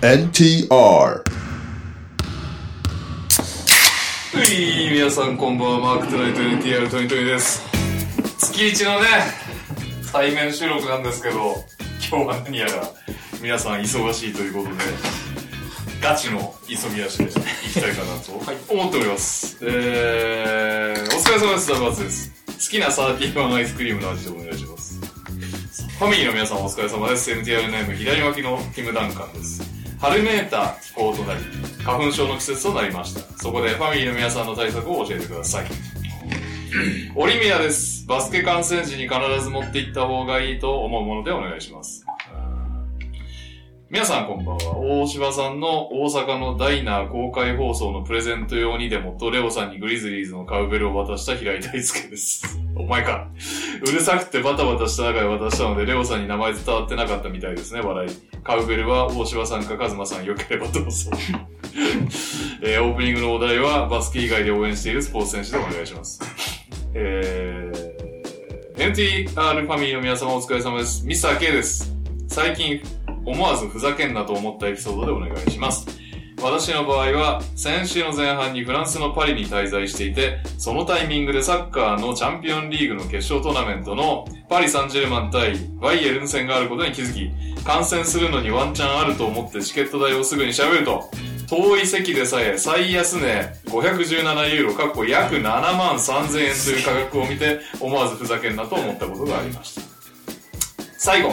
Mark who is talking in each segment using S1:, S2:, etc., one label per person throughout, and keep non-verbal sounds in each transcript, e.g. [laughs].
S1: NTR
S2: うい皆さんこんばんはマークトナイト NTR トニトニです月一のね対面収録なんですけど今日は何やら皆さん忙しいということでガチの急ぎ足でいきたいかなと思っております、えー、お疲れ様ですダブアツです好きなサーティワンアイスクリームの味でお願いしますファミリーの皆さんお疲れ様です NTR ネーム左巻きのキム・ダンカンです春めいた気候となり花粉症の季節となりましたそこでファミリーの皆さんの対策を教えてくださいオリミアですバスケ観戦時に必ず持って行った方がいいと思うものでお願いします皆さんこんばんは。大柴さんの大阪のダイナー公開放送のプレゼント用にでもとレオさんにグリズリーズのカウベルを渡した平井大輔です。 [laughs] お前か。うるさくてバタバタした中で渡したので、レオさんに名前伝わってなかったみたいですね、笑い。カウベルは大柴さんかカズマさん良ければどうぞ。えーオープニングのお題はバスケ以外で応援しているスポーツ選手でお願いします。えー、NTR ファミリーの皆様お疲れ様です。ミスター K です。最近、思わずふざけんなと思ったエピソードでお願いします。私の場合は、先週の前半にフランスのパリに滞在していて、そのタイミングでサッカーのチャンピオンリーグの決勝トーナメントのパリ・サンジェルマン対バイエルン戦があることに気づき、観戦するのにワンチャンあると思ってチケット代をすぐに喋ると、遠い席でさえ最安値517ユーロ、かっこ約7万3000円という価格を見て、思わずふざけんなと思ったことがありました。最後、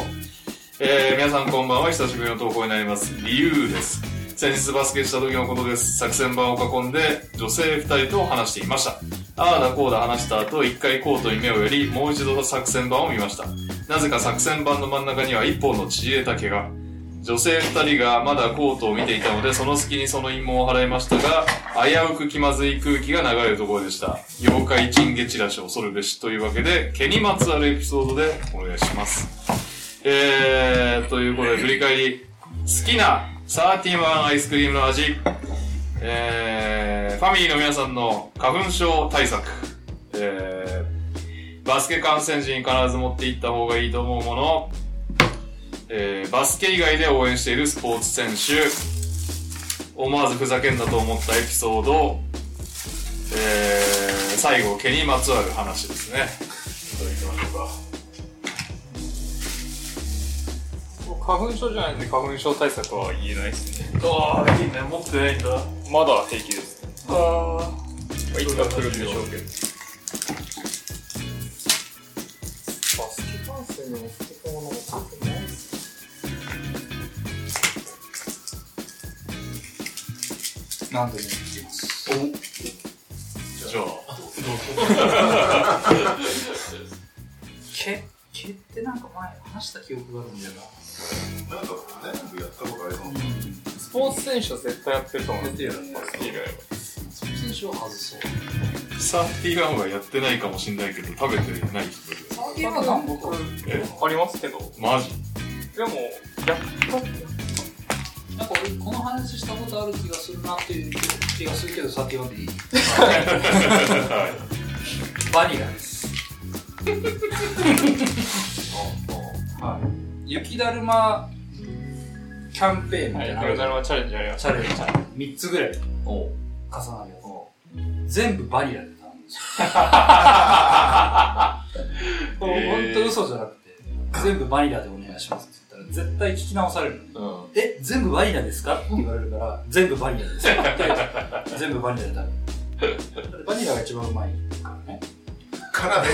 S2: えー、皆さんこんばんは久しぶりの投稿になります理由です先日バスケした時のことです作戦盤を囲んで女性2人と話していましたああだこうだ話した後一回コートに目を寄りもう一度作戦盤を見ましたなぜか作戦盤の真ん中には一本の縮れた毛が女性2人がまだコートを見ていたのでその隙にその陰謀を払いましたが危うく気まずい空気が流れるところでした妖怪チンゲチラシ恐るべしというわけで毛にまつわるエピソードでお願いしますえー、ということで振り返り、好きなサーティワンアイスクリームの味、えー、ファミリーの皆さんの花粉症対策、えー、バスケ観戦時に必ず持って行った方がいいと思うもの、えー、バスケ以外で応援しているスポーツ選手、思わずふざけんなと思ったエピソード、えー、最後、毛にまつわる話ですね。いただきましょうか。花粉症じゃないんで花粉症対策は言えないですねああいいね持ってないんだ
S3: まだ平気です。
S2: ああ
S3: いつか来るんでしょうけど。
S4: バスケ観戦の持ってたものも持ってないですね
S5: なんでも聞きます。
S2: じゃあ
S5: 毛、毛ってなんか前話した記憶があるんだよな。
S1: なんかね、やったことありそう
S3: スポーツ選手は絶対やってると思うんですよ。
S5: その選手を外そう。
S2: サーティワンはやってないかもしれないけど食べてない人いる
S5: サーティワンは僕、
S2: え
S3: ありますけど。
S2: マジ
S3: でも、やったって
S5: なんか俺この話したことある気がするなっていう気がするけど、サーティワンでいい。バニラです。はい。雪だるまキャンペーンみ
S3: は
S5: たいな
S3: い、
S5: のあ
S3: こ
S5: る
S3: れ
S5: じ
S3: か
S5: ゃん。
S3: らチャレンジやりまし
S5: チャレンジ3つぐらい重なるやつ。全部バニラで頼ん [laughs] ですよ。もう本当嘘じゃなくて、全部バニラでお願いしますって言ったら、絶対聞き直されるのね。
S2: うん
S5: え、全部バニラですかって言われるから、全部バニラですって言って全部バニラで食べる。だってバニラが一番うまいからね。
S1: からね、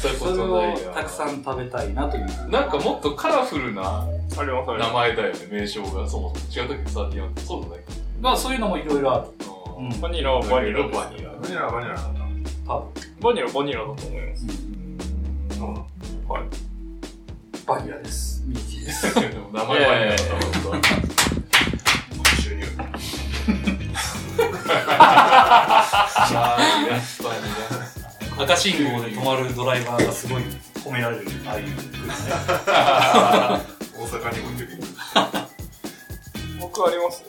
S2: そういうこ
S5: それ
S2: とない
S5: をた
S2: や
S5: くさん食べたいなという。
S2: なんかもっとカラフルな
S3: た。あります、あり
S2: 名
S3: ま
S2: 前だよね名称がそもそも違ったけどサーティワンってそうじゃない
S5: まあそういうのもいろいろある。うん
S3: す。バニラはバニラです。
S2: バニラ
S1: バニラはバニラなんだ。
S5: 多分。
S3: バニラはバニラだと思います。
S1: うん
S5: バニラです。ミーティー [laughs] です。
S2: でも名前バニラだった本
S1: 収入。
S2: 当はバニラバ
S5: 赤信号で止まるドライバーがすごい褒められる、ああいう。
S1: 大阪にも行ってくる。
S3: 僕ありますよ。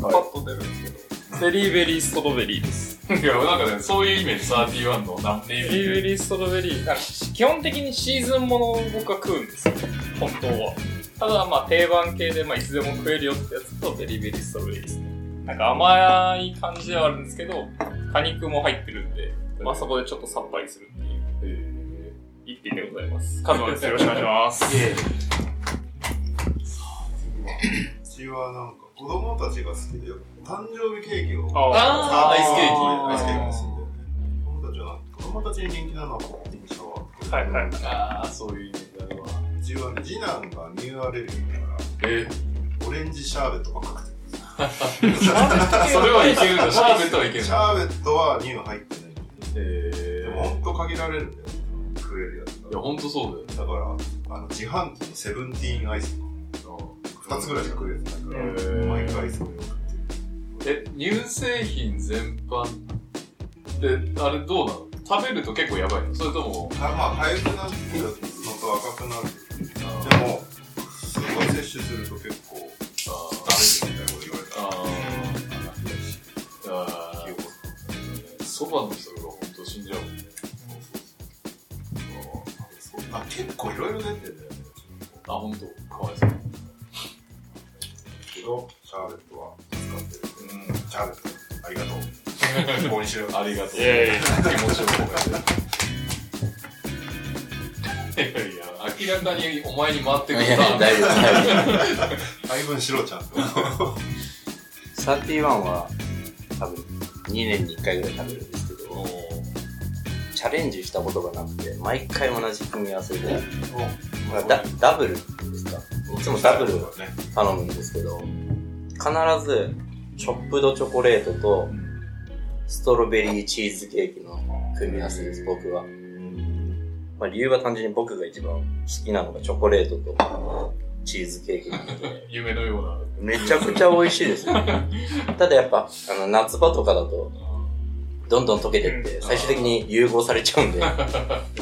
S3: パッと出るんですけど。ベリーベリーストロベリーです。
S2: ニラいやなんかねそういうイメージサーティワンのなネ
S3: ベ
S2: ーミ
S3: リーベ
S2: ング
S3: リーストロベリー。あ基本的にシーズンものを僕は食うんですよ。本当は。ただまあ定番系で、まあ、いつでも食えるよってやつとベリーベリーストロベリーですねなんか甘い感じではあるんですけど果肉も入ってるんで、まあ、そこでちょっとさっぱりするっていう一品でございますカズマですよろしくお願いします
S5: え
S1: うちはなんか子供たちが好きで誕生日ケーキを
S3: あ
S2: あーアイスケーキ
S1: アイスケーキが
S2: で
S1: 好
S2: す
S1: きで子供たちは子供たちに人気なのはポッピンシャワー
S3: はいはい
S2: ああ、そういう意味であれは。
S1: うちはね次男が乳アレルギーだから
S2: え、
S1: オレンジシャーベットばっかり
S3: [laughs]
S2: それはいけるんだ。シャーベットはいけるん
S1: シ
S2: だ。
S1: ャーベットは乳入ってない
S2: え
S1: でも
S2: ー、
S1: ほんと限られるんだよ食えるやつ
S2: いや、
S1: が
S2: ほんとそうだよ。
S1: だからあの自販機のセブンティーンアイスとか2つぐらいしか食えるやつだか
S2: へ
S1: ら
S2: ー
S1: 毎回それを食ってる
S2: え、乳製品全般って、あれどうなの食べると結構やばいのそれとも、
S1: あまあ、痒くなってるのと赤くなる。でも、すごい摂取すると結構、ダメみたいなこと言われた。
S2: あ
S1: あ
S2: ーあー、そばの人がほんと死んじゃうもんね。
S1: あ、結構いろいろ出てるんだよね。
S2: あ、ほんと、かわいそう。
S1: けど、シャーベットは使ってる。うん、シャーベット、ありがとう。ここにしよう。
S2: ありがとう。
S3: いやいや
S2: 気持ちを込めて。いやいや、明らかにお前に回ってくるな。
S6: 大丈夫大丈
S1: 配分しろ、ちゃんと。
S6: 夫サーティワンは多分2年に1回ぐらい食べるんですけどチャレンジしたことがなくて毎回同じ組み合わせでまあダダブルっていうんですかいつもダブル
S1: だね。
S6: 頼むんですけど必ずチョップドチョコレートとストロベリーチーズケーキの組み合わせです僕は、まあ、理由は単純に僕が一番好きなのがチョコレートとチーズケーキなんで
S2: 夢のような。
S6: めちゃくちゃ美味しいですよただやっぱ、あの、夏場とかだと、どんどん溶けてって、最終的に融合されちゃうんで、
S2: なる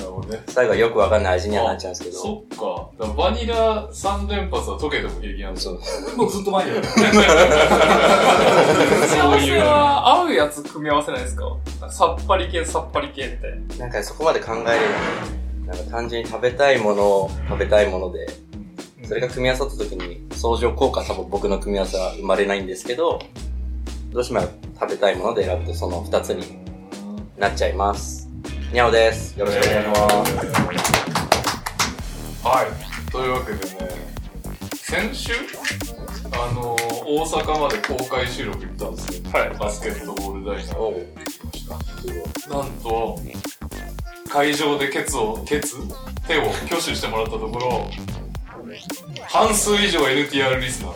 S2: ほどね。
S6: 最後はよくわかんない味にはなっちゃうんですけど、
S2: そっか。だからバニラ3連発は溶けても平気なんだ。
S6: そう
S5: えもうずっと前にある。
S3: 組み合わせは合うやつ組み合わせないですかさっぱり系さっぱり系みたいな
S6: なんかそこまで考えれない。なんか単純に食べたいものを食べたいもので、それが組み合わさった時に相乗効果多分僕の組み合わせは生まれないんですけど、どうしても食べたいもので選ぶとその2つになっちゃいます。にゃおです。よろしくお願いします。
S2: はい。というわけでね、先週、あのー、大阪まで公開収録行ったんですよ。はい。バスケットボールダイナーで行きました。なんと、会場でケツを、ケツ手を挙手してもらったところ、半数以上 NTR リスナー。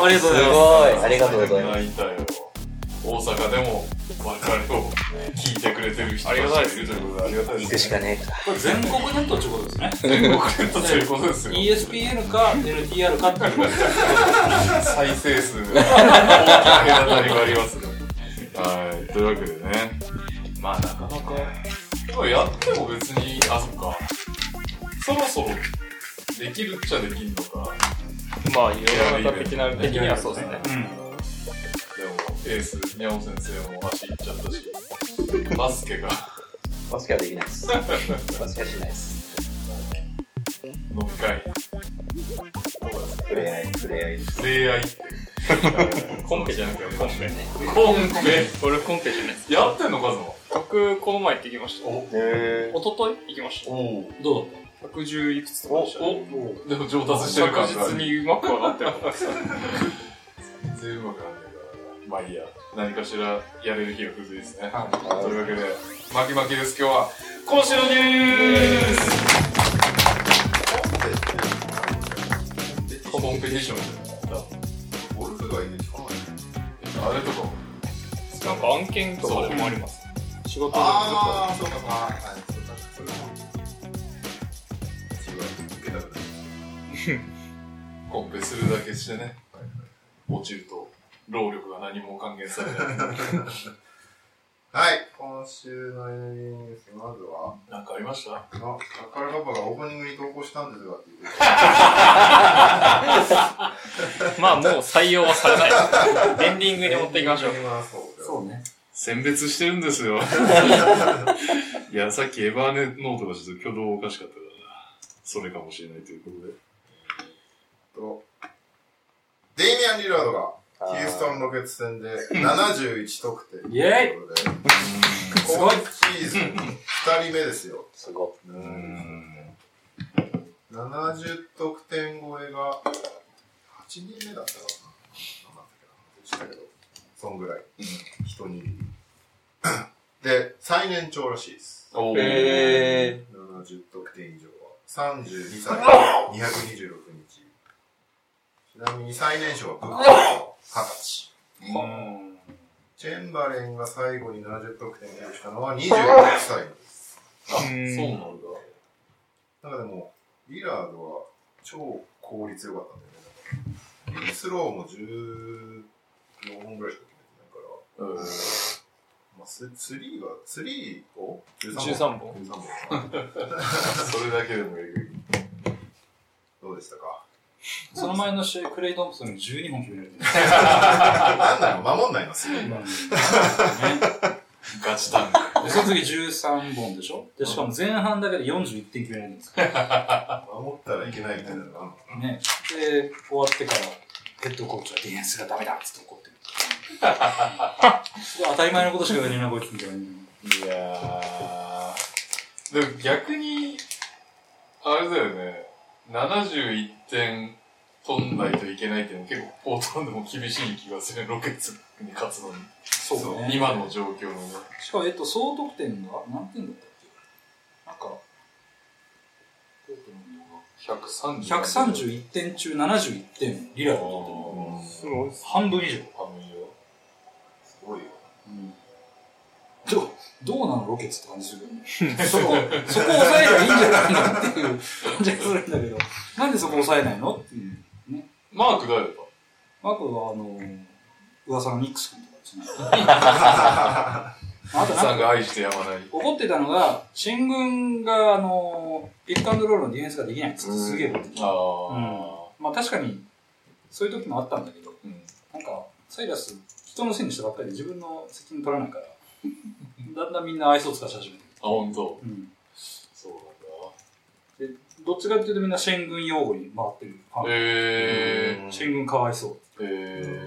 S5: ありがとうございま
S6: す
S5: す。
S6: ごい。ありがとうございます。
S2: 泣いたよ。大阪でも別れを聞いてくれてる人たちいるということでありがたいです
S6: 行く
S2: ね。
S6: しかねえか。
S5: これ全国ネットってことですね。
S2: [laughs] 全国ネットということですよ。
S5: ESPN か NTR かっていうこと
S2: 再生 [laughs] 数が大きな隔たりがありますね。はい。というわけでね。まあ、なかなか。まあやっても別に、あ、そっか。そろそろできるっちゃできんのか。
S3: まあ、いろいろな的な、的にはそうですね。
S2: でも、エース、にゃお先生も足いっちゃったし、バスケが
S6: バスケはできないです。バスケはしないです。
S2: 飲み会、
S6: 触れ合い、触れ合いです。
S2: 恋愛って。
S3: コンペじゃなくて、コンペ。
S2: コンペ、
S3: 俺コンペじゃないです。
S2: やってんのかぞ。
S3: 僕、この前行ってきました。
S6: へ
S3: おととい行きました。
S5: で。どうだっ
S3: 110いくつとかでした。
S2: お、でも上達してる感
S3: 確
S2: じがある
S3: 実にうまくはなってなかったです。
S2: 全然うまくなんないからなまあいいや何かしらやれる日が来るといいですね、というわけで巻き巻きです今日は今週のニュースコンペティションじゃない
S1: ゴルフがいいんでしょ
S2: あれとかも
S3: なんか案件とかでもあります。
S5: た仕事で。
S1: ああ、そうかそうか。はい、そうか。それも。うちは受けたくない。
S2: コンペするだけしてね落ちると労力が何も還元されない [laughs]
S1: はい、今週のエネルギーニュース、まずは、
S2: なんかありました
S1: あ、カルパパがオープニングに投稿したんですがっていう。
S3: まあ、もう採用はされない。エンディングに持っていきましょう。
S1: そう。
S5: そうね。
S2: 選別してるんです [laughs] よ。いや、さっきエヴァーネノートがちょっと挙動おかしかったからな。それかもしれないということで。
S1: と、デイミアン・リラードが、ヒューストン・ロケッツ戦で71得点ということで、今シーズン2人目ですよ。
S6: すご
S2: うーん。
S1: 70得点超えが8人目だったかな。なんだったっけな。でしたけど、そんぐらい。一握り。で、最年長らしいです。
S2: お
S6: い。へー。
S1: 70得点以上は。32歳、226日。ちなみに最年少はブッカー、20歳。チェンバレンが最後に70得点を記録したのは26歳なんです。
S2: うん
S3: そうなんだ。
S1: なんかでも、リラードは超効率良かったんだよね。フリースローも14本ぐらいしか決めてないから、まあ、ススリーが、スリーを
S3: 13本。
S1: [laughs] 13本かな
S2: それだけでもえぐい。
S1: どうでしたか
S5: その前の試合、クレイ・トンプソンに12本決められてる。
S1: なんなの守んないのすぐ。
S5: 今ね
S2: ガチタンク。
S5: [laughs] でその次13本でしょで、しかも前半だけで41点決められてるんですよ
S1: 守ったらいけないみたいなのがあるのか
S5: ね。で、終わってから、ヘッドコーチはディフェンスがダメだっつって怒ってる。 [laughs] 当たり前のことしか言わねえな、こいつみたいな。
S2: いやー、でも逆に、あれだよね、71点取んないといけないっていうのは結構ポートランドも厳しい気がする、ロケッツに勝つのに。
S5: そうね
S2: 今の状況のね。
S5: しかも、えっと、総得点が何点だったっけなんか、ポート
S2: 130。
S5: ランドが131点中71点、リラが取って
S2: あ
S5: る。
S2: ー
S1: す
S2: ごい。
S5: 半分以上。
S2: 半分以上
S1: すごいよ。
S5: どう、どうなのロケッツって感じするよね。そこ、そこ抑えればいいんじゃないのっていう感じがするんだけど、なんでそこ抑えないのっていう。
S2: マーク誰だ
S5: あとは、あの、噂のニックス君とかですね。あと
S2: さ
S5: なんん
S2: が
S5: か、
S2: 愛してやまない。
S5: 怒ってたのが、新軍が、あの、ピックアンドロールのディフェンスができないっつってすげえ怒ってた。
S2: あ
S5: まあ確かに、そういう時もあったんだけど、
S2: ー。うん。
S5: なんか、サイラス、人のせいにしたばっかりで自分の責任取らな
S2: [laughs]
S5: いから、だんだんみんな愛想つかし始めてる。
S2: あ、ほんと。
S5: うん。
S2: そう
S5: どっちかっていうとみんな新軍用語に回ってる。
S2: なんだ。え
S5: 新軍かわいそう。
S2: ー。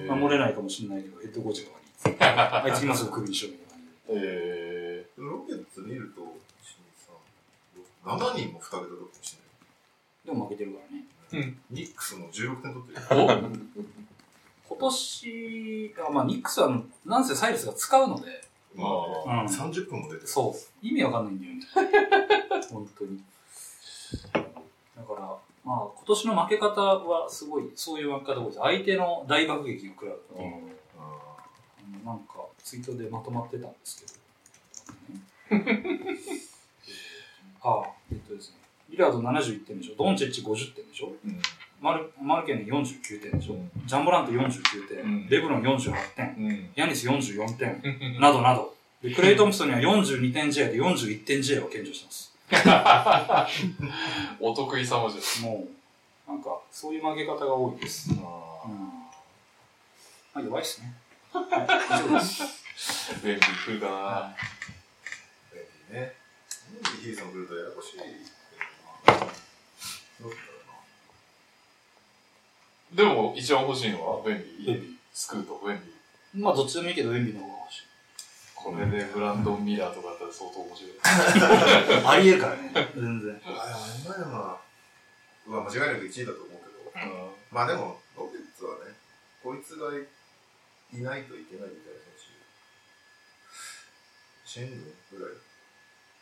S2: えー。
S5: 守れ
S2: い。
S5: ないかもしれないけど、ヘッドコーチが
S2: [laughs]
S5: 悪い。あいつ今すぐクビにしようみたいな感じで。
S2: え
S1: ロケッツ見ると、1、2、3、6、7人も2桁得点してる。
S5: でも負けてるからね。
S1: ニックスも16点取ってる。
S5: 今年が、まあ、ニックスは、なんせサイレスが使うので、
S2: ー。まあ。
S5: ん
S1: 30分も出てる。
S5: そう。意味わかんないんだよね。 [laughs] 本当に。だから、まあ、今年の負け方はすごい、そういう負け方が多いです。相手の大爆撃を食らうっていうのがあ
S1: あ
S5: のなんか、ツイートでまとまってたんですけど。 [laughs] ああ、えっとですね。リラード71点でしょ。ドンチェッチ50点でしょ。
S2: うん。
S5: マルマルケネ49点でしょ。
S2: うん
S5: ジャンボラント49点、
S2: うん
S5: レブロン48点、
S2: うん。
S5: ヤニス44点、などなど。で、クレイ・トンプソンには42点 J で41点 J を献上してます。
S2: お得意様じゃん。
S5: もう、なんか、そういう負け方が多いです。うん。
S2: あ
S5: まあ、弱いっすね。はい、以上です。
S2: ー。便利来るかな。
S1: あ、レディね。ヒーさん来るとややこしいけどな。どうだろうな。
S2: でも、一番欲しいのは、便利。スクート、便利。
S5: まあ、どっちでもいいけど、エンビの方が欲しい。
S2: これでブランドン・ミラーとかだったら相当面白い。
S5: ありえるからね。 [laughs] 全然。
S1: あでも今でもうわ間違いなく1位だと思うけど、
S2: うん
S1: まあでもロケッツはねこいつがいないといけないみたいな選手シェングンぐらい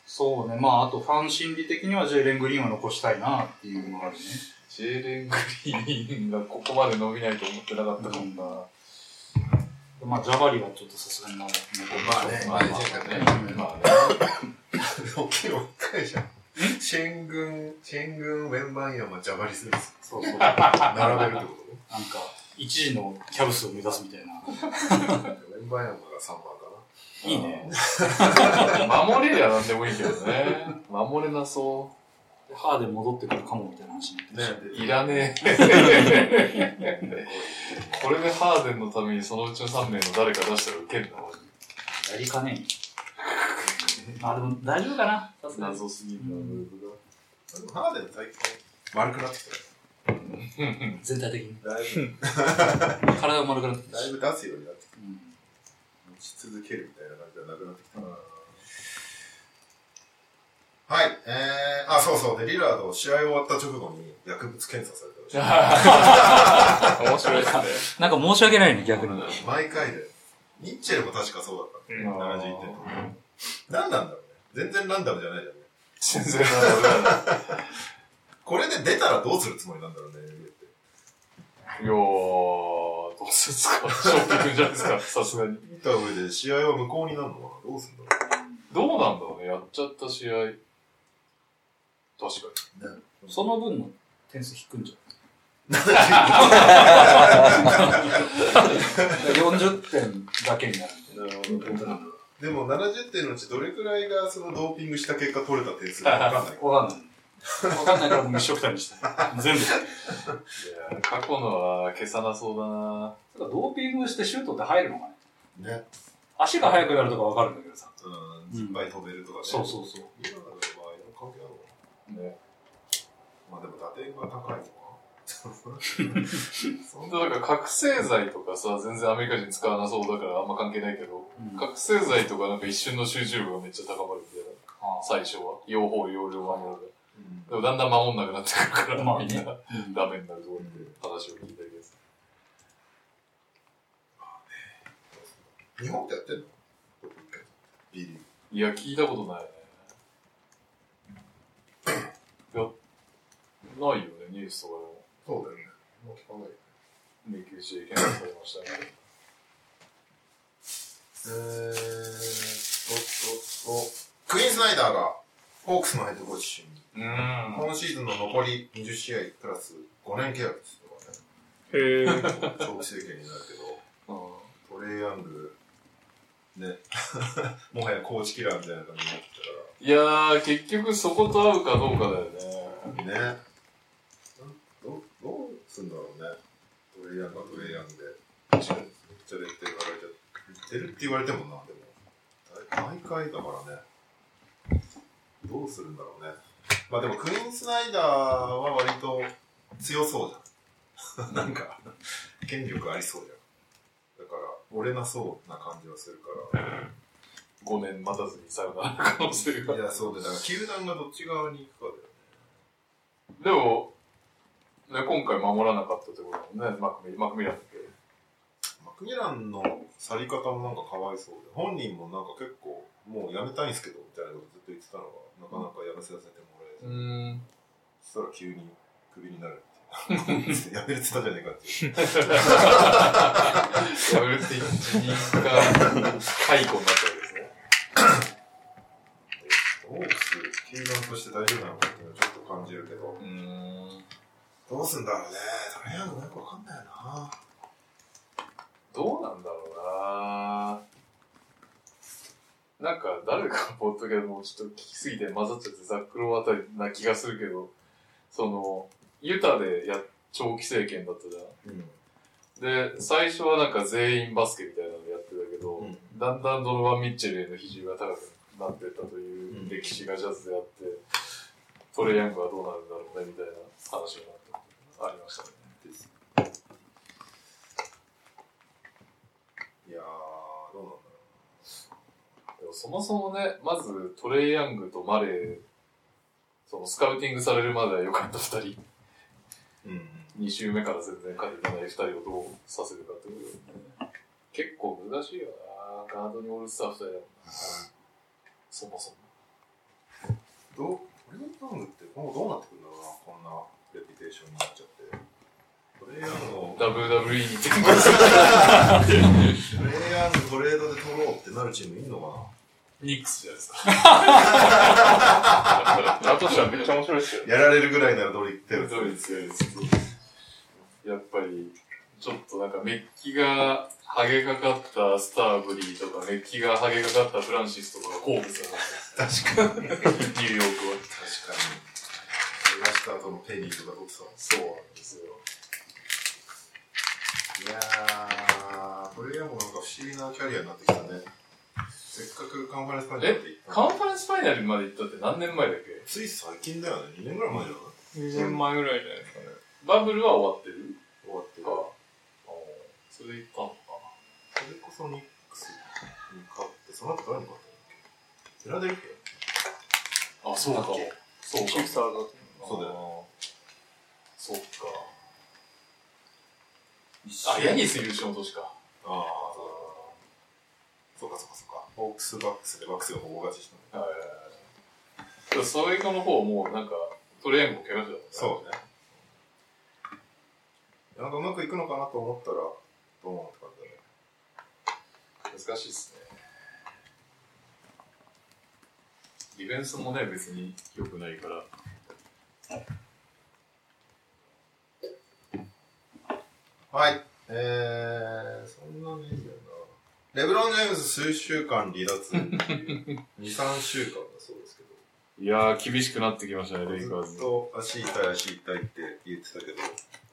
S5: そうね。まあ、あと、ファン心理的にはジェイレン・グリーンは残したいなっていうのがあるね。
S2: ジェーレン・グリーンがここまで伸びないと思ってなかったかもな。
S5: まあ、ジャバリはちょっとさすがにな。
S1: まあね
S2: まあまあね。ま
S1: ロケも1回じゃんシェングンシェングンウェンバンヤマジャバリスミス
S5: そうそう。
S1: 並べるってこ
S5: なんか、一時のキャブスを目指すみたいな。
S1: とウェンバンヤマが3番かない
S5: いね。
S2: あね。守れりゃなんでもいいけどね。守れなそ
S5: ハーデン戻ってくるかもみたいな話になってまし
S2: う。いらねえ。これでハーデンのためにそのうちの3名の誰か出したらウケる
S5: た。やり [laughs] かねえ。まあでも大丈夫かなさす
S2: な。
S5: がに。
S2: 謎すぎるな。
S1: でもハーデン最近丸くなってき
S5: 全体的に。
S1: たよ。だい [laughs] ぶ、
S5: 体が丸くなってきた
S1: だいぶ出すようになってき
S5: うん
S1: た。持ち続けるみたいな感じがなくなってきたな。はい、えー、あ、そうそう。で、リラード、試合終わった直後に薬物検査された
S5: [laughs]
S1: らしい
S3: 面白いです
S5: な
S3: ね。
S5: んか申し訳ないね、逆に。
S1: 毎回で。ニッチェルも確かそうだったね。
S3: う
S1: 71点とか。何なんだろうね。全然ランダムじゃないじゃんね。
S2: 全然なんだ
S1: これで出たらどうするつもりなんだろうね、NBA って。
S2: いやー、どうするんですか勝負いくんじゃないですかさすがに。
S1: 見た上で試合は無効になるのかなどう [laughs] すんだ
S5: [laughs]
S1: ろ
S2: どうなんだろうねやっちゃった試合。確か
S5: その分の点数低いんじゃん。40点だけになるんで。。
S1: うなるほど。でも70点のうちどれくらいがそのドーピングした結果取れた点数かわかんない
S5: わかんない。わかんないからもう一緒くたにして。 [laughs] 全部。
S2: に。いやー過去のは消さなそうだな
S5: ドーピングしてシュートって入るのかね
S1: ね。
S5: 足が速くなるとかわかるんだけどさ。
S1: うん。いっぱい飛べるとかね。
S5: そうそうそう。
S1: 今の場合の関係あるのか
S2: ね。
S1: なまあでも打点が高い
S5: [laughs]
S1: のかなそん
S2: 本
S1: な
S2: 当だから覚醒剤とかさ、全然アメリカ人使わなそうだからあんま関係ないけど、覚醒剤とかなんか一瞬の集中力がめっちゃ高まるみたいな。
S5: あ
S2: 最初は。用法、用量守る
S1: うん
S2: でもだんだん守んなくなってくるから、
S5: まあね
S2: みんな
S5: うん
S2: ダメになるところで話を聞いたりです。
S1: 日本ってやってんの ?B リーグ。
S2: いや、聞いたことないね。いや、ないよね、ニュースとか
S1: そうだよね。もう聞かない。
S2: でも。迷宮試験されましたね。
S1: えーっと、っと、っと、クイーンスナイダーが、ホークスのヘッドコーチ就任。
S2: うーん。
S1: 今シーズンの残り20試合プラス5年契約です
S3: へえ。
S1: とかね、長期政権になるけど、トレイヤング、ね、 [laughs] もはやコーチキラーみたいな感じになって
S2: いやー、結局そこと合うかどうかだよね。
S1: きたから、ね、どう、どうすんだろうね。トレイヤングはトレイヤングで、めっちゃレッテル貼られちゃって、レッテルって言われてもな、でも、大大会だからね、どうするんだろうね。まあでも、クイーンスナイダーは割と強そうじゃん。 [laughs] なんか、権力ありそうじゃん。だから、折れなそうな感じはするか
S2: 5年待たずにさよなら可能性が
S1: ら。い。や、そうで、だから、球団がどっち側に行くか
S2: でも、ね、今回守らなかったってことだもんね、マクミマクミランだっけ。
S1: で。マクミランの去り方もなんかかわいそうで、本人もなんか結構、もうやめたいんですけど、みたいなことずっと言ってたのが、なかなかやめさせてもらえず、
S2: ん。
S1: そしたら急にクビになるっていう。やめるって言ったじゃねえかっていう。
S2: やめるって言って辞任が解雇になったわけですね。
S1: ホークス、球団として大丈夫なのかっていうのはちょっと感じるけど、
S2: うーん。
S1: どうすんだろうね。とりあえずなんかわかんないよな。
S2: どうなんだろうななんか、誰かのポッドキャストもちょっと聞きすぎて混ざっちゃってザックローあたりな気がするけど、その、ユタでや、長期政権だったじゃん。で、最初はなんか全員バスケみたいなのやってたけど、
S1: うん
S2: だんだんドロバン・ミッチェルへの比重が高くなってったといううん歴史がジャズであって、トレイヤングはどうなるんだろうねみたいな話になったありましたね。
S1: いやー、どうなんだ
S2: で
S1: ろ
S2: もそもそもね、まずトレイヤングとマレー、そのスカウティングされるまでは良かった2人、
S1: う。うん。
S2: 2周目から全然勝ててない2人をどうさせるかってことだよね。結構難しいよなガードにオールスター2人だもんな。そもそも。
S1: どう、トレイヤングって今後どうなってくるんだろうな、こんなレピテーションになっちゃって。トレイヤングを、
S2: WWE に転向
S1: トレイヤングトレードで取ろうってなるチームいんのか
S2: ニックスじゃないですか。
S3: だとしたらめっちゃ面白いですよ。
S1: なやられるぐらいならどれ言ってる
S2: どうですよやっぱり、ちょっとなんかメッキがハゲかかったスターブリーとか、メッキがハゲかかったフランシスとかが好物なんです確かに。ニューヨークは。
S1: 確かに。怪我した後のペリーとかどうさ。
S2: そうなんですよ。
S1: いやー、トレイヤングなんか不思議なキャリアになってきたね。せっかくカンファレンスファイナルって言った
S2: カ
S1: の
S2: ンファレンスファイナルまで行ったって何年前だっけ
S1: つい最近だよね。2年ぐらい前じゃない
S3: 2年前ぐらいじゃないですかね。バブルは終わってる
S1: 終わってる
S2: か。
S3: それで行ったのか
S1: それこそニックスに勝って、その後誰に勝ったんだっけフィラデルフィ
S2: あ、そうか
S3: だっ。け
S2: そうか
S3: キ。ーサーだと。
S1: そうだよ
S2: よ。そっか。
S1: ア。
S2: あ、ヤニス優勝の年か。
S1: ああ、そうかそうかそうか。ホークスバックスでバックスが大勝ちしたね。
S2: はい。でもそれ以降の方もうなんか、トレーンも怪我しちゃった。
S1: そうね。なんかうまくいくのかなと思ったら、どうもって感じだね。
S2: 難しいっすね。ディフェンスもね、別に良くないから。
S1: はい。えー、そんなメディアな。レブロン・ジェームズ数週間離脱。2、3週 [laughs] 間だそうですけど。
S2: いやー、厳しくなってきましたね、レイ
S1: ず
S2: カーズ
S1: っ。と足痛い足痛いって言ってたけど、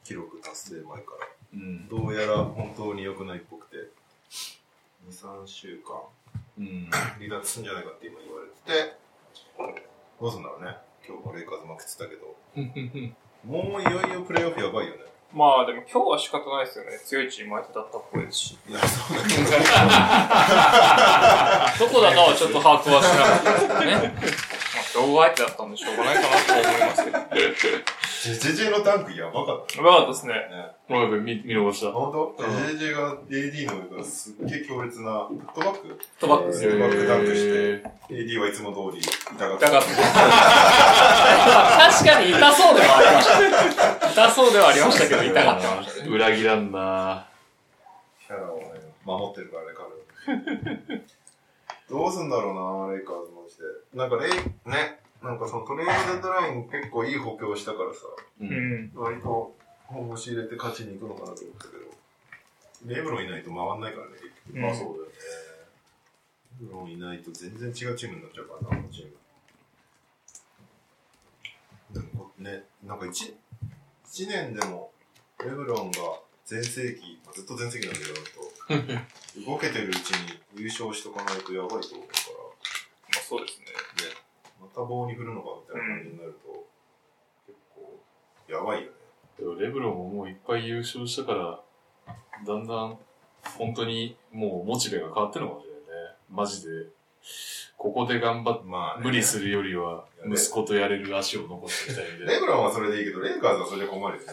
S1: 記録達成前から。
S2: うん。
S1: どうやら本当に良くないっぽくて、2、3週間
S2: うん。
S1: 離脱すんじゃないかって今言われてて、どうすんだろうね。今日もレイカーズ負けてたけど、もういよいよプレイオフやばいよね。
S3: まあでも今日は仕方ないですよね。強いチーム相手だったっぽいですし。
S1: いや、そうだけど。
S3: どこだかはちょっと把握はしなかったですけどね。 [laughs] まあ競合相手だったんでしょうがないかなと思いますけど。
S1: ジェジェジェのダンクやばかっ
S3: うわですね。
S1: たね。
S2: もうやっぱ見見逃した。
S1: 本当
S2: うん
S1: ?JJ が AD の上からすっげえ強烈なフットバック
S3: トバック
S1: フ
S3: ス。
S1: ットバックダンクして、
S2: え
S1: AD はいつも通り痛かっ
S3: 痛か
S1: た
S3: っ。た。確かに痛そうではありました。痛そうではありましたけど、
S2: ー
S3: 痛かった。
S2: 裏切らんな
S1: キャラをね、守ってるからね、彼はどうすんだろうな、レイカーズマジで。なんかレイ、ね、なんかそのトレードデッドライン結構いい補強したからさ、
S2: うん
S3: うん。
S1: 割と本腰入れて勝ちに行くのかなと思ったけど、レブロンいないと回んないからね、結局。
S3: まあ
S1: そうだよね。レブロンいないと全然違うチームになっちゃうからな、あのチーム。でもね、なんか一一年でも、レブロンが全盛期、まあずっと全盛期なんだけど、ず
S2: [laughs]
S1: っと動けてるうちに優勝しとかないとやばいと思うから。
S3: まあそうですね。
S1: ね、また棒に振るのかみたいな感じになると、結構、やばいよね。
S2: でもレブロンももういっぱい優勝したから、だんだん、本当にもうモチベが変わってるのかもしれないね。マジで。ここで頑張っ
S1: まあね、
S2: 無理するよりは、息子とやれる足を残していきたいみたい
S1: レ
S2: な。
S1: ブロンはそれでいいけど、レイカーズはそれで困るよね。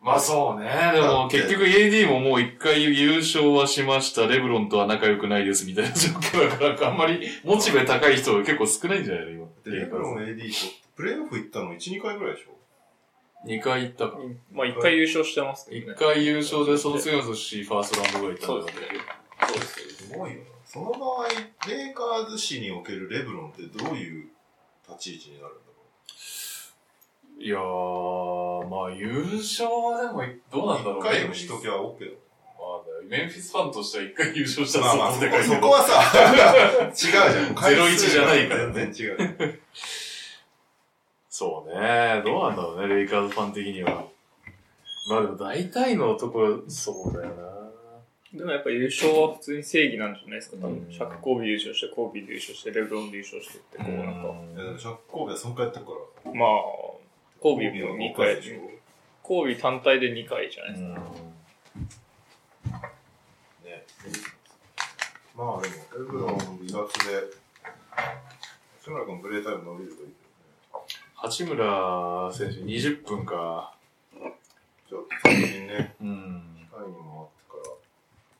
S2: まあそうね。でも結局 AD ももう一回優勝はしました。レブロンとは仲良くないですみたいな状況だから、あんまりモチベ高い人結構少ないんじゃないの今。
S1: でレブロン AD と、プレイオフ行ったの1、2回ぐらいでしょ
S2: 2回行ったから。
S3: まあ一回優勝してますけど
S2: 1
S3: ね。
S2: 回優勝でその次の年、ファーストラウンドぐらい行
S3: そ
S2: っ
S3: う
S2: たん
S3: で
S2: だ
S3: すね
S2: よ。。
S3: そうですよね。
S1: すごいよな。その場合、レイカーズ史におけるレブロンってどういう立ち位置になるんだろ
S2: いやー、まあ優勝はでもどうなんだろ
S1: う。
S2: う
S1: 1回でもしときゃ OK
S2: まあねメンフィスファンとしては1回優勝した
S1: だ。
S2: ら
S1: まあまあ、
S2: そ
S1: そ
S2: こで
S1: こ
S2: かい
S1: そ
S2: け
S1: こ
S2: ど。
S1: はさ、違うじゃん。回数
S2: 01じゃないからね
S1: 全然違う。
S2: そうね。どうなんだろうね、レイカーズファン的には。まあでも大体のところ、そうだよ
S3: でもやっぱ優勝は普通に正義なんじゃないですか、多
S2: うん
S3: 分。シャク・コービー優勝して、コービーで優勝して、レブロンで優勝してって、
S2: な。
S3: こうなんか、
S1: いやでもシャッコービは3回やってるから。
S3: まあ、コービーも2回
S1: でしょ。
S3: コービー単体で2回じゃないですか。
S1: ね。まあでも、エブロン離脱で、吉村君プレイタイム伸びるといい
S2: 八村選手20分か。
S1: けどね。ちょっと最近ね、
S2: うん。
S1: タイにも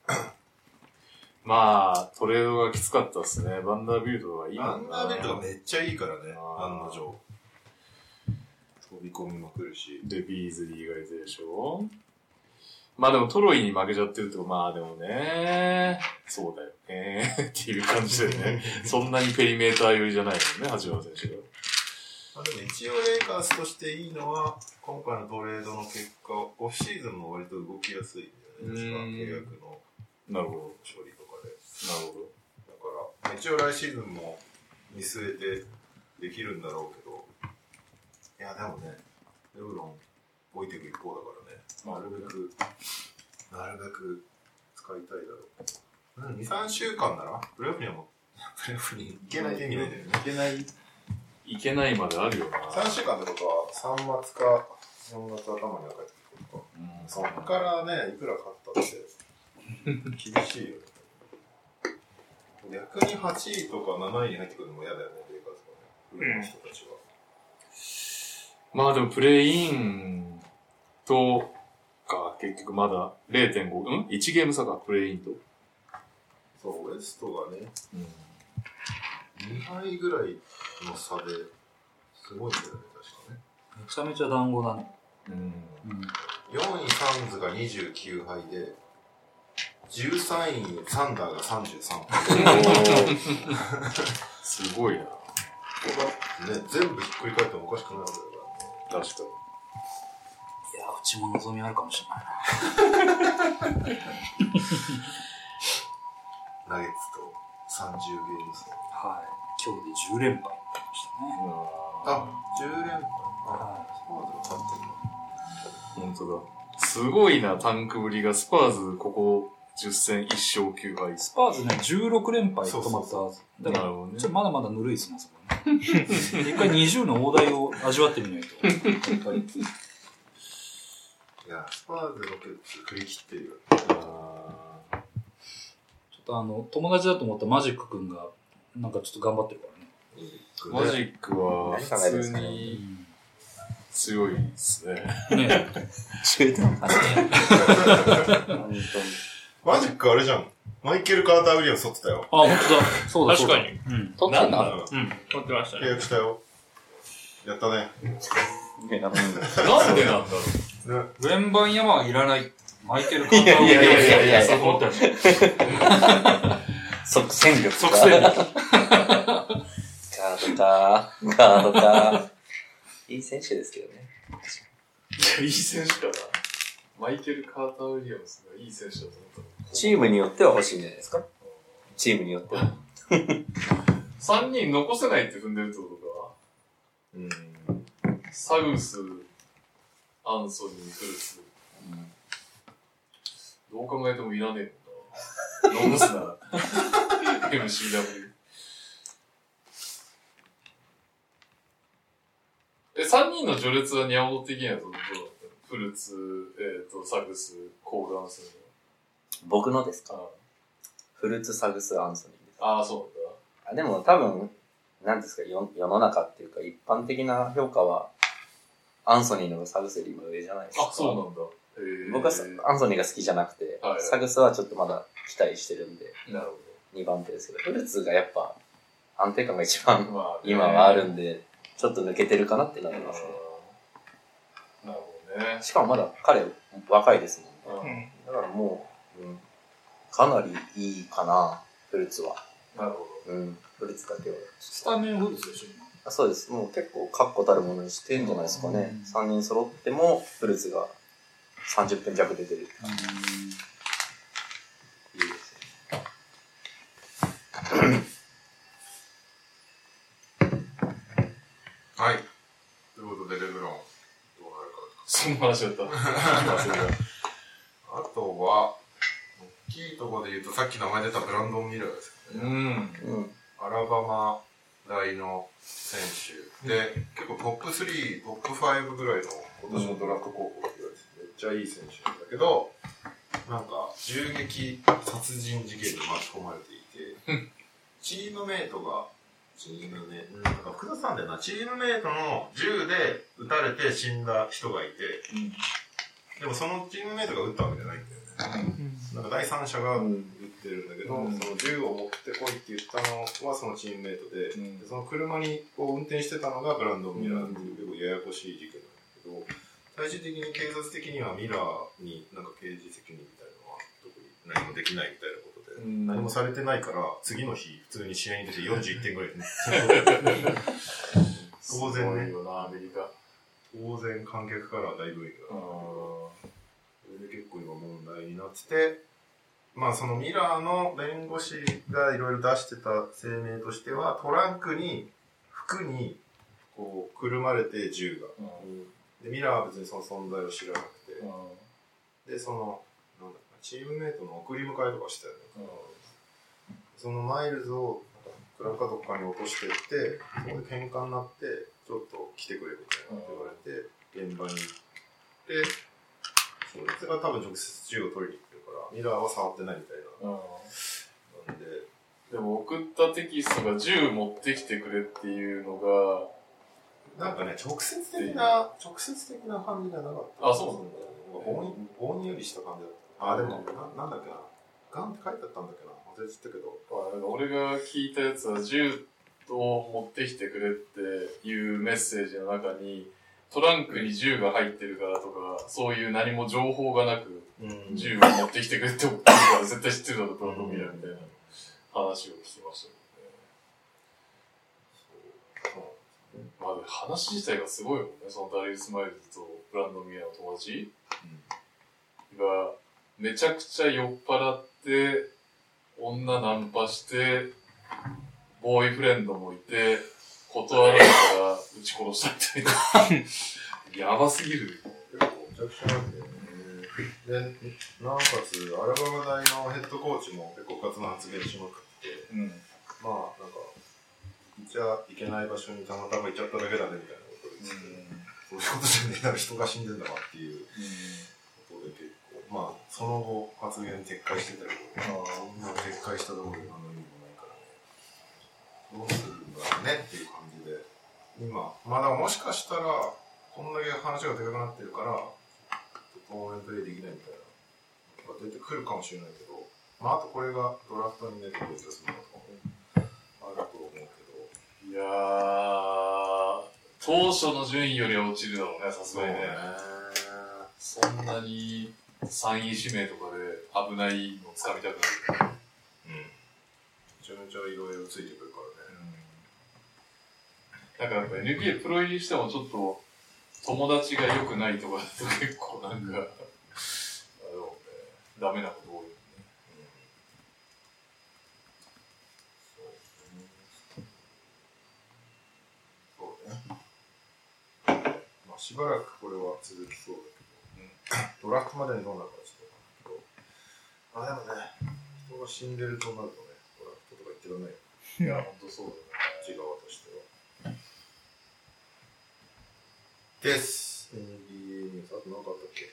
S1: あってか
S2: まあ、トレードがきつかったですね。バンダービルドがいい
S1: ら、ア
S2: も
S1: ン
S2: ん
S1: ダ
S2: な
S1: ーベルトがめっちゃいいからね、
S2: あー
S1: 案の定。飛び込みまくるし。
S2: で、ビーズリーがいてでしょまあでもトロイに負けちゃってるとまあでもね、そうだよね、 [laughs] っていう感じだよね。そんなにペリメーター寄りじゃないよね、八村選手が。
S1: まあ、でも一応レイカーズとしていいのは、今回のトレードの結果、オフシーズンも割と動きやすいんじ
S2: う
S1: ゃな
S2: ん
S1: いですか、契約の
S2: なるほど、なる
S1: 処理とかで。
S2: ほど。
S1: だから、一応来シーズンも見据えてできるんだろうけど、いや、でもね、レブロン置いていく一方だからね、なるべく、なるべく使いたいだろう。うん、2、3週間なら、プレーオフにはも [laughs] プレオフに行けないと意味ないんだよね。
S2: いけない、いけないまであるよな。
S1: 3週間ってことは、3月か4月頭には帰ってくるのか。
S2: うん
S1: そっからね、いくら買ったって、厳しいよね。逆に8位とか7位に入ってくるのも嫌だよね、レイカーズがね。プロの人たちは。
S2: まあでもプレイインとか、結局まだ0.5、うん ?1 ゲーム差か、プレイインと。
S1: そう、ウエストがね、2敗ぐらいの差ですごいんだよね、確かね。
S5: めちゃめちゃ団子だね。
S2: うん。
S5: うん。
S1: 4位サンズが29敗で、13位サンダーが33敗。
S2: すごいな。
S1: ここがね、全部ひっくり返ってもおかしくないわけだから。
S2: 確か
S5: いや、うちも望みあるかもしれないな。
S1: ナゲッツと30ゲーム差。
S5: はい。今日で10連敗になりましたね。
S2: に。うん。
S1: あ、10連敗。あ、
S5: は
S1: スパーズが勝ってるの
S2: 本当だ。すごいな、タンクぶりが。スパーズ、ここ10戦1勝9敗
S5: い。。スパーズね、16連敗止まったはず。だか
S2: な
S5: ら、
S2: るほどね
S5: ちょっと。まだまだぬるいですね、そこね。一回20の大台を味わってみないと。やっぱり。
S1: いや、スパーズロケッツ振り切ってるよ。
S2: あー
S5: ちょっとあの、友達だと思ったマジック君が、なんかちょっと頑張ってるからね。
S2: マジックは
S6: 何考え
S2: 普
S6: てるん
S2: 通
S6: ですかね
S2: に強いですね。
S5: ねえ
S6: 中途半端ね。本
S1: マジックあれじゃん。マイケル・カーター・ウィリアム沿ってたよ。
S5: あ、本当だ。そうだ、そ
S3: 確
S5: うだ。
S3: かに。
S5: かに。うん。
S6: 当に。取ったんだ。
S5: うん。
S3: 撮ってました
S1: 契
S3: ね。
S1: 約したよ。やったね。
S2: なんでなんだろ
S1: ね。
S5: グレンバン山はいらない。マイケル・カンタ
S2: う。
S6: いやいやいやい
S2: そ
S6: や
S2: こって。
S6: 即戦力か。
S2: 即戦力。
S6: ガードか。ガードか。いい選手ですけどね。
S2: いい選手かな。マイケル・カーター・ウィリアムスがいい選手だと思っ
S6: チームによっては欲しいんじゃないですかチームによっては。
S2: たの。3人残せないって踏んでるってこと
S1: うん。
S2: かサウス、アンソニー、クルス。どう考えてもいらねえもんな。残すな [laughs] ら。MCW。え、3人の序列はニャオ的にはどうだったのフルーツ、えっ、と、サグス、コール・アンソニー。
S6: 僕のですか
S2: あ
S6: フルーツサグス・アンソニーです。
S2: あー、そうなんだ。
S6: あでも多分、なんですか世、世の中っていうか、一般的な評価は、アンソニーの方がサグスよりも上じゃないですか。
S2: あ、そうなんだ。
S6: 僕はさアンソニーが好きじゃなくて、
S2: はいはい
S6: サグスはちょっとまだ期待してるんで、
S2: なる
S6: 2番手ですけど、フルーツがやっぱ安定感が一番
S2: ほど。まあね
S6: 今はあるんで、ちょっと抜けてるかなってなってますね。
S2: なるほどね。
S6: しかもまだ彼若いですもんね。
S2: うん
S3: うん
S6: だからもう、うん、かなりいいかな、フルーツは。
S2: なるほ
S6: うん、フルーツだけは。
S5: スタメンフルーツでしょ、
S6: あそうです。もう結構確固たるものにしてんじゃないですかね
S5: う。ん
S6: 三3人揃っても、フルーツが30分弱出てる。いい
S5: 今。
S6: ですね。
S1: はい。ということで、レブロン、どうなる
S2: ど。その話だった。忘れた
S1: か。あとは、大きいところで言うと、さっき名前出たブランドン・ミラーですよ
S2: う
S1: ね。
S2: ん。
S6: うん。
S1: アラバマ大の選手で、結構トップ3、トップ5ぐらいの今年のドラフト候補って言われてて、めっちゃいい選手なんだけど、なんか銃撃殺人事件に巻き込まれていて、チームメイトが、チームメイト、なんか福田さんだよな、チームメイトの銃で撃たれて死んだ人がいて、でもそのチームメイトが撃ったわけじゃないんだよね。なんか第三者が言ってるんだけど、
S2: うん
S1: その銃を持ってこいって言ったのはそのチームメイトで、
S2: うん
S1: でその車にこう運転してたのがブランドン・ミラーっていう結構ややこしい事件なんだけど、最終的に警察的にはミラーになんか刑事責任みたいなのは特に何もできないみたいなことで、
S2: うん
S1: 何もされてないから、次の日普通に試合に出て41点ぐ
S2: [laughs]
S1: らいでね、当然ね
S2: すごいよな、アメリカ。
S1: 当然観客からは大ブーイングだったんだけど。
S2: う
S1: それで結構今問題になってて、まあそのミラーの弁護士がいろいろ出してた声明としては、トランクに、服に、こう、くるまれて銃が。
S2: ん。
S1: で、ミラーは別にその存在を知らなく
S2: うん。
S1: て、で、その、なんだろうなチームメイトの送り迎えとかしてたよね。そのマイルズをなんかクラブかどっかに落としていって、そこで喧嘩になって、ちょっと来てくれみたいな言われて、現場に行って、そいつが多分直接銃を取りに行ってるから、ミラーは触ってないみたいな。なんで、
S2: でも送ったテキストが銃持ってきてくれっていうの
S1: なんかね、直接的な、直接的な感じじゃなかった。
S2: あそうなん
S1: 棒に、棒によりした感じだった。あ、でも、ななんだっけな。ガンって書いてあったんだっけな。忘れちゃったけど。
S2: が、俺が聞いたやつは銃を持ってきてくれっていうメッセージの中に、トランクに銃が入ってるからとか、そういう何も情報がなく、
S1: うん
S2: 銃を持ってきてくれって思ってるから絶対知ってるだろう、プロトミラみたいな話を聞きましたけどね。まあ、話自体がすごいもんね。そのダリル・スマイルズとブランドミアの友達が、めちゃくちゃ酔っ払って、女ナンパして、ボーイフレンドもいて、断られたら撃ち殺したみたいな。やばすぎる。
S1: 結構めちゃくちゃなんだよね。で、なおかつ、アラバマ大のヘッドコーチも結構活の発言しまくって、
S2: うん。
S1: まあ、なんか、いちゃいけない場所にたまたま行っちゃっただけだねみたいなこと言ってて、そういうことじゃねえだろ、人が死んでんだわっていうことで結構、まあ、その後、発言撤回してたけど、そんな撤回したところで何の意味もないから、どうするんだろうねっていう感じで、今、まだもしかしたら、こんだけ話がでかくなってるから、トーナメントでできないみたいな、が出てくるかもしれないけど、まあ、あとこれがドラフトにね、影響するのとかもあると思うけど、
S2: いやー、当初の順位よりは落ちるだろうね、さすがにね。そんなに3位指名とかで危ないの掴みたくなる。
S1: うん。めちゃめちゃいろいろついてくるからね。
S2: なんかやっぱ NBA プロ入りしてもちょっと友達が良くないとかだと結構なんか、あのダメなこと多いよね。
S1: そうね。まあ、しばらくこれは続きそうだけど、ドラフトまでにどうなるかちょっとわかんないけど、まあでもね、人が死んでるとなるとね、ドラフトとか言ってらんない
S2: い
S1: よ、
S2: や、ほんとそうだね。
S1: こっち側としては。です。NBA ニュース、あと何かあったっけ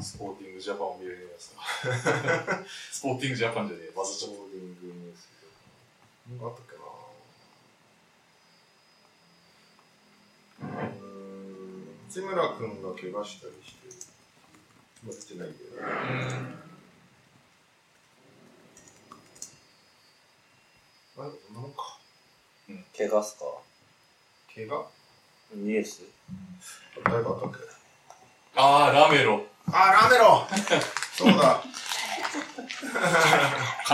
S2: スポーティングジャパンを見れるようになさ。スポーティングジャパンじゃねえ、バズっちゃ
S1: ホ
S2: っ
S1: ールディングニュースとか。なんかあったっけなうーん内村君が怪我したりして、まあ、出てないんだよね。あ、なんか、
S6: 怪我っすか
S1: 怪我
S6: ニュース
S1: 誰かあったっけ
S2: た。あー、ラメロ。
S1: あ、ラメロそうだ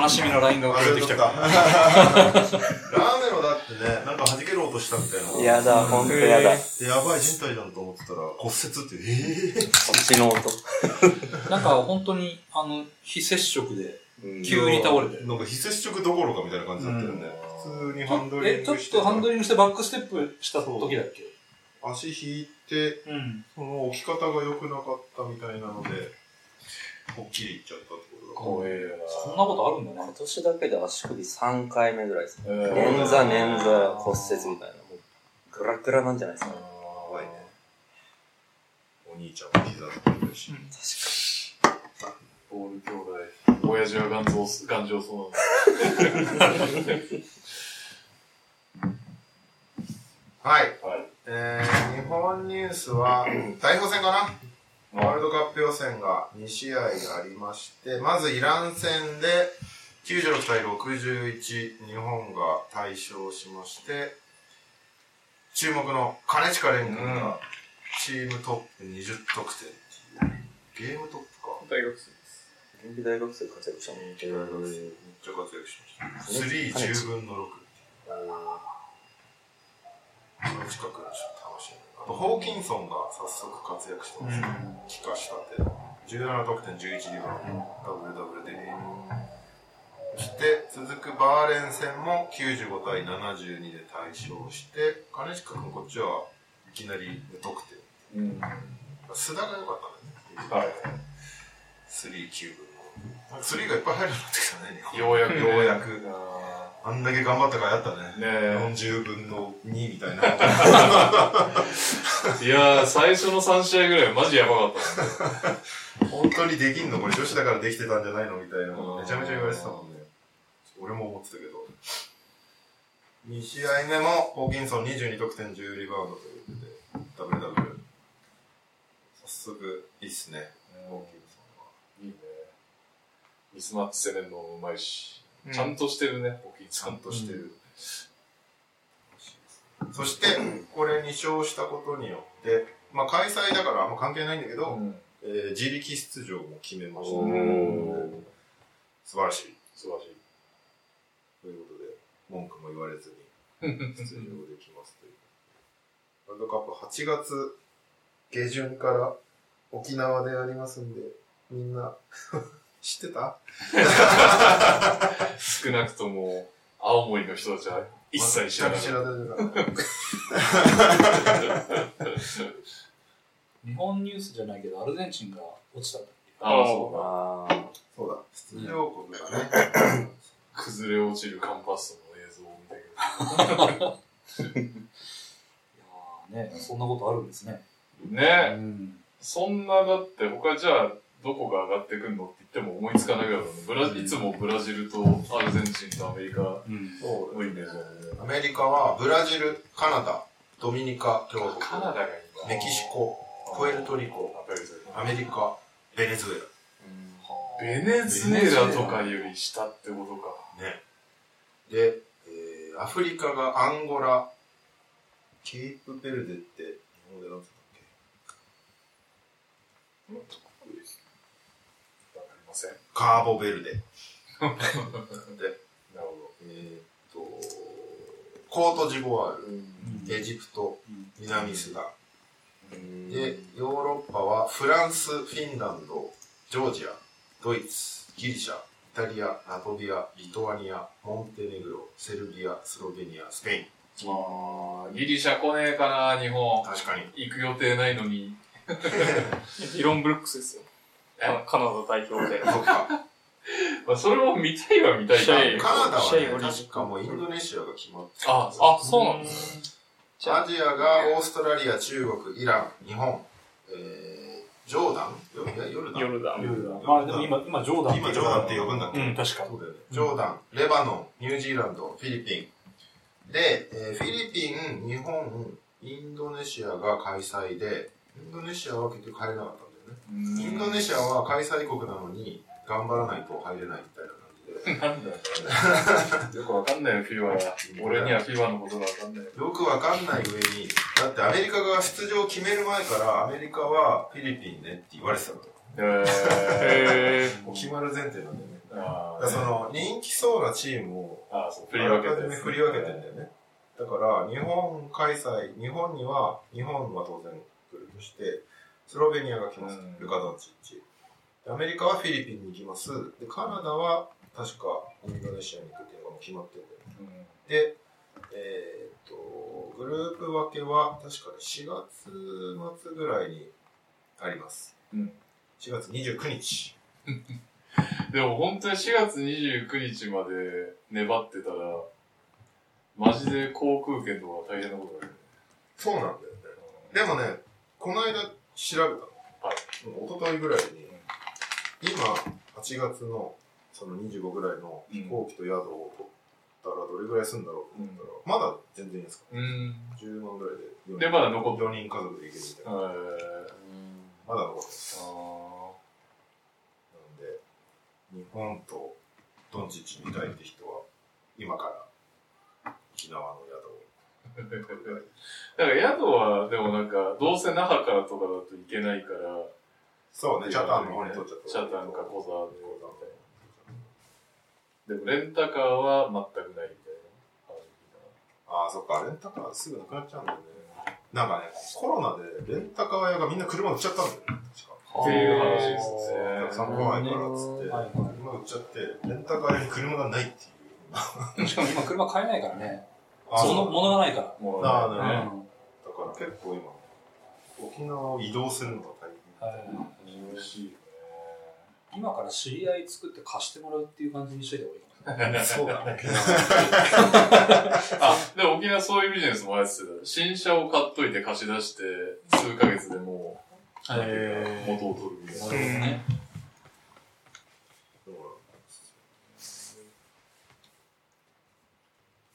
S5: 悲しみのラインが送られてきたから。
S1: ラメロだってね、なんか弾ける音したみたいな。
S6: やだ、ほんとやだ。
S1: でやばい人体じゃんと思ってたら骨折って、ええ
S6: こっちの音。
S5: なんか本当に、あの、非接触で、
S6: うん
S5: 急に倒れて。
S1: なんか非接触どころかみたいな感じだったよね。普通にハンドリン
S5: え、
S1: グ
S5: ちょっ
S1: して
S5: とハンドリングしてバックステップした時だっけ
S1: 足引いて、
S5: うん。
S1: その置き方が良くなかったみたいなので、ぽっきりいっちゃったってこ
S2: 怖えよ
S5: そんなことあるんだ
S6: 今
S5: ね。
S6: 年だけで足首3回目ぐらいですね。
S2: な。えー
S6: 捻挫、捻挫、骨折みたいな。もう、グラグラなんじゃないですか。
S1: とだから。やばいね。お兄ちゃんも膝つってるし。
S2: ボール兄弟。親父は頑丈す頑丈そうなんだ。
S1: はい。
S2: はい。
S1: えー、日本ニュース
S2: [coughs]
S1: は、代表戦かなワールドカップ予選が2試合ありまして、まずイラン戦で96対61、日本が大勝しまして、注目の金近蓮君がチームトップ20得点っていう、ゲームトップか。
S3: 大学生です。
S6: 現役大学生活躍したもんね。
S1: めっちゃ活躍しました。3、10分の6。この近くのちょっと楽しい。あと、ホーキンソンが早速活躍してました。帰化したて。17得点11リバウンド。ダブルダブルでリーグそして、続くバーレン戦も95対72で大勝して、金近君こっちはいきなり無得点。
S2: うん。
S1: 須田が良かったんだね。
S2: はい。
S1: 3、9分の6。なんかスリーがいっぱい入るようになってきたね日本
S2: ようやく、
S1: [laughs] ようやく。あんだけ頑張ったからやったね。
S2: ねえ。
S1: 40分の2みたいな。 [laughs]
S2: いやー、最初の3試合ぐらいマジやばかったね。
S1: 本当にできんのこれ女子だからできてたんじゃないのみたいなこと
S2: うん
S1: めちゃめちゃ言われてたもんね。俺も思ってたけど。2試合目も、ホーキンソン22得点10リバウンドということで、ダブルダブル。早速、いいっすね。ホーキンソンは。
S2: いいね。ミスマッチ攻めるのもうまいし、
S3: うん
S2: ちゃんとしてるね、ホーキン
S1: ち
S2: さ
S1: ゃ
S2: ん
S1: ん。としてる。そして、これ2勝したことによって、まあ開催だからあんま関係ないんだけど、えー自力出場も決めました、
S2: おー
S1: 素晴らしい。
S2: 素晴らしい。
S1: ということで、文句も言われずに出場できますという。ワールドカップ8月下旬から沖縄でやりますんで、みんな、 [laughs] 知ってた
S2: 少なくとも、青森の人たちは一切知らない。
S1: 全く知らないから。
S5: 日本ニュースじゃないけど、アルゼンチンが落ちたんだっけ
S2: ああ、そうか。
S6: あ
S1: そうだ、出場国がね。
S2: 崩れ落ちるカンパッソの映像を見たけど。
S5: いやーね、そんなことあるんですね。
S2: ねえ、
S5: ん。
S2: そんなだって他じゃあどこが上がってくんのって言っても思いつかないぐらいだもんねブラジいつもブラジルとアルゼンチンとアメリカ
S5: うん。
S1: そう
S2: 多いんだよね
S1: アメリカはブラジル、カナダ、ドミニカ共和
S2: カナダ
S1: 国、
S2: がいい
S1: メキシコ、プエルトリコ、
S2: コ
S1: アメリカ、ベネズ
S2: ベ
S1: エ
S2: ネズエラとかより下ってことか
S1: ラ。ね。で、えー、アフリカがアンゴラ、ケープベルデって日本語で何て
S2: わ
S1: 言うんだっけ
S2: かりません
S1: カーボベル [laughs] デ。で、
S2: なるほ
S1: えーっと、コートジボワー
S2: どうん
S1: ル、エジプト、南スダン。
S2: うん
S1: で、ヨーロッパはフランス、フィンランド、ジョージア、ドイツ、ギリシャ、イタリア、ラトビア、リトアニア、モンテネグロ、セルビア、スロベニア、スペイン。
S2: あーギリシャ来ねえかな日本
S1: 確かに。
S2: 行く予定ないのに
S3: イロン・ブルックスですよ。
S2: え
S3: カナダ代表で。
S1: そうか。
S2: まあそれも見たいは見たいけど
S3: 試合
S1: カナダは、
S3: シェイオ
S1: ね、
S3: リ
S1: 確かもうインドネシアが決まって
S2: あ
S3: あ、そうなんです
S2: す
S3: じゃ
S1: ア
S3: あ、
S1: ジアがオーストラリア、中国、イラン、日本、えー、ジョーダンよいやヨルダン
S3: ヨルダン。
S5: まあでも今、今、ジョーダン
S1: 今ジョーダンって呼ぶんだっけ、
S5: うん、確か。
S1: そうだよね。ジョーダン、レバノン、ニュージーランド、フィリピン。で、えーフィリピン、日本、インドネシアが開催で、インドネシアは結局入れなかったんだよね。インドネシアは開催国なのに、頑張らないと入れないみたいな感じで。
S2: なんだよ。よくわかんないよ、フィーバーは。俺にはフィーバーのことがわかんないよ。
S1: よくわかんない上に、だってアメリカが出場を決める前から、アメリカはフィリピンねって言われてたの。
S2: え
S3: へ
S1: もう決まる前提なんだよね。
S2: ー。あ
S1: だか
S2: ー
S1: らその、人気そうなチームを
S2: あー、そう、振り分けてる。
S1: 振り分けてんだよね。だから、日本開催、日本には、日本は当然来るとして、スロベニアが来ます
S2: うん。
S1: ルカ・ドンチッチ。でアメリカはフィリピンに行きます。で、カナダは、確か、インドネシアに行くっていうのがもう決まってるんだよね。で、えーっと、グループ分けは、確かに4月末ぐらいにあります。
S2: うん
S1: 4月29日。
S2: うんでも本当に4月29日まで粘ってたら、マジで航空券とか大変なことだよね。
S1: そうなんだよね。でもね、この間調べたの。。
S2: はい
S1: 一昨日ぐらいに、今、8月のその25ぐらいの飛行機と宿を取ったらどれぐらいするんだろうと思ったら、まだ全然安かっ
S2: うん。
S1: た。10万ぐらいで4人。
S2: で、まだ残ってる。
S1: 4人家族で行けるみたい
S2: え
S1: な。まだ残ってる。なんで、日本とドンチッチみたいって人は、今から沖縄の宿を取るぐらい。
S2: だから宿は、でもなんか、どうせ那覇からとかだといけないから、
S1: そうね、チャタンの方に取っちゃった。
S2: チャタンか小沢で
S1: 小沢みたいな
S2: でもレンタカーは全くないみたいな話
S1: ああ、そっか、レンタカーすぐなくなっちゃうんだよね。なんかね、コロナでレンタカー屋がみんな車売っちゃったんだよね、確か。
S2: っていう話です
S1: お客さん
S2: ね。
S1: 来ないからっつって、
S5: はいはい
S1: 車売っちゃって、レンタカー屋に車がないっていう。
S5: しかも今、車買えないからね。
S1: あ
S5: その、物がないか
S2: もう
S1: なあ
S5: ら。
S1: な
S2: ね
S1: る。だから結構今、沖縄を移動するのが大変。
S5: はい
S2: 楽しいよね。
S5: 今から知り合い作って貸してもらうっていう感じにしといた方がいいか
S4: そうだね。
S2: あ、でも沖縄そういうビジネスもあれですよ。新車を買っといて貸し出して、数ヶ月でもう、なんていうか元を取るみたいな。
S5: な。ね。
S1: だから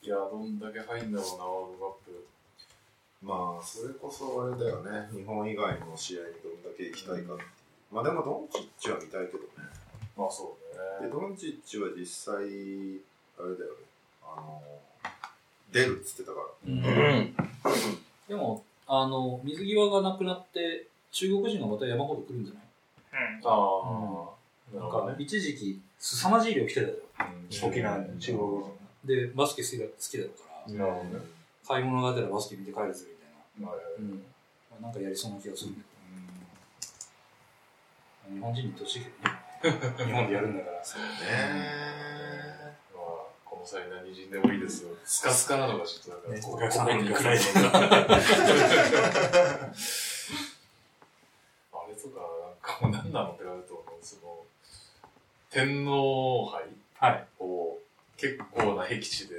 S2: いや、どんだけ入んだろうな、ワールドカップ。
S1: まあ、それこそあれだよね。日本以外の試合にどんだけ行きたいかっていう。まあでも、ドンチッチは見たいけどね。
S2: まあそう
S1: で、
S2: ね。
S1: ドンチッチは実際、あれだよね。あの、出るっつってたから。
S6: うん。
S5: でも、あの、水際がなくなって、中国人がまた山ほど来るんじゃない
S2: ああ、な
S5: な
S2: る
S5: ん
S2: ほど
S5: か
S2: ね。、
S5: 一時期、凄まじい量来てたじゃ
S2: 沖縄に
S4: 中国語。
S5: ん。で、バスケ好きだ好きだから、
S2: なるほどね。
S5: 買い物がてらバスケ見て帰るぜみたいな。
S2: まあ
S5: うん。なんかやりそうな気がするんだけど。日本人に年しいけど [laughs] ね。日本でやるんだから。
S1: ね
S2: まあ、この際何人でもいいですよ。スカスカなのがちょっとなんか、
S5: ねお客さん入ってく
S2: [laughs]
S5: れない
S2: 心に来るのがあれとか、なんかもう何なのってなると思う。その、天皇杯
S5: [laughs] はい。
S2: を結構な僻地で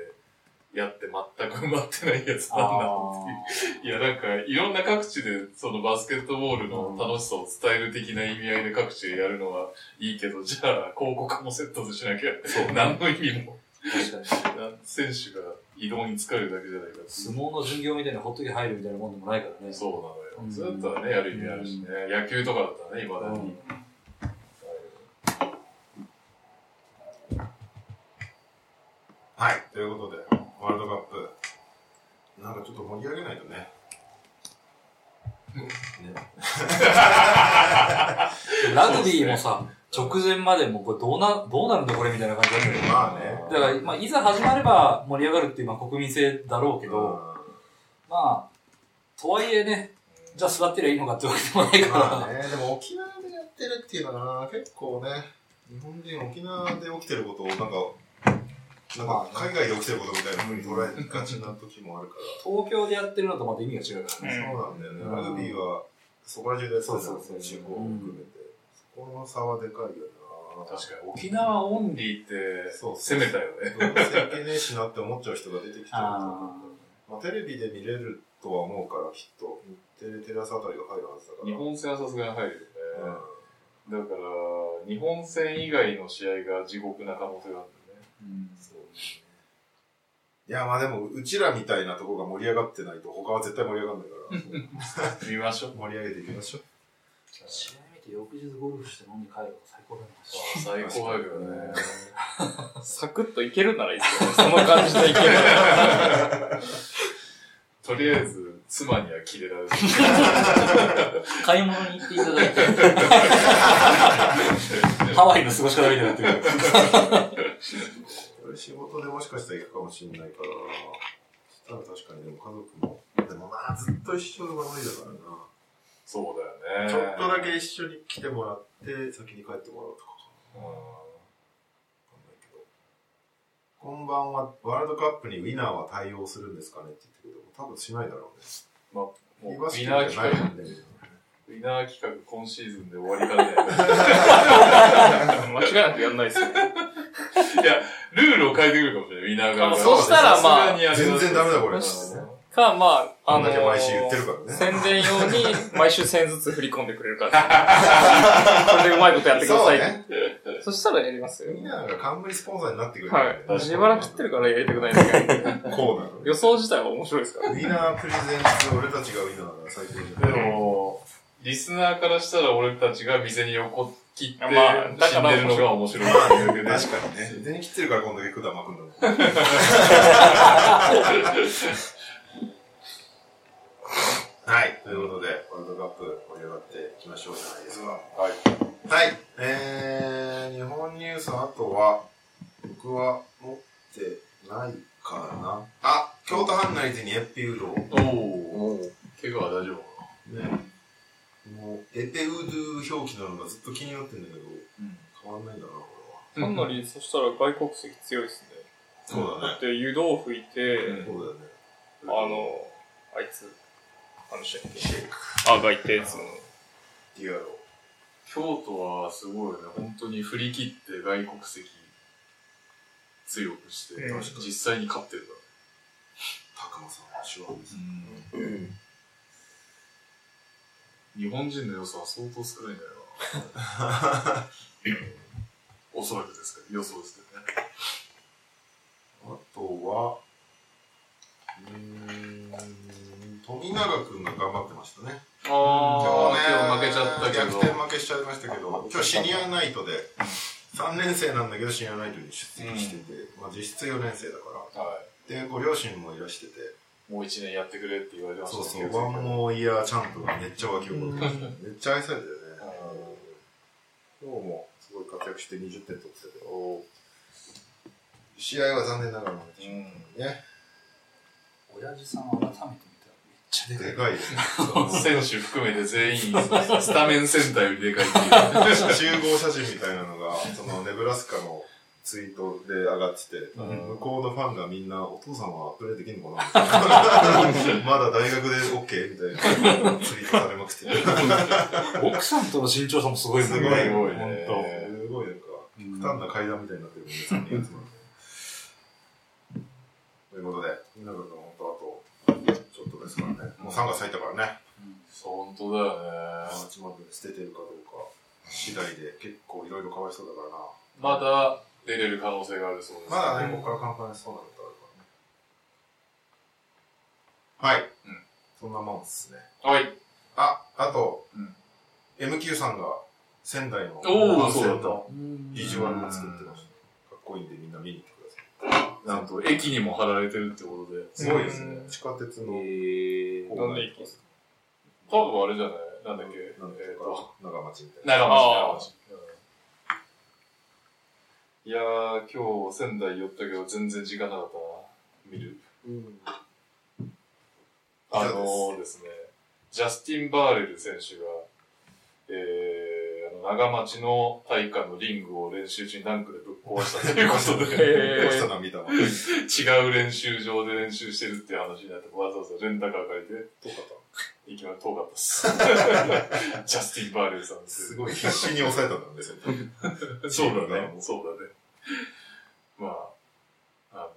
S2: やって全く埋まってないやつなんだ
S5: あ
S2: っていう。いや、なんか、いろんな各地で、そのバスケットボールの楽しさを伝える的な意味合いで各地でやるのはいいけど、じゃあ、広告もセットでしなきゃ、何の意味も、
S5: ー確かに。
S2: なん選手が移動に疲れるだけじゃないかってい
S5: 相撲の巡業みたいなほっとき入るみたいなもんでもないからね。
S2: う。そうなのよ。
S5: うん
S2: ずっとね、やる意味あるしね。野球とかだったらね、今だ
S5: う
S2: に。
S5: ん。
S1: はい。ということで、ワールドカップ、なんかちょっと盛り上げないとね。ね。
S5: [laughs] ラグビーもさ、直前までもうこれどうな、どうなるんだこれみたいな感じだったけど。
S1: まあね。
S5: だから、まあ、いざ始まれば盛り上がるっていう、まあ、国民性だろうけど、まあ、とはいえね、じゃあ座ってりゃいいのかってわけでもないから。
S1: まあね、 [laughs] でも沖縄でやってるっていうのはな、結構ね、日本人沖縄で起きてることをなんか、なんか海外で起きてることみたいな風に捉えがちな時もあるか
S5: 東京でやってるのとまた意味が違うからね。
S1: ら、そうなんだよね、
S5: うん
S1: ラグビーはそこら中でやってたじゃん
S4: そうそうそう
S1: 地方を含めて、そこの差はでかいよな。
S2: 確かに、沖縄オンリーって、
S1: そう
S2: 攻めたよね。
S1: どうせいけねえしなって思っちゃう人が出てきてると思
S5: あ
S1: うんだよねまあ、テレビで見れるとは思うから、きっと、日テレテレ朝あたりが入るはずだから。
S2: 日本戦はさすがに入るよね。
S1: うん
S2: だから、日本戦以外の試合が地獄な可能性があるんだよね。
S1: そうですねいや、まあでも、うちらみたいなとこが盛り上がってないと、他は絶対盛り上がんないから、
S2: 見ましょう。
S1: 盛り上げていきましょう。
S5: 試合見て翌日ゴルフして飲んで帰るのが最高だな。
S2: 最高だけどね。
S3: サクッといけるならいいですよね。その感じでいけるなら。
S2: とりあえず、妻には切れられる。
S5: 買い物に行っていただいて。 [laughs] ハワイの過ごし方みたいになってる。
S1: これ仕事でもしかしたら行くかもしれないから、そしたら確かに、でも家族も、でもまあずっと一緒のままいだから
S2: そうだよね。
S1: な、ちょっとだけ一緒に来てもらって、先に帰ってもらうとか
S2: うん。
S1: わかんないけど。こんばんは、ワールドカップにウィナーは対応するんですかねって言ってるけど、多分しないだろうね。
S2: もうウ
S1: リバスケ
S2: ィ
S1: じ
S2: ナ
S1: ゃ
S2: ー
S1: ない
S2: 企画、
S1: もんね。
S2: ウィナー企画今シーズンで終わりかね。
S3: 間違いなくやんないですよね。
S2: いや、ルールを変えてくるかもしれない、ウィナー側が。
S3: あそうしたらまあ
S2: さすがにやる
S1: 全然ダメだこれ
S2: う
S3: か、まあ、
S1: あ
S3: あ
S1: ん
S3: の
S1: だけ
S3: ー、
S1: 毎週言ってるからね。
S3: 宣伝用に毎週1000ずつ振り込んでくれるから。それでうまいことやってください。そ,、
S1: ね。
S3: したらやりますよ。
S1: みんなが冠スポンサーになってくれるんだよね。
S3: はい。自腹切ってるからやりたくないですけど。
S1: コーナーのね
S3: 予想自体は面白いですから
S1: ウ
S3: ね。
S1: ィナープレゼンツ、俺たちがウィナーが最高じゃ
S2: んでも、リスナーからしたら俺たちが未然に横切って、
S3: まあだ
S2: 死
S3: か
S2: ん
S3: ら
S2: でるのが面白いっていうわけで。
S1: ん。確かにね。全然切ってるからこんだけ管巻く [laughs] んだもん。そうはい。ということで、ワールドカップ盛り上がっていきましょうじゃないですか。
S2: はい。
S1: はい。えー、日本ニュースあとは、僕は持ってないかな。あ、京都ハンナリーズにエッピウロー。
S2: おー、
S6: もう、
S2: 怪我は大丈夫
S1: ね、もう、エペウドゥ表記なのがずっと気になってんだけど、変わんないんだな、こ
S2: うん
S3: かなり、そしたら外国籍強いですね。
S1: れは。そうだ
S3: だっ。て湯豆腐いて、
S2: うん
S1: そうだよね。
S3: あの、あいつ、あの人やっけあ、がいて、その、
S1: ディアロ。
S2: 京都はすごいよね。本当に振り切って外国籍強くして、
S4: ええ
S2: 実際に勝ってるか
S1: 高間さんは手腕です
S2: ら。日本人の良さは相当少ないんだよ
S1: [laughs]
S2: な。おそらくですけど、予想ですけどね。
S1: あとは、うーん、富永くんが頑張ってましたね。
S2: あ
S1: 今
S2: 今日
S1: 日
S2: 負けちゃったけど。
S1: 逆転負けしちゃいましたけど、今日シニアナイトで、3年生なんだけどシニアナイトに出席してて、まあ実質4年生だか
S2: は
S1: ら。で、ご両親もいらしてて、
S2: い。もう一年やってくれって言われてました
S1: そう
S2: ね
S1: そう、ワンモーイヤーチャンプがめっちゃ湧き起こってました、めっちゃ愛されてるね。今日もすごい活躍して20点取ってたけど、試合は残念ながら負けてしまったね。
S5: 親父さん改めて見たらめっちゃでかい。
S1: で [laughs] かいですね。
S2: 選手含めて
S1: [laughs]
S2: 全員、スタメンセンターよりでかいっていう。
S1: 集合写真みたいなのが、そのネブラスカのツイートで上がってて、
S2: ん
S1: 向こうのファンがみんな、お父さんはプレーできるのかな [laughs] まだ大学で OK? みたい [laughs] なツイートされまくって。
S5: 奥さんとの身長差もすごいもん
S1: すごい
S5: ね。
S1: ね
S5: ほんと
S1: すごいなんか、
S5: うん
S1: 極端な階段みたいになってるもんね、3人集まるということで、みんなが本当あと、ちょっとですからね、もう3月入ったからね、
S2: 本当だよね。
S1: 8まで捨ててるかどうか次第で結構いろいろかわいそうだからな。
S2: まだ出れる可能性があるそうです。
S1: まだね、ここから簡単にそうなることあるからね。はい。
S2: うん
S1: そんなもんですね。
S2: はい。
S1: あ、あと、
S2: うん
S1: MQ さんが仙台の
S2: おー
S1: 男性
S2: そうだ
S1: とビジュアルも作ってました。かっこいいんでみんな見に来てください。
S2: なんと、駅にも貼られてるってことで。
S1: すごいですね。地下鉄の、
S2: え
S1: こう
S3: なんで駅ですか
S2: 多分あれじゃないなんだっけえっ
S1: なんていう
S2: と、
S1: か、長町みたいな。
S2: 長
S3: あー
S2: 町。長町いやー、今日仙台寄ったけど全然時間なかったな。見る
S4: うん。
S2: あのーですね、ジャスティン・バーレル選手が、えー、あの長町の大会のリングを練習中にダンクでぶっ壊したということで、
S1: どうしたの見たの。
S2: 違う練習場で練習してるっていう話になって、わざわざレンタカー借りて、遠かった行きま遠かったっす。ジャスティン・バーレルさんです。
S1: すごい必死に抑えたんだね、そ
S2: [laughs]
S1: れ
S2: そうだね。そうだね。まあ、あの、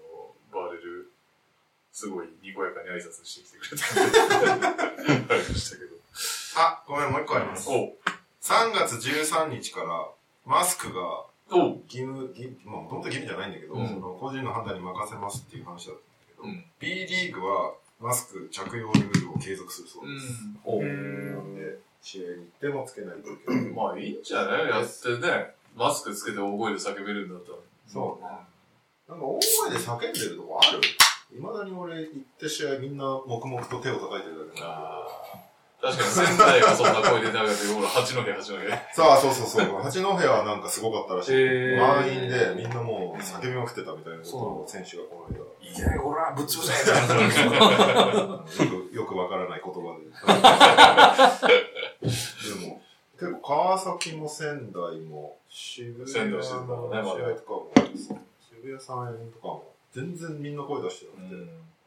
S2: バーレル、すごいにこやかに挨拶してきてくれたんで、あれでしたけど。
S1: あ、ごめん、もう一個あります。
S2: お
S1: 3月13日から、マスクが、
S2: おう
S1: 義務、義務、まあ、もともと義務じゃないんだけど、
S2: うん
S1: その個人の判断に任せますっていう話だった
S2: う
S1: んだけど、
S2: ん
S1: B リーグはマスク着用ルールを継続するそうです。
S2: お
S1: なんで、試合に行ってもつけないといけない。
S2: まあいいんじゃないやってね、マスクつけて大声で叫べるんだったら。
S1: そうね。なんか大声で叫んでるとこあるいまだに俺行って試合みんな黙々と手を叩いてるだけなんだ
S2: 確かに仙台はそんな声出なかったけど、ほら、八戸八戸。
S1: けど。さあ、そうそうそう。八戸はなんかすごかったらしい。
S5: へー
S1: 満員でみんなもう叫びまくってたみたいなことを選手がこの間。
S5: いけない、ほら、ぶっ潰せみたいな感じで。
S1: よくよくわからない言葉で。でも、結構川崎も仙台も、渋谷の
S2: 仙台してたからねまだ
S1: 試合とかも、渋谷三円とかも、全然みんな声出してなくて、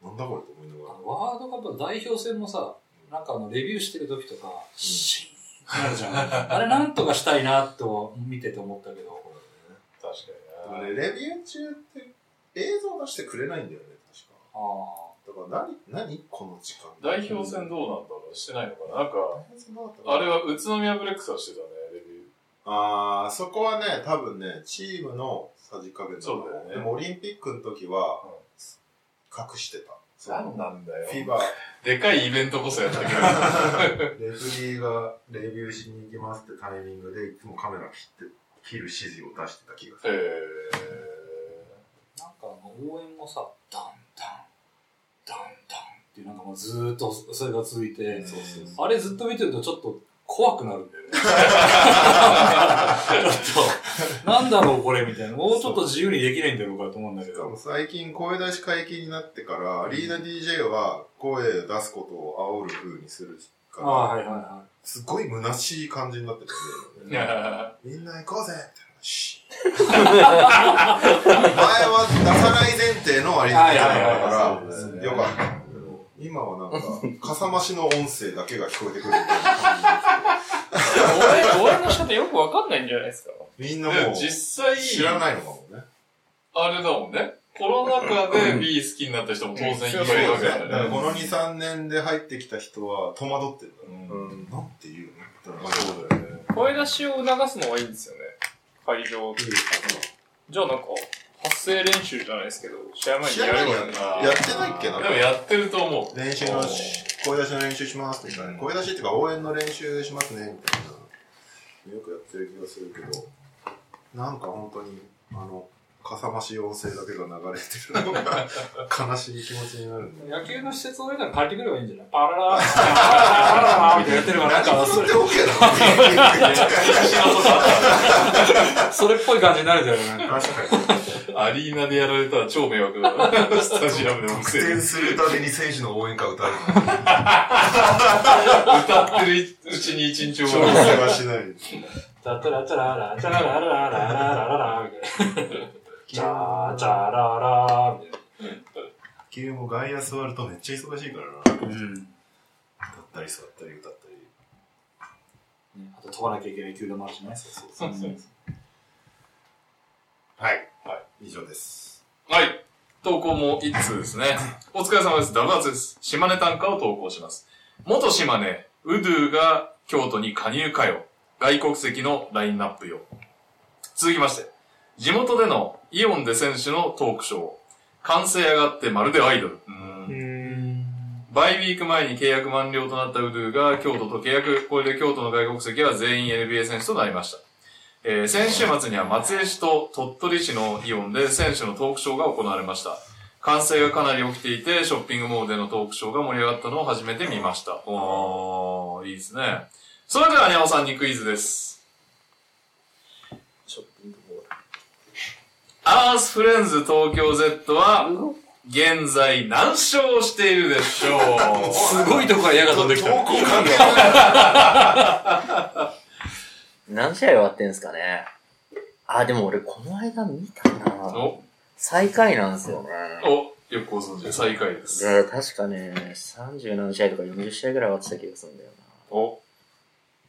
S1: なんだこれと思いながら。
S5: ワールドカップの代表戦もさ、なんかあの、レビューしてる時とか、シーンってなるじゃん。あれなんとかしたいなと見てて思ったけど、
S2: 確
S1: で
S2: か
S1: も
S2: に
S1: ね
S2: ね。
S1: レビュー中って映像出してくれないんだよね、
S5: ああ、
S1: 確か。だから何、何この時間。
S2: 代表戦どうなんだろうしてないのかななんか、
S1: 大変そうだったな
S2: あれは宇都宮ブレックスはしてたね、レビュー。
S1: あーそこはね、多分ね、チームのさじ加減と
S2: そうだよね
S1: でもオリンピックの時は
S2: うん、
S1: 隠してた。
S2: なんなんだ
S1: フィ。バー、
S2: でかいイベントこそやった
S1: [laughs]
S2: けど。
S1: レフリーがレビューしに行きますってタイミングで、いつもカメラ切って、切る指示を出してた気がする。
S2: え
S5: なんかあの、応援もさ、ダンダン、ダンダンっていうなんかもうずーっとそれが続いて、
S1: そうそう
S5: あれずっと見てるとちょっと怖くなるんだ
S1: [laughs]
S5: よね。ちょっと、なんだろうこれみたいな。もうちょっと自由にできないんだろうかと思うんだけ
S1: しか
S5: ど。
S1: も最近声出し解禁になってから、アリーナ DJ は声を出すことを煽る風にする
S5: あ
S1: か
S5: あ、
S1: ら、
S5: はいはいは
S1: すごい虚しい感じになってるんだよね。
S2: ー。
S1: みんな行こうぜみたいな。
S2: [laughs]
S1: シー前は出さない前提のアリーナ
S2: は
S1: DJ だか
S2: い
S1: ら
S2: は、いはいそうですね
S1: よかった。今はなんか、かさ増しの音声だけが聞こえてくるみたいな感じ
S3: 終わりの仕方よくわかんないんじゃないですか。
S1: みんな
S2: [laughs] で
S1: も
S2: も
S1: う、
S2: 実際、
S1: 知らないのかもね。
S2: あれだもんね。コロナ禍で B 好きになった人も当然いっぱいい
S1: そう
S2: る
S1: で
S2: わ
S1: す
S2: け
S1: ね
S2: だ
S1: だから
S2: よね。
S1: この2、3年で入ってきた人は戸惑ってるだろ
S2: うん
S6: うん
S1: う。なんて言うのってな
S2: そう
S1: だよね。
S3: 声出しを促すのはいいんですよね。会場というか。じゃあなんか、発声練習じゃないですけど、試合前に
S1: 試合
S3: や
S1: 前
S3: れ
S1: に
S3: ば
S1: や
S3: いい
S1: っ
S3: のかな
S1: やってないっけな
S2: でもやってると思う。
S1: 練習のし、声出しの練習しますみたいな。声出しっていうか応援の練習しますね、みたいな。よくやってる気がするけど、なんか本当に、あの、かさ増し音声だけが流れてるのが悲しい気持ちになるんだよ。
S5: 野球の施設を上から借りてくればいいんじゃないパララー、パララーみたいなやってるから、なんか、そ
S1: そ
S5: れ
S1: れって OK だもんね
S5: それっぽい感じになるじゃないなんか。
S1: 確かに。
S2: アリーナでやられたら超迷惑
S1: [laughs]
S2: だな。スタジアムでも
S1: 苦
S2: せい
S1: 戦するために選手の応援歌歌うの。
S2: 歌ってるうちに一日終
S1: 調
S2: わる。
S1: 整はしない。
S5: タタラタララ、タララララララララみたいな。チャーチャララみたい
S1: 球も外野座るとめっちゃ忙しいからな。
S5: な。うん。
S1: 歌ったり座ったり歌ったり。
S5: あと飛ばなきゃいけない球団もあるしね。そうそう
S3: そう
S1: はい。はい。以上です。
S2: はい。投稿も一通ですね。お疲れ様です。ダブアツです。島根短歌を投稿します。元島根、ウドゥが京都に加入かよ。外国籍のラインナップよ。続きまして、地元でのイオンで選手のトークショー。完成上がってまるでアイドル。うーんバイウィーク前に契約満了となったウドゥが京都と契約、これで京都の外国籍は全員 NBA 選手となりました。えー先週末には松江市と鳥取市のイオンで選手のトークショーが行われました。歓声がかなり起きていて、ショッピングモールでのトークショーが盛り上がったのを初めて見ました。おー、いいですね。それでは、にゃおさんにクイズです。
S6: ショッピングモール。
S2: アースフレンズ東京 Z は、現在何勝しているでしょう
S5: [laughs] すごいとこから矢が飛んできた。
S6: 何試合終わってんすかねあ、でも俺この間見たな
S2: お、
S6: 最下位なんですよね。
S2: お、よくご存知で、最下位です。
S6: で、確かね、30何試合とか40試合ぐらい終わってた気がするんだよな。
S2: お、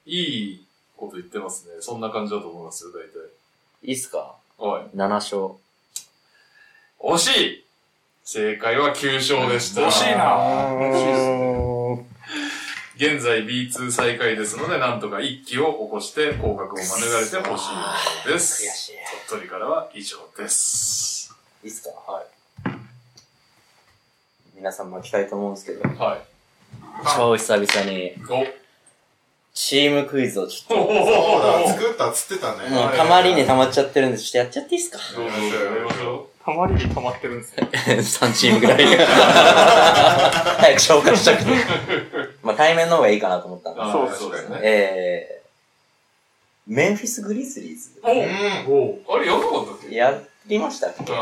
S2: いいこと言ってますね。そんな感じだと思いますよ、大体。
S6: いいっすか
S2: おい。
S6: ?7 勝。
S2: 惜しい正解は9勝でした。
S5: 惜しいな
S2: 現在 B2 最下位ですので、なんとか1期を起こして降格を免れてほしいものです。
S6: しい。
S2: 鳥取からは以上です。
S6: いいっすかはい。皆さん巻きたいと思うんですけど、
S2: は
S6: 超久々に
S2: い。お
S6: チームクイズをちょっ
S2: おお
S1: そうだ、
S2: お
S1: 作ったっつってたね。
S6: と、もうたまりに溜まっちゃってるんで、ちょっとやっちゃっていい [laughs] っすか
S2: どうぞやりましょ
S3: たまりに溜まってるんですね。
S6: ?3 チームぐらい。早く消化した
S2: [laughs]
S6: くて。まあ対面の方がいいかなと思ったん
S2: う
S6: で
S2: あー。
S3: そう
S2: そうです
S6: す。
S2: ね。
S6: えー、メンフィス・グリズリーズ
S1: うん。
S2: おあれやんなかったっけ
S6: やりましたっけ
S2: う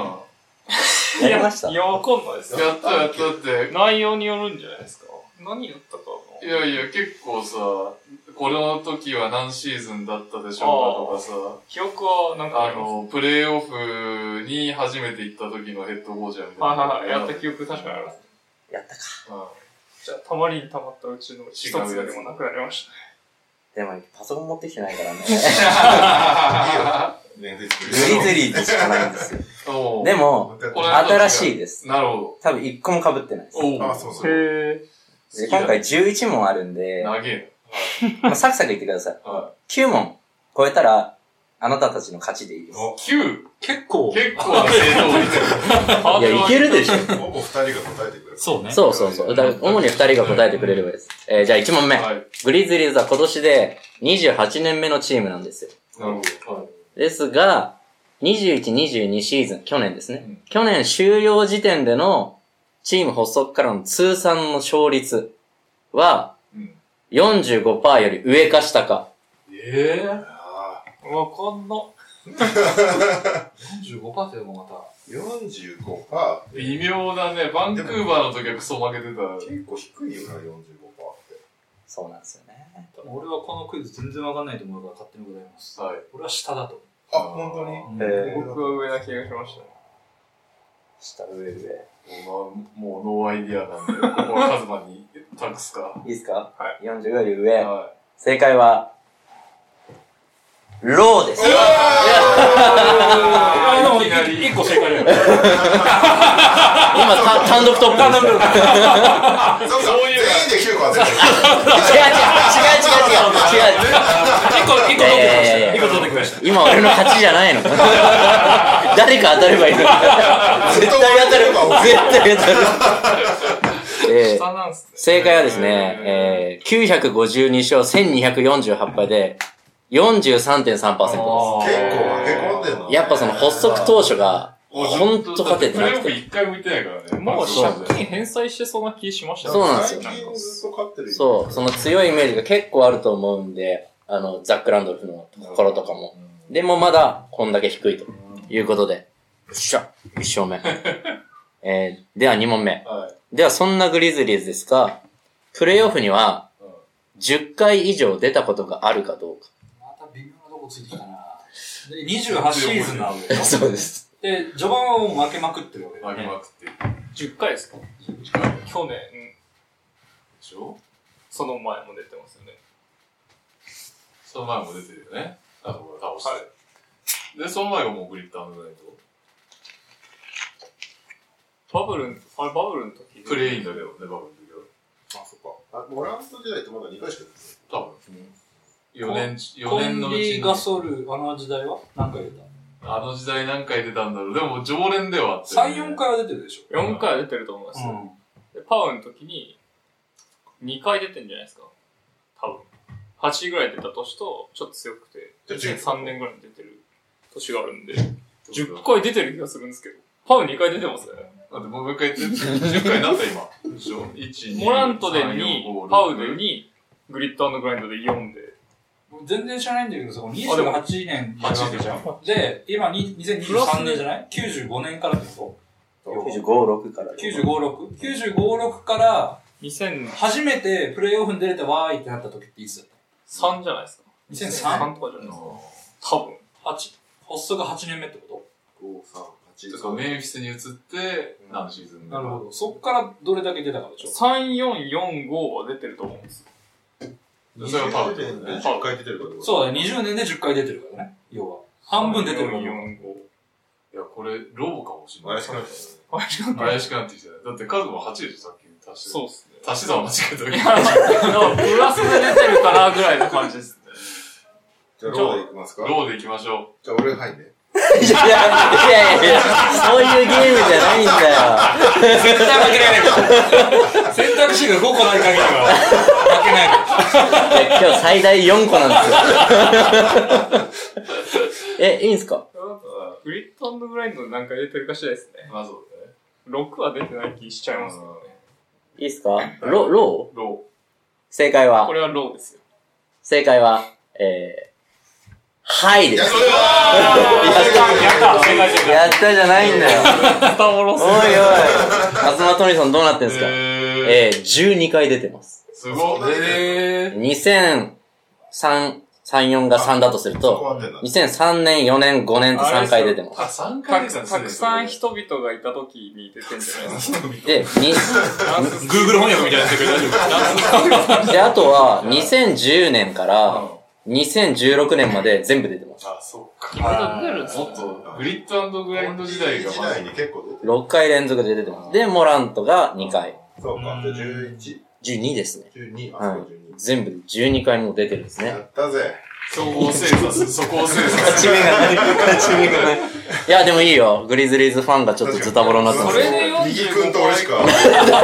S6: やりました
S3: いや、わかんないです
S2: ん。
S3: よ。
S2: やったやったって。
S3: 内容によるんじゃないですか。何やったか
S2: いやいや、結構さ、この時は何シーズンだったでしょうかとかさ。
S3: 記憶は、なんか
S2: あ、の、プレイオフに初めて行った時のヘッドコーチャーみたい
S3: は
S2: な。
S3: いはいはい。やった記憶確かにあります。
S6: やったか。
S2: う
S6: [laughs]
S2: ん
S3: じゃあ、たまりに溜まったうちの一つでもなくなりましたね。
S6: でもパソコン持ってきてないからね。
S1: ねグ
S6: グリズリーズしかない
S2: [laughs]
S6: んですよ。
S2: おう
S6: でも、
S2: これ
S6: 新しいです。
S2: なるほ
S6: 多分一個も被ってないです。
S2: ど。お
S1: あそうそう
S3: へ
S6: で今回11問あるんで、
S2: 長え
S6: まあ、サクサクいってください。
S2: な。は
S6: 9問超えたら、あなたたちの勝ちでいいです。
S2: い。9!
S5: 結構、
S2: 結構な正答率。
S3: ー
S6: いや、いけるでしょ。
S1: ほぼ二人が答えてくれる。
S5: そうね。
S6: そうそうそう。だから主に2人が答えてくれればいいです。えーじゃあ1問目。
S2: はい。なる
S6: グリズリーズは今年で28年目のチームなんですよ。
S2: ほど。はい。
S6: ですが、21、22シーズン、去年ですね。
S2: うん
S6: 去年終了時点でのチーム発足からの通算の勝率は
S2: うん、
S6: 45%より上か下か。
S5: えぇ
S1: ああ、
S5: わかんな。45%でもまた。
S1: 45%パ
S2: 微妙だね。バンクーバーの時はクソ負けてた。
S1: ー。結構低いよな、45%って。
S6: そうなんですよね。
S5: 俺はこのクイズ全然わかんないと思うから勝手にございます。
S2: はい。
S5: 俺は下だと思
S1: あ、本
S5: う。
S6: え
S1: 当に
S3: 僕は上な気がしましたね。
S6: 下上上。
S2: もうまあもうノーアイディアなんで、ここはカズマに託すか。
S6: いいですか。
S2: はい
S6: 45より上。
S2: は
S6: 正解は、ローです。
S5: あ、
S2: いき
S5: で
S2: な
S5: も、
S2: り
S5: 一個正解だよ。ね
S6: 今、た単独トップです。違う違う違う違う違う
S1: そうか、全員で9個当ててる。
S5: 一個、一
S6: 違う。
S5: 個取ってきま
S6: いやい
S5: し
S6: やい
S5: た。
S6: や
S5: 一個取ってきました。
S6: 今俺の勝ちじゃ [laughs] ないの。誰か当たればいいのに。 [laughs] 絶対当たる。絶対当たる。えー
S3: 下なんすね。
S6: 正解はですね、えー、952勝1248敗で43.3%で
S1: 結構へこんでんの。
S6: す。やっぱその発足当初が、ほんと勝ててな
S2: プレー
S6: く
S2: オフ
S6: て。
S2: 一回も行ってないからね。
S3: もう
S6: そう
S3: 借金返済してそうな気しました
S6: そうなんですよ
S1: 最近ずっと勝ってるよ
S6: そう、その強いイメージが結構あると思うんで、あの、ザック・ランドルフのところとかも。でもまだ、こんだけ低いということで。よっしゃ !1 勝目。えー、では2問目。
S2: は
S6: では、そんなグリズリーズですが、プレイオフには、10回以上出たことがあるかどうか。
S5: また微妙なとこついてきたな。で28シーズンなわけでしょ
S6: そうです。
S5: で、序盤はもう負けまくってるわけだ
S2: い。
S5: よ
S2: 負け
S5: ね。
S2: まくってる
S3: 10回ですか去年、
S2: でしょ
S3: その前も出てますよね。
S2: その前も出てるよね。あと倒して。で、その前がもうグリッターのないと。
S3: バブル、あれバブルの時
S2: プレイインだけどね、バブルの時は。
S1: あ、そっか。あ、モラント時代ってまだ2回しかやって
S2: 多分。4年、
S5: コ
S2: 4年の
S5: ン
S2: うち
S5: ビ
S2: に
S5: ガソル、あの時代は何回出た
S2: あの時代何回出たんだろう。でも常連ではあって、
S5: ?3、4。回は出てるでしょ。
S3: 4回は出てると思います、
S5: うん。
S3: で、パウの時に、2回出てんじゃないですか多分。8ぐらい出た年と、ちょっと強くて、
S1: じゃあ10
S3: 3年ぐらいに出てる年があるんで、10回出てる気がするんですけど、パウ2回出てますね。
S2: だってもう一回やってる、10回になった今。でしょ ?1、2、
S3: モラントで
S2: 3
S3: 2、パウで。2、グリッドグラインドで4で、
S5: 俺全然知らないんだけどさ、この
S3: あでも
S5: 28年にやるわけじゃん
S2: 8。
S5: で、今に
S3: プラ
S5: 2023
S3: ス
S5: 年じゃない ?95 年からってこ
S6: 95、6から [laughs]
S5: と ?95、6?95、6から、
S3: 2003
S5: 初めてプレイオフに出れてわーいってなった時っていつだっ
S3: じゃないですか
S5: た ?2003?8。
S3: ?3 とかじゃないですか多分。
S5: 発足8年目ってこ
S2: 5、
S1: る。
S2: 6。
S1: 5、3、8。
S2: メンフィスに移って、何シーズン
S5: と
S2: 目
S5: なるほど。そっからどれだけ出たかでしょ
S3: 3、4、4、5は出てると思うんですよ。
S2: それがパウ
S1: で
S2: で
S1: 10回出てるかどうか。
S5: そうだね、20年で10回出てるからね。要は。半分出てるもん。
S3: 4、4、5。
S2: いや、これ、ローかもしれない。
S1: 怪しくなって
S3: あれなんか
S2: 怪しくなってきてない。だって、カズも8でしょ、さっき足して。
S3: そうっすね。
S2: 足し算間違えた
S3: い
S2: 時
S3: や、 [laughs] まあプラスで出てるかなぐらいの感じですね。
S1: じゃあ、ローでいきますか。
S2: ローでいきましょ
S1: じゃあ、俺入んね。
S6: いやいやいや、そういうゲームじゃないんだよ。
S5: 絶対負けられない。選択肢が5個ない限りは負けないから。
S6: いや今日最大4個なんです [laughs] よ。え、いいんすか
S3: グリッドグラインドなんか出てるかしらですね。
S2: う。まあそうだね。
S3: 6は出てない気しちゃいますけどね。
S6: いいっすかロ、ロー
S2: ロ
S6: 正解は
S3: これはローですよ。
S6: 正解は、えー、はいです。
S5: やった正解正解。
S6: やったじゃないんだよ。おいおい。東トニソンどうなってんすか
S2: えー、
S6: えー、12回出てます。
S2: すごい。えー、
S6: 2003、3、4が3だとする、
S1: そことは出ない。
S6: 2003年、4年、5年と3回出てます。
S2: あ、3
S3: た
S2: 回
S3: く
S2: 出たんです
S3: た
S2: ね
S3: くさん人々がいた時に出てんじゃないですか。
S6: で、に、
S5: Google 翻訳みたいになってくれる。
S6: で、あとは、2010年から、2016年まで全部出てます。
S2: あ、そうか。
S3: 今出てるんです
S2: もっと、グリッドグラインド時代が
S1: 時
S2: まだ
S1: 代に結構出てる。
S6: 6回連続で出てます。で、モラントが2回。
S1: そうか。じゃあ、11、
S6: 12ですね。
S1: 12、あ、
S6: は
S1: そう
S6: い
S1: 12。。
S6: 全部で12回も出てるんです
S1: や
S6: ね。
S1: ったぜ。
S2: 総合精査する、そこを精査する。
S6: 目がない。勝ち目がない。いや、でもいいよ。グリズリーズファンがちょっとズタボロになってます
S3: そ
S6: [laughs]
S3: れで
S1: 右くんと俺しか。
S5: やった。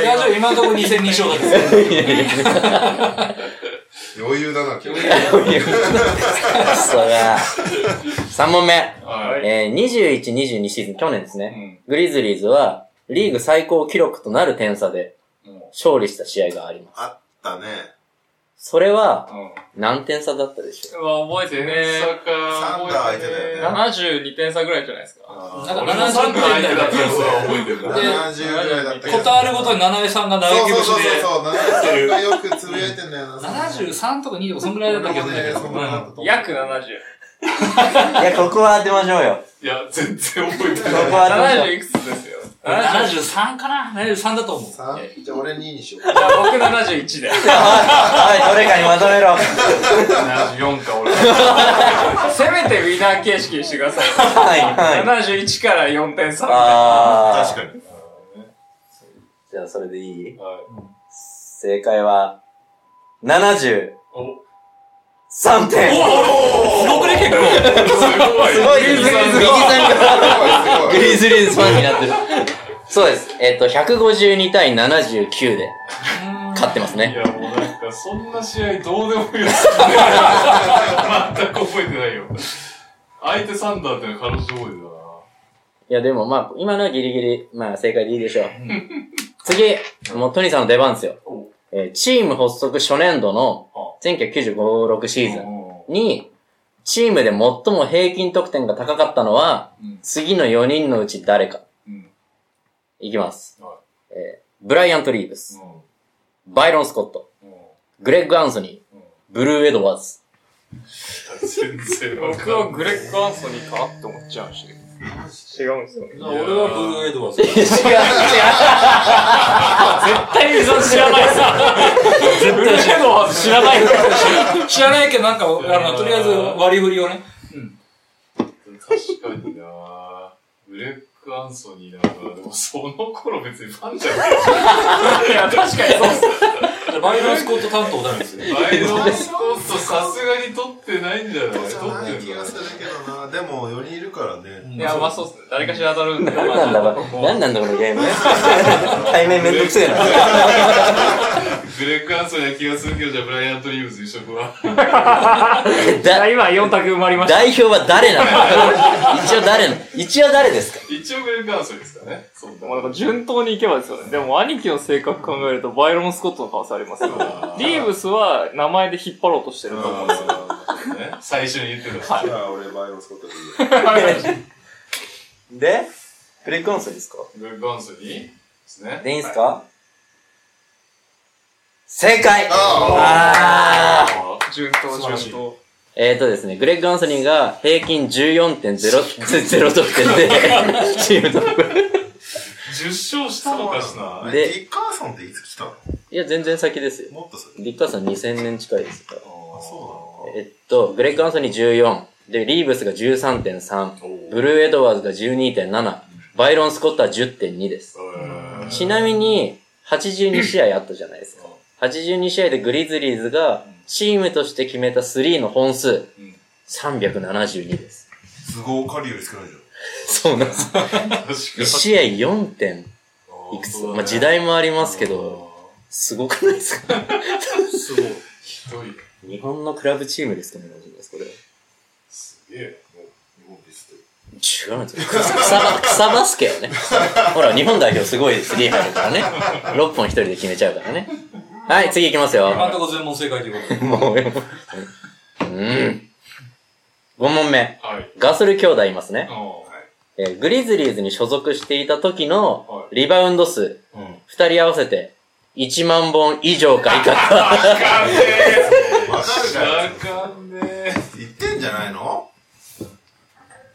S5: いや、じゃあ今のところ2戦2勝だけど。
S1: 余裕だな、今日。
S6: それは。3問目。
S2: はい。
S6: えー、21、22シーズン、去年です
S2: う
S6: ね。
S2: ん。
S6: グリズリーズは、リーグ最高記録となる点差で
S2: うん、
S6: 勝利した試合があります。
S1: あったね。
S6: それは、
S2: うん。
S6: 何点差だったでしょ
S3: うわ、覚えてね
S2: ねサッカー
S1: サンダー相手だよね
S3: 72点差ぐらいじゃないですか。
S5: なんか
S2: 俺のサンダー相手だったやつは覚えてるな。
S1: 70ぐらいだったけど。
S5: ことあるごとに七重さんが
S1: そう
S5: 投げ
S1: そう
S5: 口
S1: そう
S5: で、
S1: そう。73がよくつぶやいてんだよな。
S5: 73とか2とかそんぐらいだったけどね。うん
S3: 約70。
S6: う。いや、ここは当てましょうよ。
S2: いや、全然覚えて
S6: こ
S2: ない。
S6: こは当てましょう。
S3: 70いくつですよ。
S5: 73かな ?73 だと思う。
S1: 三じゃあ俺2にしよう。
S3: じゃあ僕71で。
S6: はい、どれかにまとめろ。
S2: 74か、俺。
S3: せめてウィナー形式にしてください。
S6: はい、はい。
S3: 71から4.3。
S6: あ
S1: 確
S6: ー。
S1: かに。
S6: じゃあ、それでいい
S2: は
S6: 正解は、73点。
S5: すごくね、結構。
S6: すごい、
S1: 右さんが
S6: 右さんが
S1: すごい
S6: グリズリーズファンになってる。そうです。えっ、と、152対79で、勝ってます
S2: い。い
S6: ね。
S2: や、もうなんか、そんな試合どうでもいいよ。全く覚えてないよ。相手サンダーってのは彼女覚えてたな。
S6: いや、でもまあ、今のはギリギリ、まあ、正解でいいでしょう。次、もうトニーさんの出番ですよ。えーチーム発足初年度の1995、6シーズンに、チームで最も平均得点が高かったのは、次の4人のうち誰か。
S2: うん
S6: いきます。
S2: は
S6: えーブライアント・リーブス、バイロン・スコット、
S2: うん。うん
S6: グレッグ・アンソニー、ブルー・エドワーズ。
S2: 全然わかん
S3: 僕
S2: ない
S3: はグレッグ・アンソニーかって思っちゃうんですけど。違うんですよね。
S5: 俺はブルーエドワーズ。
S6: 違う、違う。
S5: 絶対ユーザー知らないさ。ブルーエドワーズ知らないさ。知らないけど、なんか、あの、とりあえず割り振りをね。
S2: 確かになブレック・アンソニーだから、でもその頃別にファンじゃない。
S3: いや、確かにそうっす。
S5: バイロンスコット担当誰ですよ。
S2: バイロンスコットさすがに取ってないんじゃない取
S1: じゃない
S2: ってん
S1: 気
S2: の
S1: がするけどな。でも4人いるからね。
S3: いや、まあそうっすね。誰かしら当た
S5: [laughs]
S3: るんで。
S6: 何なんだこれ。何なんだこの
S2: [laughs]
S6: ゲーム。対面めんどくせえな。
S2: グレック・アンソニーな気がするけど、じゃあブライアント・リーブズ移植は。
S6: だ
S3: 今4択埋まりま
S6: 代表は誰なの一応誰なの一応誰ですか
S2: 一応グレック・アンソニーですかね。そうだ
S3: もうなんか順当にいけばですよね。でも兄貴の性格考えるとバイロン・スコットの可能性ありますよ。リーブスは名前で引っ張ろうとしてると [laughs] 思
S2: う
S3: う。
S2: んね最初に言ってた。
S1: じゃあ俺バイオスコットでいいよ。
S6: でグレッグ・アンソニーですか
S2: グレック・アンソニーですね。
S6: でいいんすか、正解
S2: あ
S6: あー
S2: あ
S3: 順
S2: 素晴
S3: 当、
S2: らしい
S3: 順当。
S6: えーとですね、グレッグ・アンソニーが平均14.0 [laughs] 得点で、チームトップ。
S2: 10勝したのかしら。
S6: で
S1: で、ディッカーソンっていつ来たの
S6: いや、全然先ですよ。
S1: もっとする。
S6: ディッカーさん2000年近いですから。
S1: あ、そ
S6: えっと、グレッグ・アンソニー14、で、リーブスが13.3、ブルー・エドワーズが12.7、バイロン・スコットは10.2です。
S2: うん
S6: ちなみに、82試合あったじゃないですか。82試合でグリズリーズが、チームとして決めた3の本数、372です。
S1: うなの。都合狩りより少ないじゃん。
S6: そうなんです。
S2: 確か
S6: 1試合4点
S2: に。
S6: いくつ、まあ、時代もありますけど、すごくないですか
S5: すごい。
S2: ひどい。
S6: [laughs] 日本のクラブチームですかね、マジです、これ。
S2: すげえ。
S1: 日本ですって。
S6: 違うんですよ。草ば、草バスケはね。ほら、日本代表すごいスリー入るからね。6本一人で決めちゃうからね。はい、次行きますよ。
S5: 今んとこ全問正解ということで。
S6: もう、うん。5問目。
S2: はい。
S6: ガソル兄弟いますね。
S2: は
S6: えーグリズリーズに所属していた時のリバウンド数、
S2: い。うん。
S6: 2人合わせて1万本以上か以下か。
S2: わかんね
S1: わかる
S2: え。
S1: じゃ
S2: わ
S1: ん。
S2: かんね
S1: 言ってんじゃないの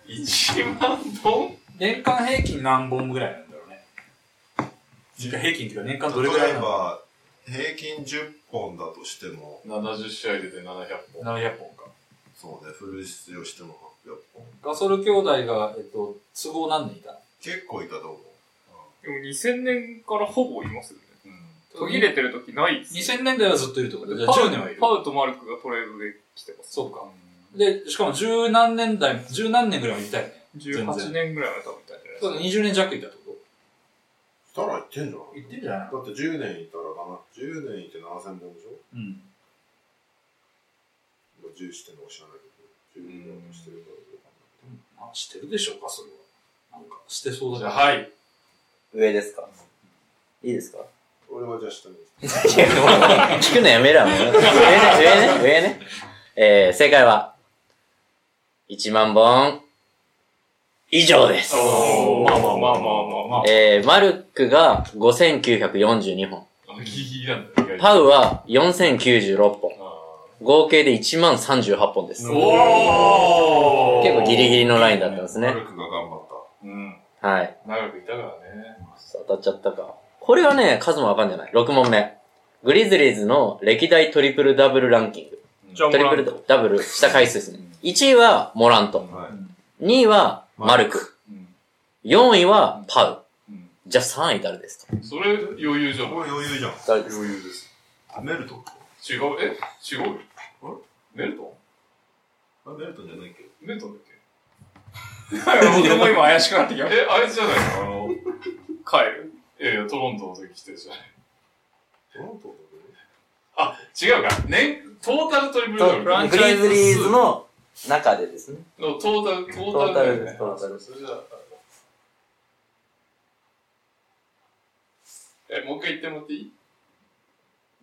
S2: え。1万本
S5: 年間平均何本ぐらいなんだろうね。平均っていうか年間どれぐら
S1: 例
S5: い
S1: え
S5: なの
S1: ば、平均10本だとしても、
S2: ?70 試合出て700本。
S5: ?700 本か。
S1: そうね、フル出場しても800本。
S5: ガソル兄弟が、えっと、都合何年いた
S1: 結構いたと思う。
S3: でも2000年からほぼいますよね。
S2: うん。
S3: 途切れてる時ないっすね。
S5: ?2000 年代はずっといるってことじゃあ
S3: パウ
S5: 10年はいる
S3: パ。ウとマルクがトレードで来てます。
S5: そうか。で、しかも十何年代、十何年ぐらいはいたよね。
S3: 18年ぐらいは多分いたんじゃないです
S5: そうだ、20年弱いたってこ
S1: したら言ってんじゃ
S5: と
S1: ん。
S5: 言ってんじゃない
S1: だって10年いたらかな。10年いて7000本でしょ
S5: うん。
S1: まあ10してんのか知らないけど、10年もしてるからどうか
S5: あ、してるでしょうか、それは。なんか、してそう
S2: じ
S5: だ [laughs]
S2: ゃあ、
S5: ね。
S2: はい。
S6: [laughs] 上ですかいいですか
S1: な。俺はじゃあ下に。
S6: [laughs] 聞くのやめろ、もう。上ね、上ね、上ね。えー、正解は、1万本以上です。
S2: おー。まあまあまあまあまあま
S6: えー、マルクが5942本、
S2: あ。ギリギリなんだ、意外と。
S6: パウは4096本、
S2: あ
S6: 合計で1万38本です。
S2: ー
S6: 結
S2: おー
S6: 構ギリギリのラインだったんですね
S1: マ。ルクが頑張った。
S2: うん。
S6: はい。
S2: 長くいたからね。
S6: 当たっちゃったか。これはね、数もわかんじゃない。6問目。グリズリーズの歴代トリプルダブルランキング。
S3: ジョン・
S6: ト
S3: モラ
S6: リプ
S3: ン
S6: ルダブルした回数ですね。1位はモラント。
S1: はい。
S6: 2位はマルク。
S2: うん
S6: 4位はパウ
S2: うん。
S6: じゃあ3位誰ですか
S2: それ余裕じゃん。
S1: これ余裕じゃん。
S6: 誰です
S2: 余
S6: か
S2: 裕です。
S1: メルトン
S2: 違う、え違うあれメルト
S1: あメルトンじゃないけど。
S2: ンメルトンだっけ
S3: 僕も今怪しくなってきまし
S2: え、あいつじゃないのあの、
S3: た。帰る。
S2: いやいや、トロントの時来てるじゃない。
S1: トロントンだけどね
S2: あ、違うか。年、トータルトリプルダブル。
S3: フラン
S6: グ
S3: チャ
S6: リ
S3: イズ
S6: ズ
S3: 数
S6: リーズの中でですね。
S2: のトータル、ト
S6: ト
S2: ー
S6: ー
S2: タ
S6: タ
S2: ルだ
S6: ルで
S2: よ
S6: す、
S2: ね。
S6: トータルです。
S2: それじゃあ、え、もう一回言ってもらってい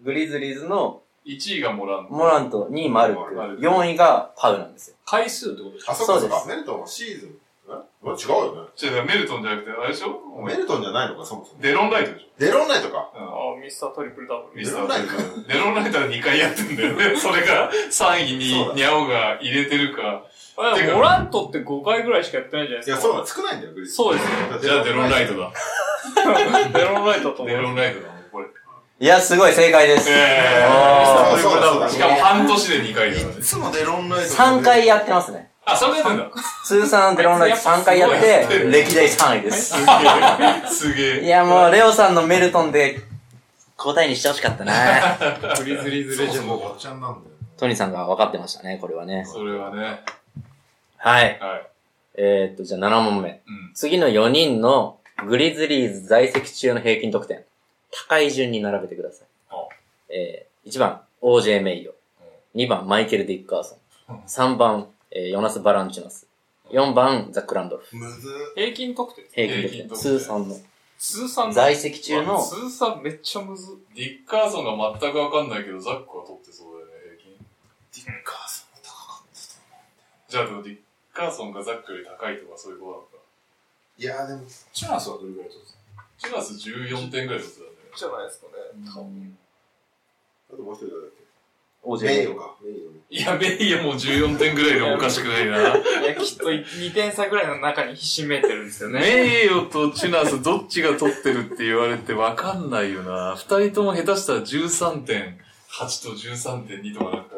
S6: グリズリーズの
S2: い ?1 位がモランド。
S6: モラント、2位マルク
S2: マル、ク
S6: 4位がパウなんですよ。
S5: 回数ってことでしょ
S1: あ、そう
S6: そ
S1: か
S6: うで
S1: そっ
S6: す
S1: か。メルトンはシーズン。えあ違うよ
S2: 違
S1: ね。
S2: う、メルトンじゃなくて、あれでしょお
S1: メ
S2: 前
S1: ルトンじゃないのか、そもそも。
S2: デロンライトでしょ
S1: デロンナイトか。
S2: うん
S3: あ、ミスタートリプルダブル。
S2: ミスター
S1: デロンライト
S2: デロンライトは2回やってんだよ [laughs] ね。それが3位に
S1: そうだ
S2: ニャオが入れてるか。
S3: あでもモラントって5回ぐらいしかやってないじゃない
S1: い
S3: で
S1: や、
S3: すか。
S1: そうだ、少ないんだよ、グリズリー
S3: そうです
S1: だって
S2: じゃあデロンライトだ。
S3: デロンライトと思
S2: デロ
S3: う。
S2: ンライトだもん、これ。
S6: いや、すごい、正解です。
S2: え
S1: あ
S6: お
S1: ーそうだそうだ
S2: ー。しかも半年で2回だから
S1: い
S2: ね。
S1: つもデロンライ
S6: ー
S1: ト。
S6: 3。回やってますね。
S2: あ、それやってんだ。
S6: 通算デロンライト3回やって、歴代3位で
S2: [laughs]
S6: す。
S2: [laughs] すげ
S6: い
S2: え。
S6: や、もう、レオさんのメルトンで、答えにしてほしかっ
S2: [laughs]
S6: たな
S3: グリズリーズ
S1: そ
S3: レ
S1: も
S3: ジェ
S1: そ
S3: ンド
S1: も。おっちゃんなんだよ。
S6: トニーさんが分かってましたね、これはね。
S2: それはね。
S6: はい。
S2: はい。
S6: えー、っと、じゃあ7問目。
S2: うん。
S6: 次の4人のグリズリーズ在籍中の平均得点。高い順に並べてください
S2: あ。
S6: えー、1番、OJ メイヨ。2番、マイケル・ディッカーソン。3番、えーヨナス・バランチュナス。4番、ザック・ランドルフ。
S1: むず
S3: 平均得点。
S6: 平均
S2: 平
S6: 得
S2: 均
S6: 点。
S2: 得点
S6: 通算の。
S3: 通算の
S6: 在籍中の、
S3: 通算めっちゃむず。
S2: ディッカーソンが全くわかんないけど、ザックは取ってそうだよね、平均。ディッカーソンが高かったじゃあでもディッカーソンがザックより高いとかそういうことなのか。
S1: いや、でも、
S5: チュランスはどれぐらい取ってた
S2: チュラス14点ぐらい取ってたんだよね。
S3: じゃないですかね。
S1: あともう一人誰だっけ
S6: OJ
S1: メ
S6: メ
S1: イ
S6: イ
S1: ヨ
S6: ヨ。
S1: か。メイヨね。
S2: いや、ベイヤもう14点ぐらいでもおかしくないな。
S3: いや、きっと2点差ぐらいの中にひしめいてるんですよね。
S2: 名誉とチュナスどっちが取ってるって言われてわかんないよな。二人とも下手したら13.8と13.2とかなんか。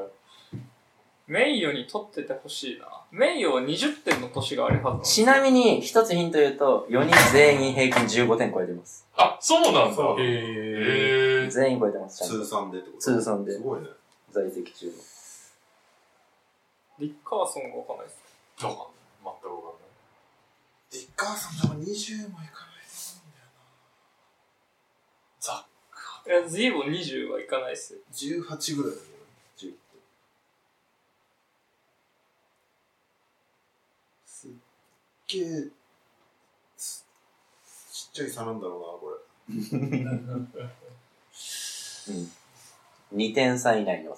S3: 名誉に取っててほしいな。名誉は20点の年があるはずなの
S6: ちなみに、一つヒント言うと、4人全員平均15点超えてます。
S2: あ、そうなんだ。
S1: そう
S2: へえ。
S6: 全員超えてます、ちゃん
S1: 通
S6: と。
S1: 算でってこと
S6: 通算です
S1: ごいね。
S6: 在籍中の。
S3: リッカーソンがわかんないです。
S2: どうか全くわかんない。
S1: ディッカーさんでも20もいかないと
S2: ザ
S3: いや、ズイボ20はいかないっすよ。
S1: 思うんだよな。18ぐらいだよね。10すっげえ、すちっちゃい差なんだろうな、これ。
S6: 2点差以内
S2: [laughs]
S6: に収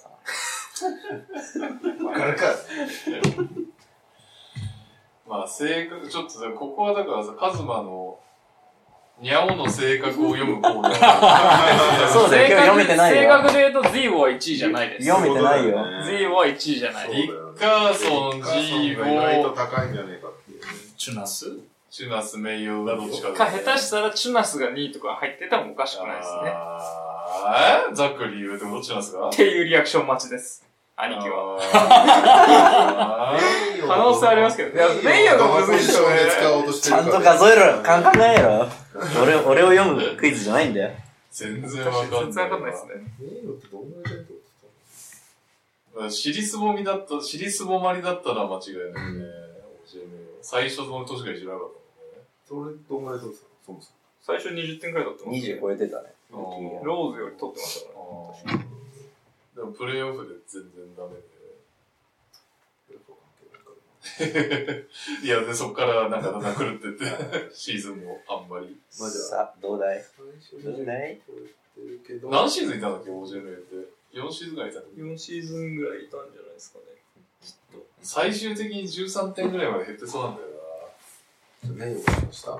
S6: まる。
S1: わかるか。
S2: まあ性格、ちょっとでもここはだからさ、カズマの、ニャオの性格を読むコーナー。
S6: そうだよ、今日読めてない
S3: 正
S6: よ。
S3: 確で言うと、ズイボは1位じゃないです。
S6: 読めてないよ。
S3: ズイボは1位じゃな
S1: そう
S3: い。
S1: だよ
S2: ディッ
S1: ね
S2: カーソン、
S1: ディッ
S2: ジ
S1: カー
S2: ー
S1: さんが意外と
S2: ゴー、
S1: 高いんじゃねえかっていうね。
S5: チュランス
S2: チュナス、メイヨウがどっちかだ
S3: か、下手したらチュナスが2位とか入ってたらもうおかしくないですね。
S2: あーえざっくり言うてもどっちなんですか
S3: っていうリアクション待ちです。兄貴は。
S2: は。
S1: 可
S3: 可能性ありますけど。いや、名誉が難しいですよね。
S1: 使おうとして
S6: ち
S1: る
S6: ゃ
S1: か
S6: ん
S1: ら
S6: と数えろ、考えろ。俺、俺を読むクイズじゃないんだよ。
S2: 全然わかんない。
S3: 全然わかんないですね。
S1: 名誉ってどんぐらいだと思って
S2: 尻すぼみだった、尻すぼまりだったら間違いないね。最初の年が一緒なかった
S1: のそれどんぐらいそうですかそもそ
S3: 最初20点くらい取ってました
S6: 20
S3: ね。
S6: 超えてたね。
S2: たもんね。
S3: ローズより取ってましたからね。
S2: あーでもプレイオフで全然ダメ
S1: もよくわかんないけど
S2: で。いや、で、そっからなんかだんだん狂
S3: [laughs]
S2: ってって、シーズンもあんまり。
S1: まあじゃあ
S6: さあ、どうだい
S1: 最
S6: どうだい
S1: 超えてるけど
S2: 何シーズンいたんだっけ、OJM って。4シーズンぐらいいたんだっけ
S3: 4シーズンぐらいいたんじゃないですかね。
S2: 最終的に13点ぐらいまで減ってそうなんだよな。
S1: 名誉がしました。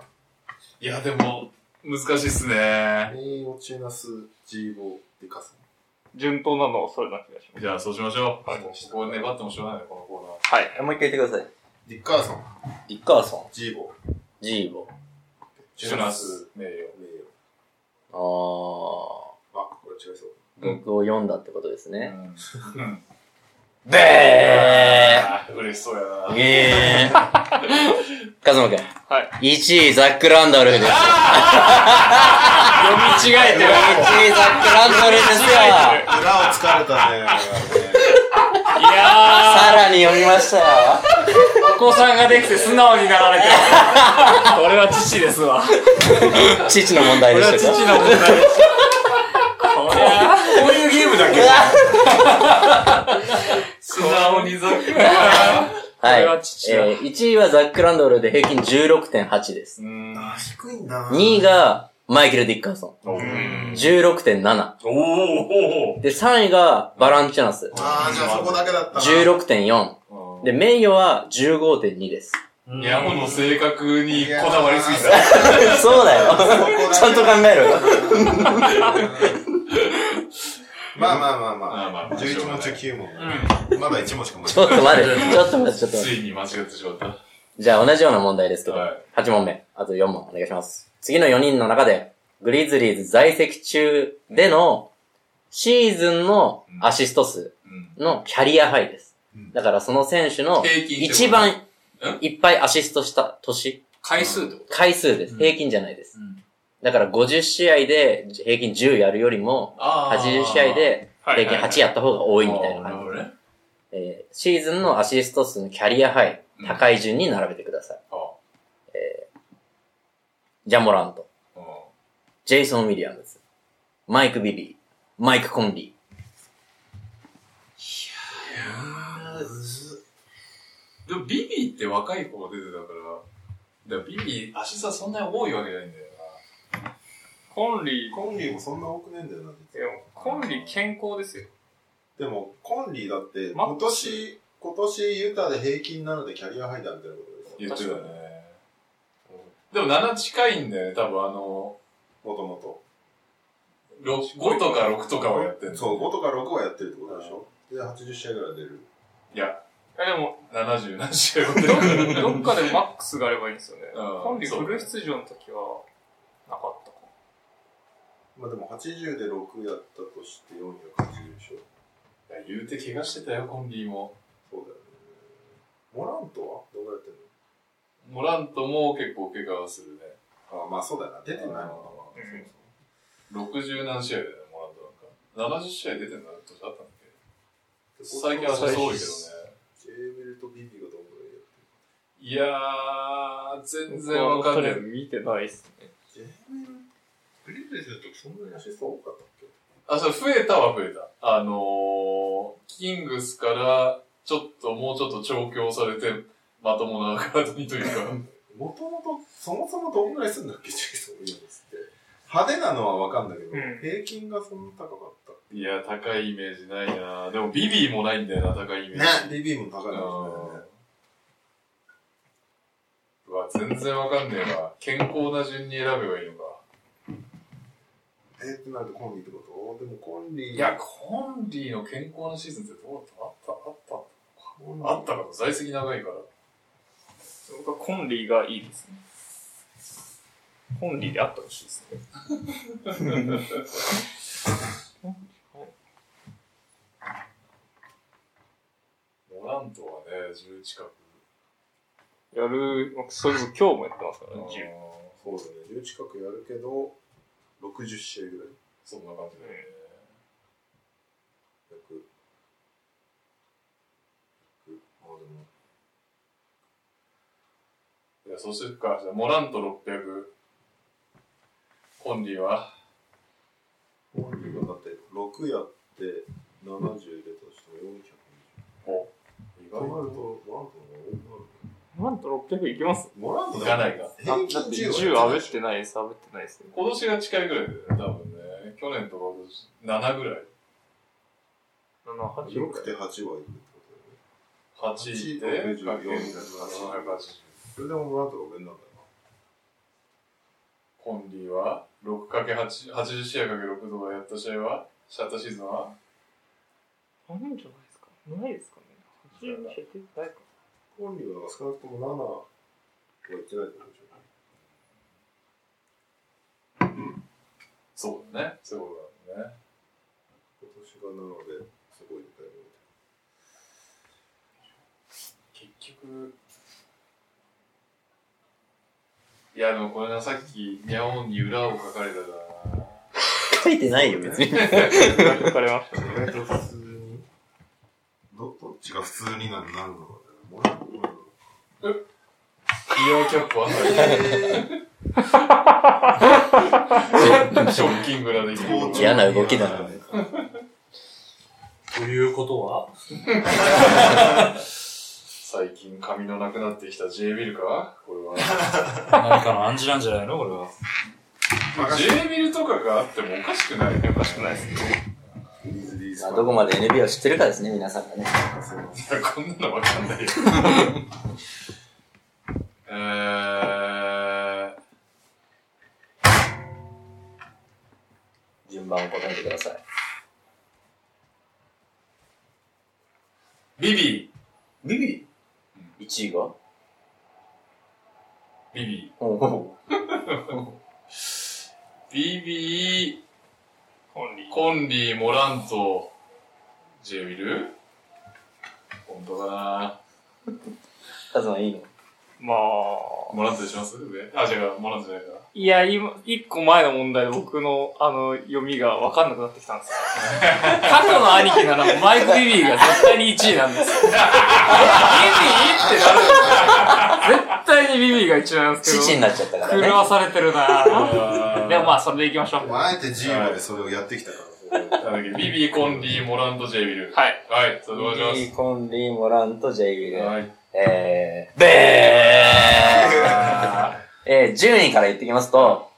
S2: いや、でも、難しいっすね。
S1: 名誉チュナスジーボーディカソ
S3: 順当なのはそれな気がします。
S2: じゃあ、そうしましょう。ここ粘ってもしょうがないね、このコーナー。
S3: はい。
S6: もう一回言ってください。
S1: ン。ディッカーソン、
S6: リッカーソン、
S1: ジーボー、
S6: ジーボ、
S2: シュナス名誉。
S1: 名誉。
S6: ああ、こ
S1: あ、これ違いそう。
S6: 僕を読んだってことですね。
S2: え
S6: で
S2: ー、嬉しそうや
S6: ー
S2: な。
S6: えー。カズマくん。
S3: はい。
S6: 1位、ザック・ランドルフです。
S3: 読み違えてる。
S6: 1位、ザック・ランドルフですよ。
S1: 裏をつかれたね。 [laughs]
S3: いや
S6: さらに読みましたよ。
S3: ー、お子さんができて素直に流れて
S6: [laughs]
S3: る。これは父ですわ。こ
S6: 父の問題で
S3: れは
S6: し
S3: 父
S6: た
S3: の
S6: か
S3: 問題です。こりゃー
S5: こういうゲームだけ
S2: 素直にザック。
S3: こ
S6: はい
S3: れは。父
S6: え
S3: だ
S6: ー、1位はザック・ランドルフで平均16.8です。
S1: あ、低いんだな。
S6: 2位がマイケル・ディッカーソ
S2: おー
S6: ン。16.7。
S2: おー
S6: で、3位がバランチュナス。
S1: ああ、じゃあそこだけだったな。
S6: 16.4。
S2: おー
S6: で、名誉は15.2です。
S3: [laughs]
S2: いや、もう性格にこだわりすぎ
S1: いや
S2: た。
S6: そうだよ。
S3: [laughs]
S6: ちゃんと考えろよ。
S1: まあまあま
S2: まあ
S1: あ
S2: まあ
S1: ま
S2: ま
S1: あ。
S2: あ
S1: 11問中9問。まだ1問しかも
S6: ちょっと待って、ちょっと待って、ちょっ
S2: つ
S6: と待って。
S2: いに間違ってしまった。
S6: じゃあ同じような問題ですけど、
S2: はい
S6: 8問目、あと4問お願いします。次の4人の中で、グリズリーズ在籍中でのシーズンのアシスト数
S2: うん
S6: のキャリアハイです
S1: うん。
S6: だからその選手の
S2: 平均ってこと
S6: 一番いっぱいアシストした年、
S5: 回数ってこ
S6: 回数で
S5: う
S6: す。
S5: ん
S6: 平均じゃないです
S5: う。ん
S6: だから50試合で平均10やるよりも、
S2: あー
S6: 80試合で
S3: はい
S6: 平均8やった方が多いみたい
S2: あ
S6: な
S2: ーなる
S6: 感
S2: ほ
S6: じ
S2: どね。
S6: えーシーズンのアシスト数のキャリアハイ
S2: う、ん
S6: 高い順に並べてください。
S2: あ
S6: ジャモラント、
S2: ーあ
S6: ジェイソン・ウィリアムズ、マイク・ビビー、マイク・コンビ
S2: ーでも、ビビって若い子が出てたから、だからビビ、アシストはそんなに多いわけじゃないんだよ
S3: コンリー、
S1: コンリーもそんな多くねえんだよな、実
S3: で
S1: は
S3: もコンリー健康ですよ。
S1: でも、コンリーだって、
S3: マッ
S1: 今
S3: クス
S1: 年、今年ユタで平均なのでキャリアハイだみたいなことですよ。
S2: 言ってたね。でも7近いんだよね、多分あの、
S1: もともと。
S2: ろ5とか6とかをやってんの。
S1: そう、5とか6はやってるってことでしょ。で、80試合ぐらい出る。
S3: いやでも、
S2: 70何試合やって
S3: ど
S2: る。
S3: どっかでマックスがあればいいんですよね。
S2: うん
S3: コンリーフル出場の時は、なかったか
S1: まあでも、80で6やったとして480でしょ。
S2: いや [laughs] 言うて怪我してたよ、コンリーも。
S1: そうだよね。モラントはどうやってん
S2: モラントも結構怪我はするね。
S1: のあまあそうだよな。出てないもんな。
S3: うん
S1: そう
S2: 60何試合だよね、モラントなんか。70試合出てんだ年あったんだっけ
S1: そう
S2: 最近はそう多いけどね。
S1: ジェーベルとビビがどんぐらいやってる
S2: いやー、全然わかんない。
S3: 見てないっすね。
S1: ジェーベルグリーズの時そんなにアシスト多かったっけ
S2: あ、そう、増えたは増えた。あのー、キングスから、ちょっと、もうちょっと調教されて、まともなカードにというか。
S1: もともと、そもそもどんぐらいすんだっけ、ジェイソン・ウィリアムズって。派手なのはわかんだけど、
S3: うん
S1: 平均がそんな高かったっ
S2: [laughs] いや、高いイメージないなでも、ビビーもないんだよな、高いイメージ。
S1: け。ビビも高いですね。
S2: うわ、全然わかんねえわ。健康な順に選べばいいのか。
S1: えーってなるとコンリーってことでもコンリー、
S2: いや、コンリーの健康なシーズンってどうだったあったあっ
S1: コンリ
S2: たあ
S1: ー
S2: ったかも、在籍長いから。
S3: 僕はコンリーがいいですね。コンリーであってほしいですね。
S2: モラントはね、10近く。
S3: やる、僕それこそ今日もやってますからね、10。
S2: そ
S1: そうだね、10近くやるけど、60試合ぐらい。
S2: んな感じだよね。
S1: 約約あでも
S2: いや、そうするか。じゃあ、モラント600。コンリーは
S1: コンリーがだって6やって70でとしても420。
S2: 意
S1: そう
S2: 外
S1: なる
S2: と。
S1: と、モラントの方が
S3: なんと
S1: 多くなる。
S3: 600いきます
S1: モラント
S2: いかないか。
S1: 平均
S3: だって
S1: 10
S3: 10
S1: は
S3: あ
S1: や
S3: べ
S1: っ
S3: っててないです、あべってないですね。
S2: 今年が近いぐらいだよね、多分ね。去年とか今年7ぐらい。
S3: 7、8。
S1: 6.8はいくってことだよね。
S2: 8で、
S1: 8
S2: 880。
S1: それでもモラントが上なんだよな。
S2: コンリーは 6×8、80試合 ×6 とかやった試合はシャッターシーズンは
S3: あるんじゃないですかないですかね。80に減ってないか。
S1: コンリーは少なくとも7は行ってないってことでしょ。
S2: そうだね。
S1: そうなんね。今年がなので、すごいいっぱい動いて
S2: 結局、いや、でもこれな、さっき、ミャオンに裏を書かれたから
S6: 書いてないよ、別
S2: [laughs]
S3: [laughs]
S6: に。
S3: 書かれまし
S1: 意外と普通にどどっちが普通になるなるのかもらう
S2: 医療キャップはショッキングな出来事。
S6: 嫌な動きだな
S5: ということは
S2: 最近髪のなくなってきた J ビルかこれは。
S5: 何かの暗示なんじゃないのこれは。
S2: J ビルとかがあってもおかしくない [laughs] おかしくないですね。
S1: ディズニース
S6: ま
S1: パ
S6: あどこまで NB を知ってるかですね、皆さんがね。
S2: いや、こんなのわかんないよ。 [laughs] えー、
S6: 順番を答えてください。
S2: ビビ
S6: ビビ ?1 位が
S2: ー、ビビ
S6: お
S2: ー、ビビ
S3: た。本人
S2: ー、。コンリー、モラント、J ビル本当だな
S6: カズマいいの
S3: まあ。
S2: モラントにします上あ、違う、モラントじゃないか。
S3: いや、今、一個前の問題で僕の、あの、読みが分かんなくなってきたん
S6: [laughs]
S3: ですよ。過去の兄貴ならマイク・ビビーが絶対に1位なんですよ。ビビーってなるんですよ。絶対にビビーが1位なんです
S6: 父
S3: け
S6: になっちゃったか
S3: ど、狂
S6: ら
S3: わ
S6: ね。
S3: されてるなぁ。でもま
S2: あ
S3: あ、それでいきましょう。
S1: あえて G までそれをやってきたから、
S2: ー、なんだっけ、ビビー、コンリー、モラント、J ビル。
S3: はい。
S2: はい、それでお願いします。
S6: いいコンリー、モランと J ビル。
S2: はい。
S6: えー、べ
S2: あ
S6: ーえー、10位から言ってきますと、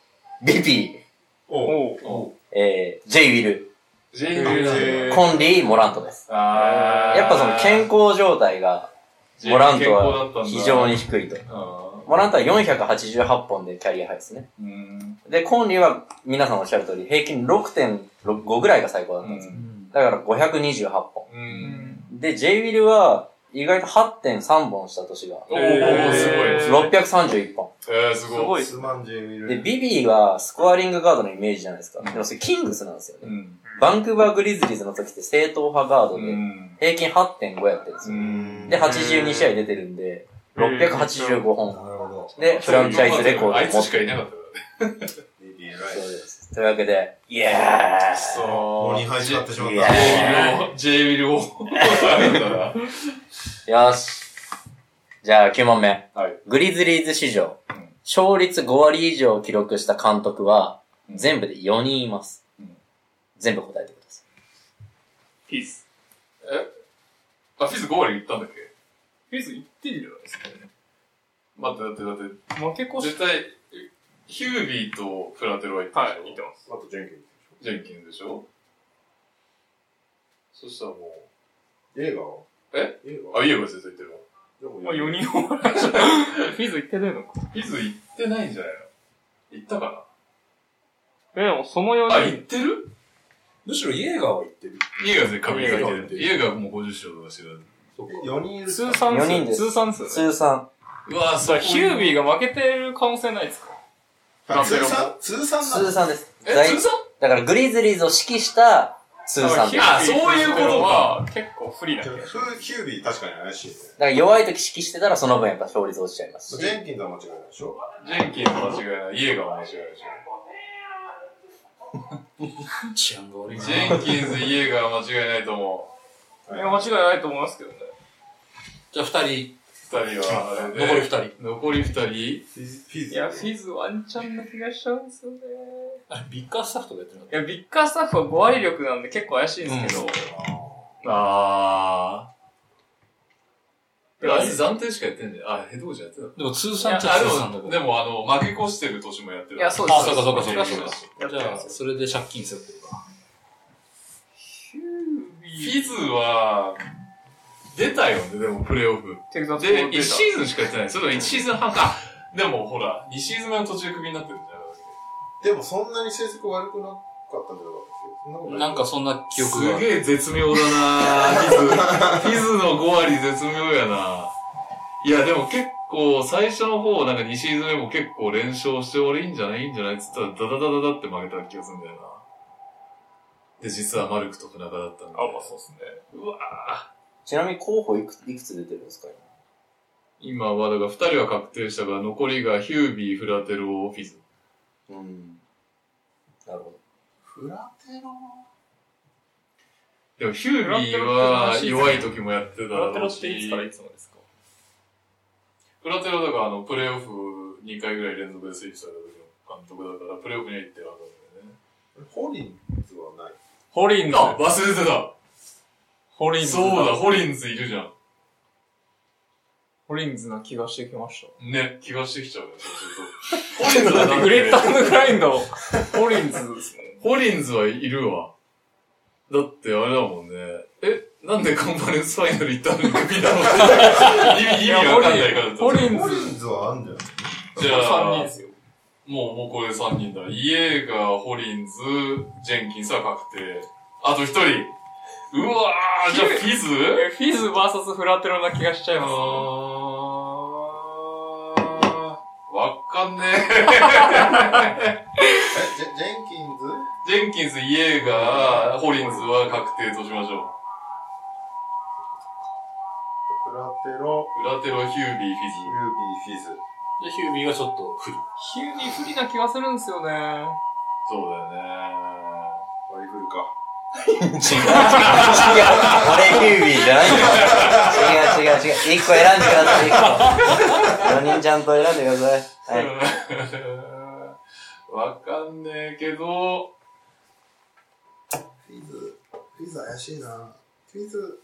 S6: ビビ、
S3: おう
S6: えー、J ウィル、
S2: ージェイビル。
S6: コンリー、モラントです。
S2: あー
S6: やっぱその健康状態が、モラントは非常。に
S2: ジェイビル健康だった
S6: 低いと。
S2: んだあ
S6: モラントは488本でキャリアハイですね。
S2: ーうん。
S6: で、コンリーは皆さんおっしゃる通り、平均6.5ぐらいが最高だったんですよ。だから528本。
S2: うん。
S6: で、J ウィルは意外と8.3本した年が、
S2: お
S3: え
S2: ー、
S3: ー
S2: すごい。
S6: 631本。
S2: えー、すごい。
S1: スマン J ミル
S6: で、ビビーがスコアリングガードのイメージじゃないですか。でもそれキングスなんですよね。
S2: うん。
S6: バンクーバーグリズリーズの時って正統派ガード
S2: う
S6: で、
S2: ん。
S6: 平均8.5やってるんです
S2: う
S6: よ。
S2: ん
S6: で、82試合出てるんで、685
S1: な
S6: 本。
S1: るほど。
S6: で、フランチャイズレコードを
S2: あ
S6: 持
S2: いつ
S6: っ
S2: してかいな
S6: る。
S2: かったからね。
S1: ビビー
S6: そうです。というわけで、イエーイ
S2: そ
S1: もう2杯使ってしまっ
S6: い
S1: た
S6: や。
S2: ジェイビルを、ジェイビルを。
S6: よし。じゃあ、9問目。
S2: はい
S6: グリズリーズ史上
S2: うん、
S6: 勝率5割以上を記録した監督は、
S2: うん
S6: 全部で4人います。
S2: うん
S6: 全部答えてくださ
S3: フィズ。
S2: あ、フィズ5割言ったんだっけ
S3: フィズ言ってんじゃないですかね。
S2: 待って、だって、だって、
S3: 負け越し
S2: 絶対、ヒュービーとフラテロは行った
S3: は
S2: でし
S3: い、
S2: ょ
S3: 言ってます。
S1: あとジェンキンス
S2: ジェンキンズでしょそしたらも
S1: 映画は
S2: え
S1: 映
S2: う、
S1: 画
S2: あ、イエゴ先生言ってるわ。
S1: でも
S3: まあ、4人終
S2: [laughs]
S3: わらしい。フィズ言ってないのか。
S2: いつ行ってないんじゃないの行ったか
S3: でも、その4
S2: なあ、
S3: 人
S2: 行ってる
S5: むしろイエーガーは言ってる。
S2: 家がね、髪が
S1: イエ
S2: 行
S1: ゴ
S2: っ
S1: 行ってて
S2: る。
S1: る
S2: 家がもう50勝とかしてる。
S5: そうか。
S1: 4人いる
S3: 通算
S6: 四人で
S3: 数。通
S6: す
S3: 算数
S6: い。
S3: ね。
S6: 通算、
S2: うわぁ、
S3: そ
S2: そ
S3: れヒュービーが負けてる可能性ないですか
S1: あ通算通算な
S6: 通算です。
S2: え、
S6: 在
S2: 通算
S6: だから、グリズリーズを指揮した通算です。だか
S2: あそういうことか。
S3: 結構不利な気が
S1: の
S3: す
S1: フーキュービー確かに怪しいね。
S6: ら、弱い時指揮してたら、その分やっぱ勝率落ちちゃいます
S1: ジ
S6: し。
S1: ェンキンズは間違いないでしょ
S2: ジェンキンズ間違いない。家が間違いないでし
S5: 治安が悪い
S2: ょ。
S5: な。
S2: ジェンキンズ、家が間違いないと思
S3: る。いや、間違いないと思いますけどね。
S5: じゃあ二人、
S2: う。二人は、あれで
S5: 残り二人。
S2: 残り二
S1: フィズ、フィ
S3: い
S1: ズ。
S3: や、フィズワンチャンな気がしちゃうんですよね。
S5: あれ、ビッカースタッフとかやってなかっ
S3: いや、ビッカースタッフは5割力なんで結構怪しいんですけど。
S2: 人。あー。あいつ暫定しかやってんじゃん。あ、ヘッドコーチやってた。
S5: た。でも通
S2: いや
S5: 算
S2: あ
S5: っちゃ通算だ
S2: でも、で
S5: も、
S2: もあの、負け越してる年もやってる。
S3: いや、そうう
S5: で
S3: ですす。
S5: あそうかそうかそうか
S2: そうか
S5: じゃあ、それで借金するってことか。
S3: ヒュー
S2: フ
S3: ビー。
S2: ィズは、出たよね、でも、プレイオフ。
S3: テクザツ
S2: で、
S3: ー
S2: 1シーズンしかやってない。それでも1シーズン半か。でも、ほら、2シーズン目の途中でクビになってるんじゃない
S1: でもそんなに成績悪くなかったんじゃなかったっけそんなことない。
S5: なんかそんな記憶
S2: す。
S5: が
S2: げえ絶妙だなぁ、フィズ。フィズの5割絶妙やないや、でも結構、最初の方、なんか2シーズン目も結構連勝して、俺いいんじゃないいいんじゃないっつったら、ダダダダダって負けた気がするんだよな。で、実はマルクと船中だったんで。
S3: あ、まあそうですね。
S2: うわぁ。
S6: ちなみに候補いくいくつ出てるんですか
S2: 今は、だから2人は確定したが、残りがヒュービー、フラテロ、オフィズ。
S6: うん。なるほ
S2: フラテロでも、ヒュービー
S3: フラ
S2: は
S3: テロって
S2: 弱い時もやってた
S3: プラ
S2: だ
S3: テロ
S2: ろう
S3: っ
S2: し。
S3: ていつからいつもですか
S2: プラテロだから、あの、プレーオフ2回ぐらい連続でスイッチされた時の監督だから、プレーオフには行ってなかったんだよね。
S1: ホリンズはない。
S3: ホリンズ。
S2: あ、忘れてた
S3: ホリンズ。
S2: そうだ、。ホリンズいるじゃん。
S3: ホリンズな気がしてきまし
S2: ね、気がしてきちゃうね、そうす
S3: [laughs]
S2: ると。ホリンズは
S3: た。だっ
S2: だっ
S3: てグレッター
S2: て、
S3: のグラインド、ホリンズですもん。
S2: ホリンズはいるわ。だって、あれだもんね。え、なんでカンファレンスファイナル行ったのにクビなの意味、意味わかんないから。
S3: ホリン
S1: ホ
S3: ズ。
S1: リンズはあんじゃん。
S2: じゃ
S3: 3人
S2: あ
S3: で、すよ。
S2: もう、もうこれ3人だ。イエーガー、ホリンズ、ジェンキンスは確定。あと1人。うわー、じゃあフィズ
S3: えフィズ VS フラテロな気がしちゃい
S2: あ
S3: ますね。
S2: ーわかんね
S1: え、ジェジェンキンズ
S2: え。ジェンキンス、イエーガー、ホリンズは確定としましょ
S1: プラテ
S2: う。
S1: ロ、
S2: 裏テロ、ヒュービー、フィ
S1: ユ
S2: ズ
S1: ー。ビー、フィズ。
S5: で、ヒュービーがちょっと不利。
S3: ヒュービー不利な気がするんですよね。
S2: そうだよね
S1: ワイフルか。
S6: ど。いや、俺ヒュービーじゃないよ。違う違う違う。一個選んでください、一個。4人ちゃんと選んでください。
S2: う
S6: はい。
S2: んわかんねえけど、
S1: フィズ、フィズ怪しいな。フィズ、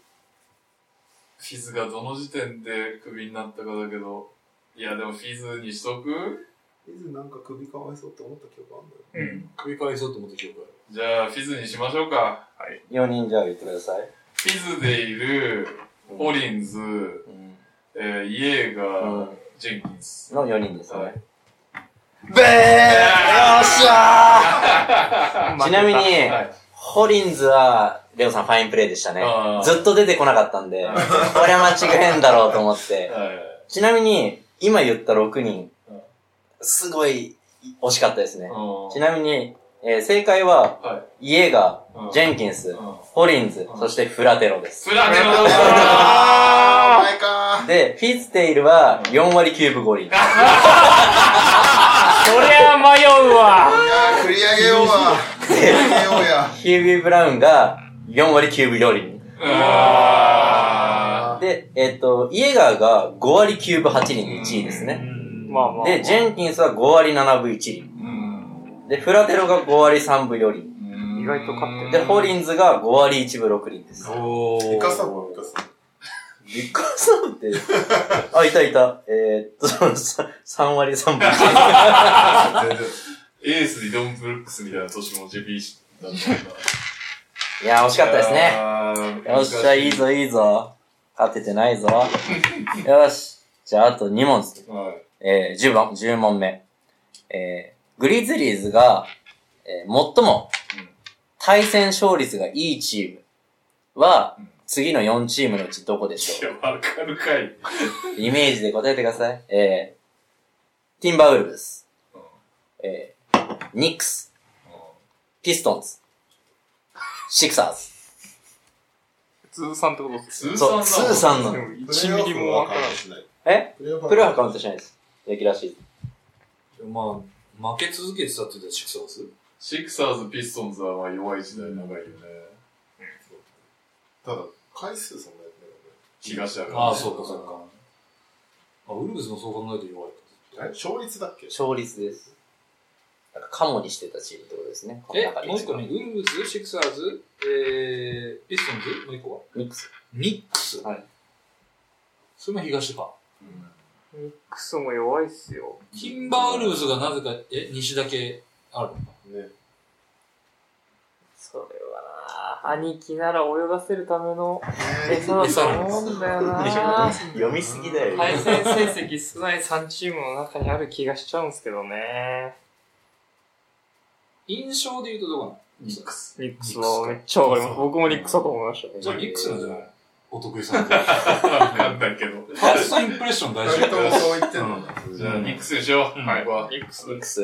S2: フィズがどの時点でクビになったかだけど、いやでもフィズにしとく
S1: フィズなんか首かわいそうって思った記憶あんだよ。
S3: うん。
S5: 繰り返そうと思った記憶がある。
S2: じゃあフィズにしましょうか。
S6: 4人じゃあ言ってください。
S2: フィズでいる、ホリンズ、
S6: うん。
S2: えーイエーガー、
S6: うん
S2: ジェンキンス。
S6: の4人ですね。
S2: はい
S6: べーよっしゃーちなみに、
S2: はい
S6: ホリンズは、レオさんファインプレーでしたね
S2: あー。
S6: ずっと出てこなかったんで、
S2: あ
S6: これは間違えんだろうと思って。
S2: はい
S6: ちなみに、今言った6人
S2: うん、
S6: すごい惜しかったですね。
S2: うん
S6: ちなみに、えー正解は、
S2: は
S6: イエガ
S2: うん
S6: ー、ジェンキンス、
S2: うん
S6: ホリンズ
S2: うん、
S6: そしてフラテロです。
S2: フラテロだ
S1: あー
S2: っ
S1: お前か
S6: で、フィッツテイルは4割9分5厘。
S2: [laughs]
S3: そりゃ迷うわ。
S1: ーいやー、繰り上げようわ。 [laughs] 繰り上げようや。
S6: ヒュービー・ブラウンが4割9分4厘。
S2: たうわ
S6: で、えっ、と、イエガーが5割9分8厘1位ですね。
S3: まあまあ。
S6: で、ジェンキンスは5割7分1厘。
S2: ーうん
S6: で、フラテロが5割3分4厘。
S2: うん
S3: 意外と勝ってる
S6: で、ホリンズが5割1分6厘です。
S2: おー
S1: イカサゴ、イカサ
S6: ビッグサンって、あ、いたいた。えー、っと、 [laughs] そのさ3割3分1厘。
S1: ゴ。全然。
S2: エースにドン・ブルックスみたいな年も JP だったから。
S6: いやー、惜しかったですね。
S2: ね
S6: よっしゃ、いい。ぞ、いいぞ。勝ててないぞ。よし。じゃあ、あと2問です。
S2: はい。
S6: えー、10問、10問目。えー、グリズリーズが、えー、最も
S2: うん、
S6: 対戦勝率がいいチームは
S2: うん、
S6: 次の4チームのうちどこでし
S2: い
S6: ょ
S2: や、わかるかい。
S6: うイメージで答えてください。えー、ティンバーウルブス
S2: うん。
S6: えー、ニックス。ピストンズ。シクサーズ。
S3: 通算ってことです
S2: 通
S6: そう、ツー
S2: 算
S6: さん
S3: で
S6: なの。
S3: も
S1: プレ
S3: 1
S1: ーオ
S3: ミリ
S1: フ
S3: も
S1: は
S3: わからない。
S1: しない。
S6: え
S1: プレーオフ
S6: プルーはカウントしないです。レギュラーシーズン。
S5: まあ、負け続けてたって言ったらシクサーズ
S2: シクサーズ、ピストンズはまあ弱い時代長いよね。
S1: ただ、回数そんなやって
S2: 東だから。
S5: ああ、そうか、そうか。あ、ウルブスもそう考えると弱い。
S1: ないよね。え勝率だっけ
S6: 勝率です。なんか、カモにしてたチームってことですね。この中
S5: え、
S6: で
S5: もう一個ね、ウルブズ、シクサーズ、えー、ピストンズ、もう一個は
S6: ミックス。
S5: ニックス。
S6: はい。
S5: それも東か。
S3: ミックスも弱いっすよ。
S5: ティンバーウルブズがなぜか、え、西だけあるのか。
S1: ね。
S3: それはな兄貴なら泳がせるための餌
S5: だ
S3: だ
S5: と
S3: と
S5: 思
S3: 思うんだよな
S6: 読みすぎだよ
S3: 対戦成績少ない3チームの中にある気がしちゃうんですけどね。
S5: 印象で言うとどこなの
S6: ミック
S5: ス。
S3: ニックスはめっちゃわかります。僕もニックスだと思いましたね。
S5: じゃあニックスなんじゃないお得意さんで。フ
S2: わかんないけど。
S5: ァーストインプレッション大
S1: 二
S5: 事
S1: 人ともそう言ってんの。
S2: じゃあ、ニックスにしよう。はい。
S3: ニックス。
S6: ミックス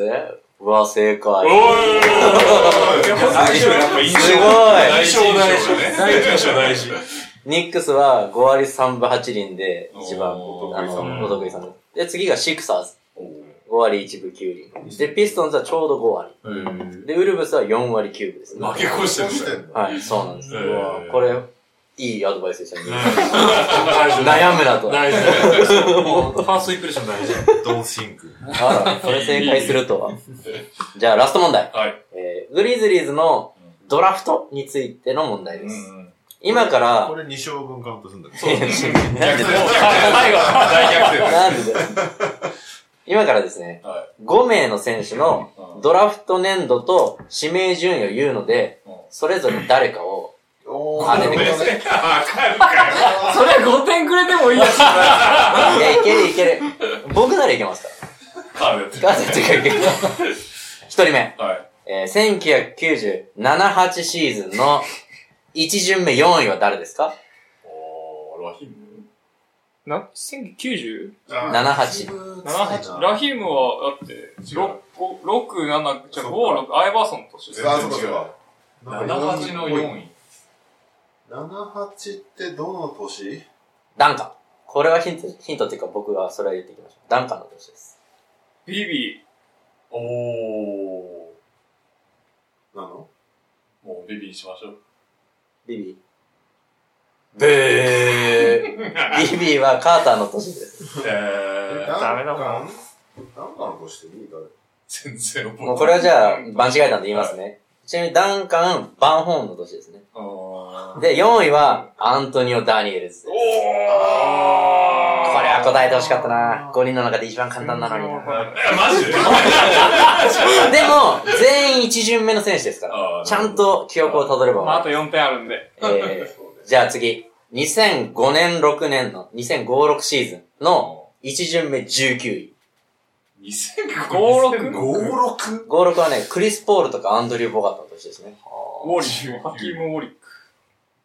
S6: うわ、正
S2: お
S6: 解。 [laughs]
S2: ーいや
S5: 大事
S2: やっぱ印象
S6: すごい
S2: 大事印象だね。
S5: 第一印象大事。
S6: ニックスは5割3分8厘で一番、
S2: おー
S6: あの、お得意さんです。で、次がシクサーズ。5割1分9厘。で、ピストンズはちょうど5割。で、ウルブスは4割9分ですね。
S2: 負け越してるんだよ
S1: んだ。
S6: はい、そうなんです。
S2: へ
S6: う
S2: ー
S6: わこれ、いいアドバイスでしたね。
S5: 大事。
S6: 悩むな
S2: [laughs]
S6: と。
S5: 大事。もう、ファーストインプレッション大事。
S1: ドンシンク。
S6: あら、これ正解すると
S2: [laughs]
S6: は。じゃあ、ラスト問題。
S2: はい
S6: えーグリズリーズのドラフトについての問題です。
S2: うん
S6: 今から
S2: [laughs]
S1: こ、れ2勝分カウントするんだけど。
S6: [laughs] なんで
S2: 逆転、最後、大逆転
S6: なんでだよ今からですね、
S2: は
S6: 5名の選手のドラフト年度と指名順位を言うので
S2: うん、
S6: それぞれ誰かを、
S1: お
S6: ーなるほ
S2: [laughs]
S6: ど
S2: です。ね。わかるかよ。
S3: それ5点くれてもいいやつ。
S6: いや、いけるいける。僕ならいけますから。
S2: カードやってる。
S6: ガーゼっていうかいける。1人目、
S2: はい。
S6: えー、1997-8シーズンの1巡目4位は誰ですか
S2: おー、ラヒム。
S3: な、1990?
S1: あ
S6: ?7-8。
S1: ー
S3: ラヒムは、だって、
S2: 違う
S3: 6、六7、じゃ
S1: そ
S3: あ
S1: っか
S3: 5、6、アイバーソンとして。
S1: あ、そうかそうか。
S2: 78の4位。
S1: 78ってどの年
S6: ダンカン。これはヒント、ヒントっていうか僕はそれは言ってきました。ダンカンの年です。
S3: ビビ、
S2: おー。
S1: なの
S2: もうビビにしましょう。
S6: ビビでー。ビビはカーターの年です。
S2: えー、
S3: ダメだもん
S1: ダンカンの年っていい誰
S2: 全然覚えてない。
S6: もうこれはじゃあ、番違えたんで言いますね。ちなみにダンカン、バンホーンの年ですね。
S2: あー。おー。
S6: で、4位はアントニオ・ダニエルズ。これは答えてほしかったな。5人の中で一番簡単なのにな。
S2: え、マ [laughs] ジで
S6: [laughs] でも、全員1巡目の選手ですから。ちゃん。と記憶をたどれば
S3: まあ、
S6: わ
S3: あと
S6: かる。
S3: 4点あるんで。
S6: えー、じゃあ次。2005年、6年の、2005、6シーズンの1巡目19位。
S2: 2005、6?
S1: 56?
S6: 5、6はね、クリス・ポールとかアンドリュー・ボガットの年ですね。
S3: ウォリック、ハキーム・ウォリック。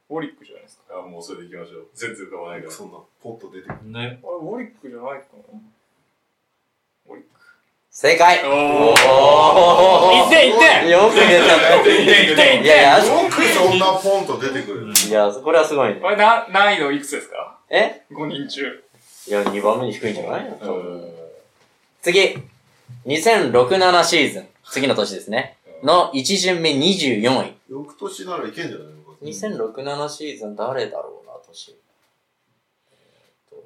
S3: ウォリックじゃないですか。
S2: あ、もうそれでいきましょう。全然浮かばないから。
S1: そんな、ポッと出てくる。
S5: ね。
S3: あれ、ウォリックじゃないかな。ウォリック。
S6: 正解
S2: おー
S3: 1点、1点
S6: よく出たね。
S2: 1点
S6: いやい
S1: よ
S6: [laughs] や、
S1: くそんなポンと出てくる。
S6: いや、これはすごいね
S3: こ。れな、難易度いくつですか
S6: え
S3: ?5 人中。
S6: いや、2番目に低いんじゃない
S2: うん
S6: 次。2006-7シーズン。次の年ですね。の1巡目24位。
S1: 翌年ならいけんじゃないのか。
S6: 2006-7シーズン誰だろうな、年。えーっと。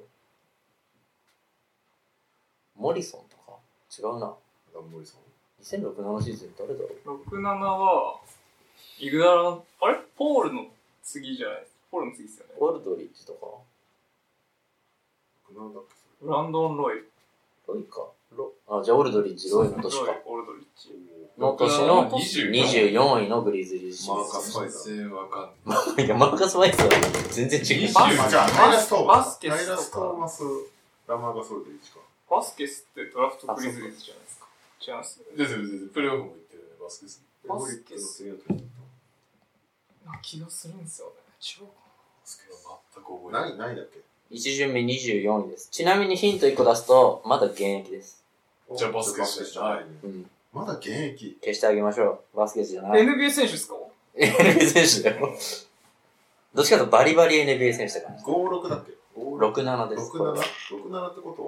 S6: モリソンとか違うな。
S1: ダンボリさん。
S6: 2006-7シーズン誰だろう
S3: 67は、イグダラの、あれポールの次じゃないですか。ポールの次ですよね。
S6: オルドリッジとか
S1: なんだっけ
S3: ブランドン・ロイ。
S6: ロイか。ロあ、じゃあオルドリッジ、ロイの
S3: ロイ
S6: 年か。、
S3: オルドリッチ。
S6: の年の
S2: 24
S6: 24位のグリズリーズシ
S1: マ
S6: ー
S1: ーカス・ファイザー。
S2: 全然わかんない。
S6: ズン。いや、マーカス・バイスは全然違う。
S2: 20
S1: あ、じゃあ、タイラス・トーマ
S3: バ
S1: ス。
S3: ス
S1: タ
S3: ケ
S1: イ
S3: スとか
S1: ラス・トーマス、ラマーガ・ソルディチか。
S3: バスケスってドラフトグリズリーズじゃないですか。違います。
S2: 全然全然。プレイオフも行ってるよね、バスケス。
S3: バスケス
S1: エモリックの次の年
S3: な気がするんですよね。違うか
S2: バスケは全く覚えてない。
S1: 何、何だっけ
S6: 1巡目24位です。ちなみにヒント1個出すと、まだ現役です。
S2: じゃあバスケしか
S1: じゃないね。
S6: うん。
S1: まだ現役。
S6: 消してあげましょう。バスケじゃ
S3: な
S6: ない。
S3: NBA 選手ですか
S6: NBA [laughs] 選手だよ。どっちかというとバリバリ NBA 選手だから。
S1: 56だっけ ?6、
S6: 67です。
S1: 67?67 ってこと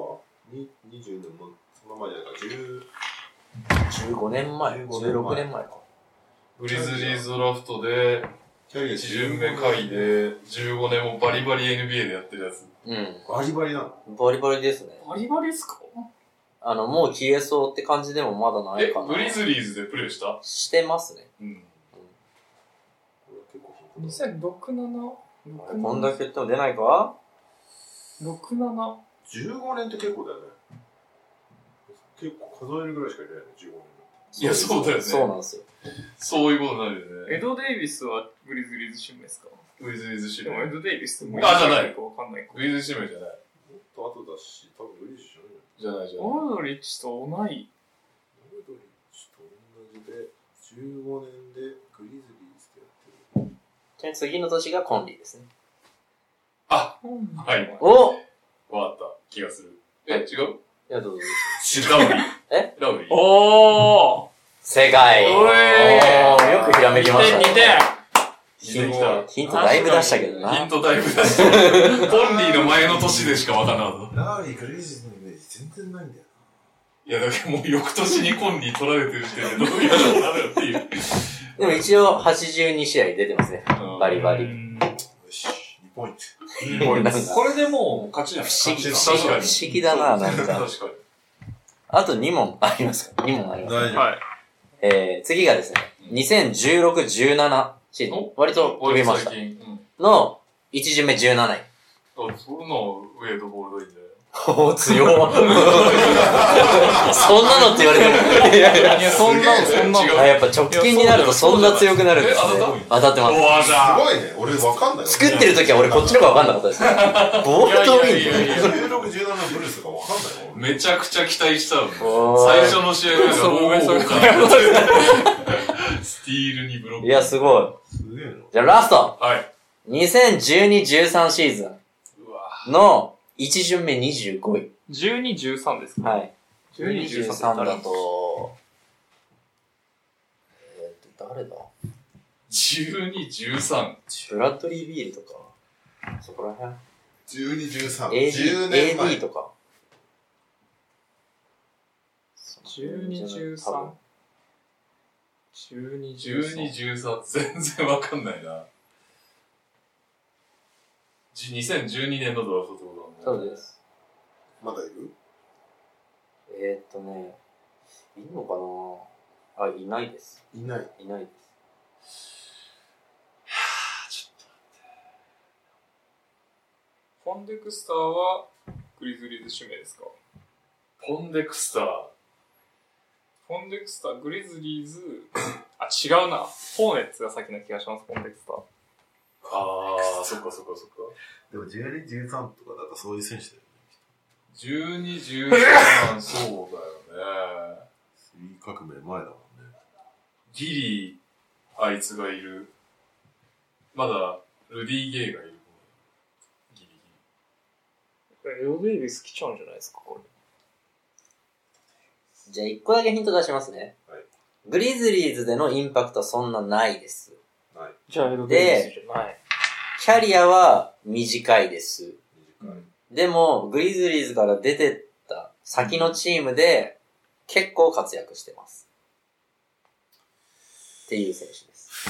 S1: は、に20年も、その前じゃないか、10、
S6: 15年前。
S1: 15年前
S6: 16年前か。
S2: グリズリーズドラフトで、
S1: キャリア
S2: 1巡目回で、15年もバリバリ NBA でやってるやつ。
S6: う
S1: バリバリなの。
S6: ん。バリバリですね。
S3: バリバリですか
S6: あの、もう消えそうって感じでもまだな
S2: え
S6: いか、な
S2: グ。リズリーズでプレイした
S6: してますね。
S2: うん。
S1: これは結構ヒントだ
S3: ?2006、7、
S6: こんだけ言っても出ないか
S3: 6、7。
S1: 15年って結構だよね。結構数えるぐらいしかいないよね、15年。
S2: いや、そうだよね。
S6: そうなんですよ。
S2: そういうことになるよ
S3: エ
S2: ね。
S3: ド・デイビスはグリズリーズ指名ですか
S2: グリズリーズ指
S3: でもエ
S2: 名。
S3: ド・デイビスってもう
S2: あじゃない
S3: かわかんないか。
S2: グリズリー指名じゃない。
S1: もっと後だし、多分グリーズじゃな
S2: じゃない
S1: いよ。
S2: じゃない。
S3: オルドリッチと同い。
S1: ノルドリッチと同じで、15年でグリズリーズでやってる。
S6: じゃあ次の年がコンリーですね。
S2: あ、はい。
S6: おい
S2: わかった。気がする。え、違う
S6: や、どうぞ。
S2: ラブリー。
S6: え
S2: ラブリー。
S3: おー
S6: 正解
S3: お
S6: お
S3: い
S6: ーよくひらめきました
S3: 2点、2点
S6: ね。ヒン
S2: 出てき
S6: ト、ヒントだいぶ出したけど
S2: ヒン
S6: な。
S2: トだいぶ出して。ポンリーの前の年でしかわからなかった。
S1: ラーリー、クレイジーズのイメージ全然ないんだよ
S2: いや、だからもう翌年にコンリー取られてる時点でどういうことなるっていう。
S6: でも一応82試合出てますね。バリバ
S5: う
S6: リ。
S5: ん
S1: な。よし、2ポイント。
S6: なんか
S5: これでもう勝ちじゃない
S6: 不思議、不
S2: 確かに
S6: 思議だな、なんか。
S2: 確かに。
S6: あと2問ありますか ?2 問あります。
S1: 大丈夫。
S3: はい。
S6: えー、次がですね、2016-17シーズン
S2: お、
S6: 割と飛びました。
S2: 最近。うん。
S6: の、1巡目17位。
S2: あ、それのウェイドボールドインじゃ
S6: おー、強 [laughs] そんなのって言われても。いやいや
S3: いや、そんなの、
S2: すげえ
S3: そんなの
S2: 違う。
S6: あやっぱ直近になるとそんな強くなるんです
S2: え
S6: ね
S2: 当たっ。
S6: 当たってます
S2: ない。おわじ
S1: す
S2: ゃ
S1: ごいね。俺わかんない。
S6: 作ってる時は俺こっちの方が分かんなかったです。ボールドウ
S2: いやいや
S6: ィ
S2: い
S6: ン
S2: やいや
S1: 16、17ブルースがわかんないもん。
S2: めちゃくちゃ期待したの。
S6: お
S2: 最
S6: ー
S2: 初の試合ぐらい
S3: そう
S2: で
S3: そ
S2: おーお
S3: う
S2: ー [laughs] おースティールにブロック。
S6: いや、すごい。
S1: すげえの。
S6: じゃあラスト
S2: はい。
S6: !2012-13シーズ
S2: うわ
S6: ンの1巡目25位。
S3: 12、13ですか
S6: はい。
S3: 12 13
S6: 23だと、えーと、誰だ
S2: 12、13。
S6: ブラッドリー・ビールとか、そこら辺
S1: 12、13。10
S6: AD,
S1: 年前
S6: AD。とか。
S3: 12、13。12、
S2: 12、13。
S3: 13。
S2: 全然わかんないな。じ2012年のドラフトってことだ
S6: そ
S2: もん
S6: う
S2: ね。
S6: です。
S1: まだいる
S6: えー、っとね、いるのかなあ、いないです。
S1: いない。
S6: いないです。
S3: フォンデクスターは、グリズリーズ指名ですか
S2: ポンデクスター。
S3: フォンデクスター、グリズリーズ、あ、違うな。ホーネッツが先な気がします、フォンデクスター。
S2: ああ、そっかそっかそっか。
S1: でも12、13とかだとそういう選手だよね。
S2: 12、13、そうだよね。
S1: スリー革命前だもんね。
S2: ギリ、あいつがいる。まだ、ルディ・ゲイがいる。ギリギ
S3: エドデイビス来ちゃうんじゃないですか、これ。
S6: じゃあ、一個だけヒント出しますね。
S1: はい
S6: グリズリーズでのインパクトはそんなないです。
S3: じゃあ、エド
S6: デイビ
S3: スじゃない。
S6: キャリアは短いです。
S2: リ。
S6: でも、グリズリーズから出てった先のチームで、結構活躍してます。っていう選手です。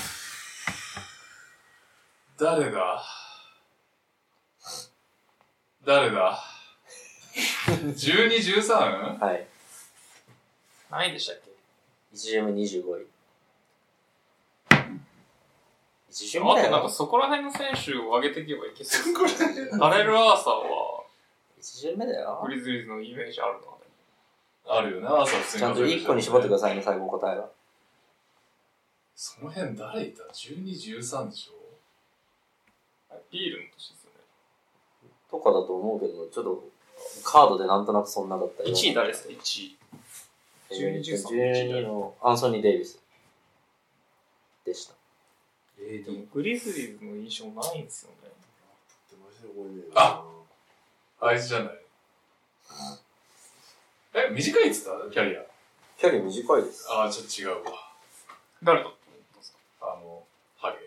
S2: 誰だ誰だ
S6: [laughs]
S2: ?12、13?
S6: はい。
S3: ないでしたっけ
S6: 1巡目25位。1巡
S3: あ
S6: 目だ
S3: となんか
S6: よ。
S3: そこら辺の選手を上げていけばいけそう
S1: これ
S3: ですね。 [laughs] ダレル・アーサーは
S6: 1巡目だよ
S3: グ。リズリーズのイメージあるな。
S2: あるよな、朝普通
S6: ちゃんと1個に絞ってくだ
S2: さい。
S6: さいね、最後の答えは。
S2: その辺誰いた ?12、13でしょ
S3: ビールの年ですよ
S6: とかだと思うけど、ちょっと、カードでなんとなくそんなだった
S3: ね。
S6: よ。
S3: 1位誰ですか ?1 位。
S6: えーと
S3: 12
S6: 12のアンソニー・デイビスでした。
S3: でもグリズリーズの印象ないんですよね。
S1: ってマジで覚えねえな
S2: ああいつじゃない。え、短いっつったキャリア。
S6: 距離短いです。
S2: ああ、ちょっと違うわ。
S3: 誰だと思ったんです
S2: あの、ハゲ。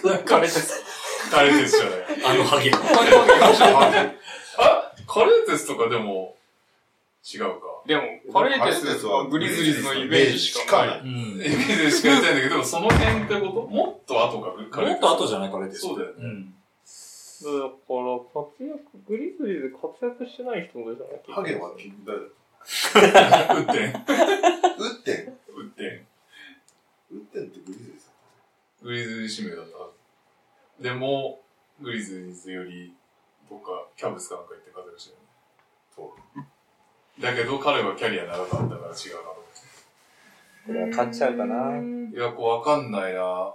S3: か彼です。
S2: カレテスじゃない。
S5: あのハゲ。
S2: あカレテスとかでも、違うか。
S3: でも、カレーテスはグリズリーズのイメージしかない。
S5: うん。
S2: エビでしか言ってないんだけど、でもその辺ってこともっと後か、カレ
S5: も
S2: テ
S5: っ
S2: ス。
S5: と後じゃないこれって。
S2: そうだよね。
S5: うん。
S3: だから、活躍、グリズリーズ活躍してない人も出たなき
S1: ハゲはピンだよ。
S2: 打ってん。打
S1: 打って
S2: って
S1: ん。
S2: ん。
S1: 打ってんってグリズリーさん。
S2: グリズリー指名だったはず。でも、グリズリーズより、どっか、キャブスかなんか行って活躍してる。だけど彼はキャリア長かったから違うな
S6: これは勝っちゃうかな。
S2: いや、こうわかんないな。ア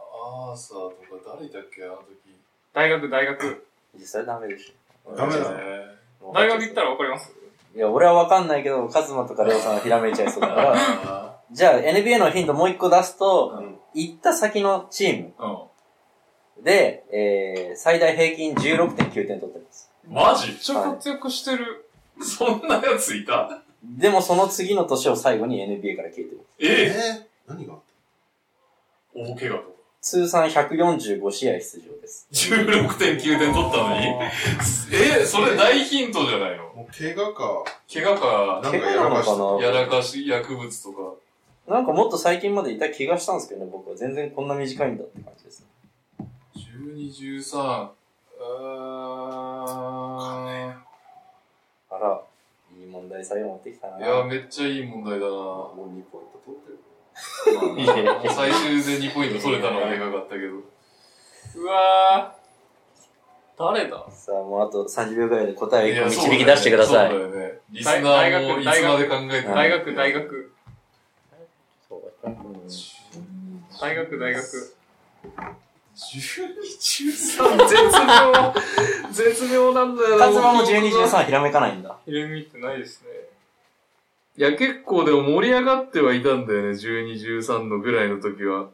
S2: ーサーとか誰だっけ、あの時。
S3: 大学、大学。
S6: 実際ダメでし
S1: ダメだ
S2: ね。
S6: ょ。
S3: 大学行ったらわかります
S6: いや、俺はわかんないけど、カズマとかレオさんはひらめいちゃいそうだから。
S2: あ
S3: [laughs]
S6: じゃあ、NBA のヒントもう一個出すと、
S2: うん
S6: 行った先のチーム
S2: ーうん。
S6: で、えー、最大平均16.9点取ってます。
S2: マジ
S3: ちゃ活躍してる。
S2: そんなやついた
S6: でもその次の年を最後に NBA から消えてる。
S2: え
S1: えー、何が
S2: 大怪我とか。
S6: 通算145試合出場です。
S2: 16.9点取ったのにえ、それ大ヒントじゃないの
S1: もう怪我か。
S2: 怪我か、
S1: なんか
S6: 怪
S1: やら
S6: 我な
S1: かし
S6: の
S1: た。
S6: か
S2: や
S6: な
S2: らかし、薬物とか。
S6: なんかもっと最近までいた気がしたんですけどね、僕は。全然こんな短いんだって感じですね。
S2: 12、13。あ
S6: あら、いい問題最後持ってきたな。
S2: ーいや、めっちゃいい問題だ
S1: も
S2: な
S1: う2ポイント取ってる。
S6: [laughs] いやいや
S2: 最終で2ポイント取れたのはでかかったけど。
S3: うわぁ。誰だ
S6: さあ、もうあと30秒ぐらいで答
S2: い
S6: え
S2: や
S6: を導き出してください。
S2: そうだよね。そうだよねリスナーもいつまで考えて
S6: うん
S3: 大学、大学。大学、大学。
S2: 12、
S3: 絶妙。絶妙なんだよ
S6: カズマも12、13ひらめかないんだ。
S3: ひれみってないですね。
S2: いや、結構でも盛り上がってはいたんだよね、12、13のぐらいの時は。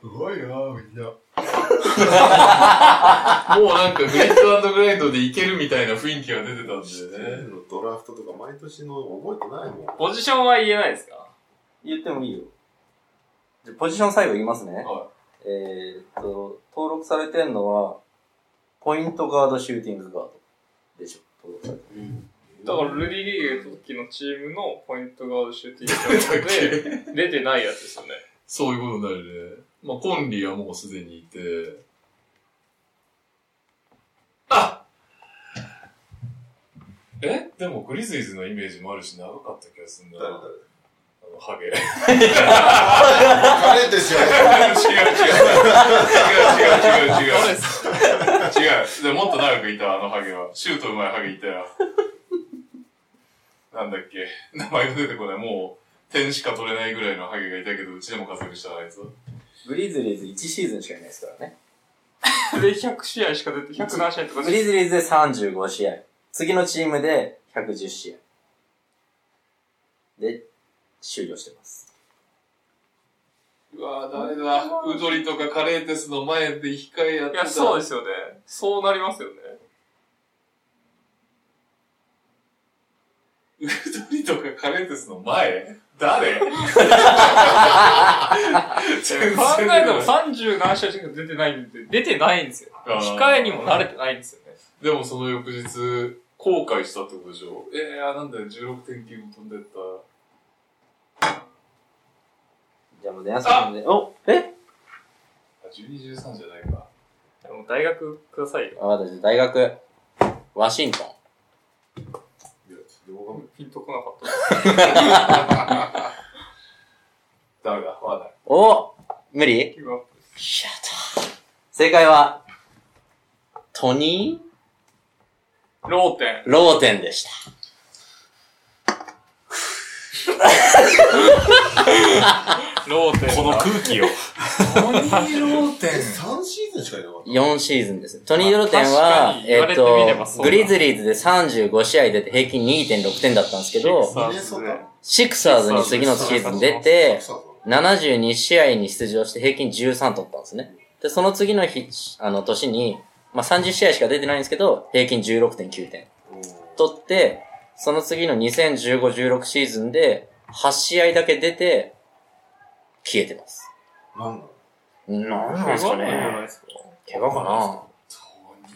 S1: すごいなみんな。
S2: もうなんかグリッドグラインドでいけるみたいな雰囲気が出てたんだよね。
S1: のドラフトとか毎年の覚えてないもん。
S3: ポジションは言えないですか
S6: 言ってもいいよ。じゃあポジション最後言いますね。
S2: は
S6: えーっと、登録されてんのは、ポイントガード、シューティングガードでしょ。登録されて
S3: だから、ルディ・リーゲの時のチームのポイントガードシューティングで、出てないやつですよね。
S2: そういうことになるね。まあ、コンリーはもうすでにいて。あえでもグリズイズのイメージもあるし長かった気がするんだな。
S1: 誰
S2: あの、ハゲ。
S1: 誰彼ですよね。
S2: 違う違う違う違う違う違う違う違うでもっと長くいたあのハゲはシュートうまいハゲいたよなんだっけ名前が出てこないもう点しか取れないぐらいのハゲがいたけどうちでも活躍したあいつ
S6: グリズリーズ1シーズンしかいないですからね。
S3: で、100試合しか出て、100何試合とか
S6: グ
S3: 出て、
S6: リズリーズで35試合。次のチームで110試合。で、終了してます。
S2: うわ誰だウドリとかカレーテスの前で控えやって
S3: い
S2: た
S3: や、そうですよね。そうなります [laughs] よね。
S2: ウドリとかカレーテスの前 [laughs] 誰
S3: 考
S2: 全然出てない
S3: えても30
S2: [laughs]
S3: 何試合しか出てないんで、出てないんですよ。
S2: あー
S3: 控えにも慣れてないんですよね。
S2: でもその翌日、後悔したってことでしょえー、なんだよ、16.9も飛んでった。
S6: じゃあもう電話するんで。おえ
S2: あ、12、13じゃないか。
S3: でも大学くださいよ。
S6: あ、私、大学、ワシントン。
S1: いや、動
S3: ピンとこなかった。
S2: ダメだ、わかんない。
S6: お無理
S3: ギブアップです
S6: 正解は、トニ
S3: ローテン。
S6: ー・ローテンでした。
S3: ローテン。この空気を。
S1: 画面。3シーズンしかいなかった。
S6: 4シーズンです。トニー・ローテン
S3: まあ確か、
S6: は
S3: に
S6: え
S3: 言わ
S6: っ、
S3: れてみればそう
S6: と、
S3: だ
S6: グリズリーズで35試合出て平均2.6点だったんですけど、
S1: ミネソタ。
S6: シクサーズに次のシーズン出て、72試合に出場して平均13取ったんですね。で、その次の日、あの、年に、まあ、30試合しか出てないんですけど、平均16.9点。取って、その次の2015-16シーズンで、8試合だけ出て、消えてます。
S1: なんだ
S6: なんなんですかね。怪我かな
S2: ト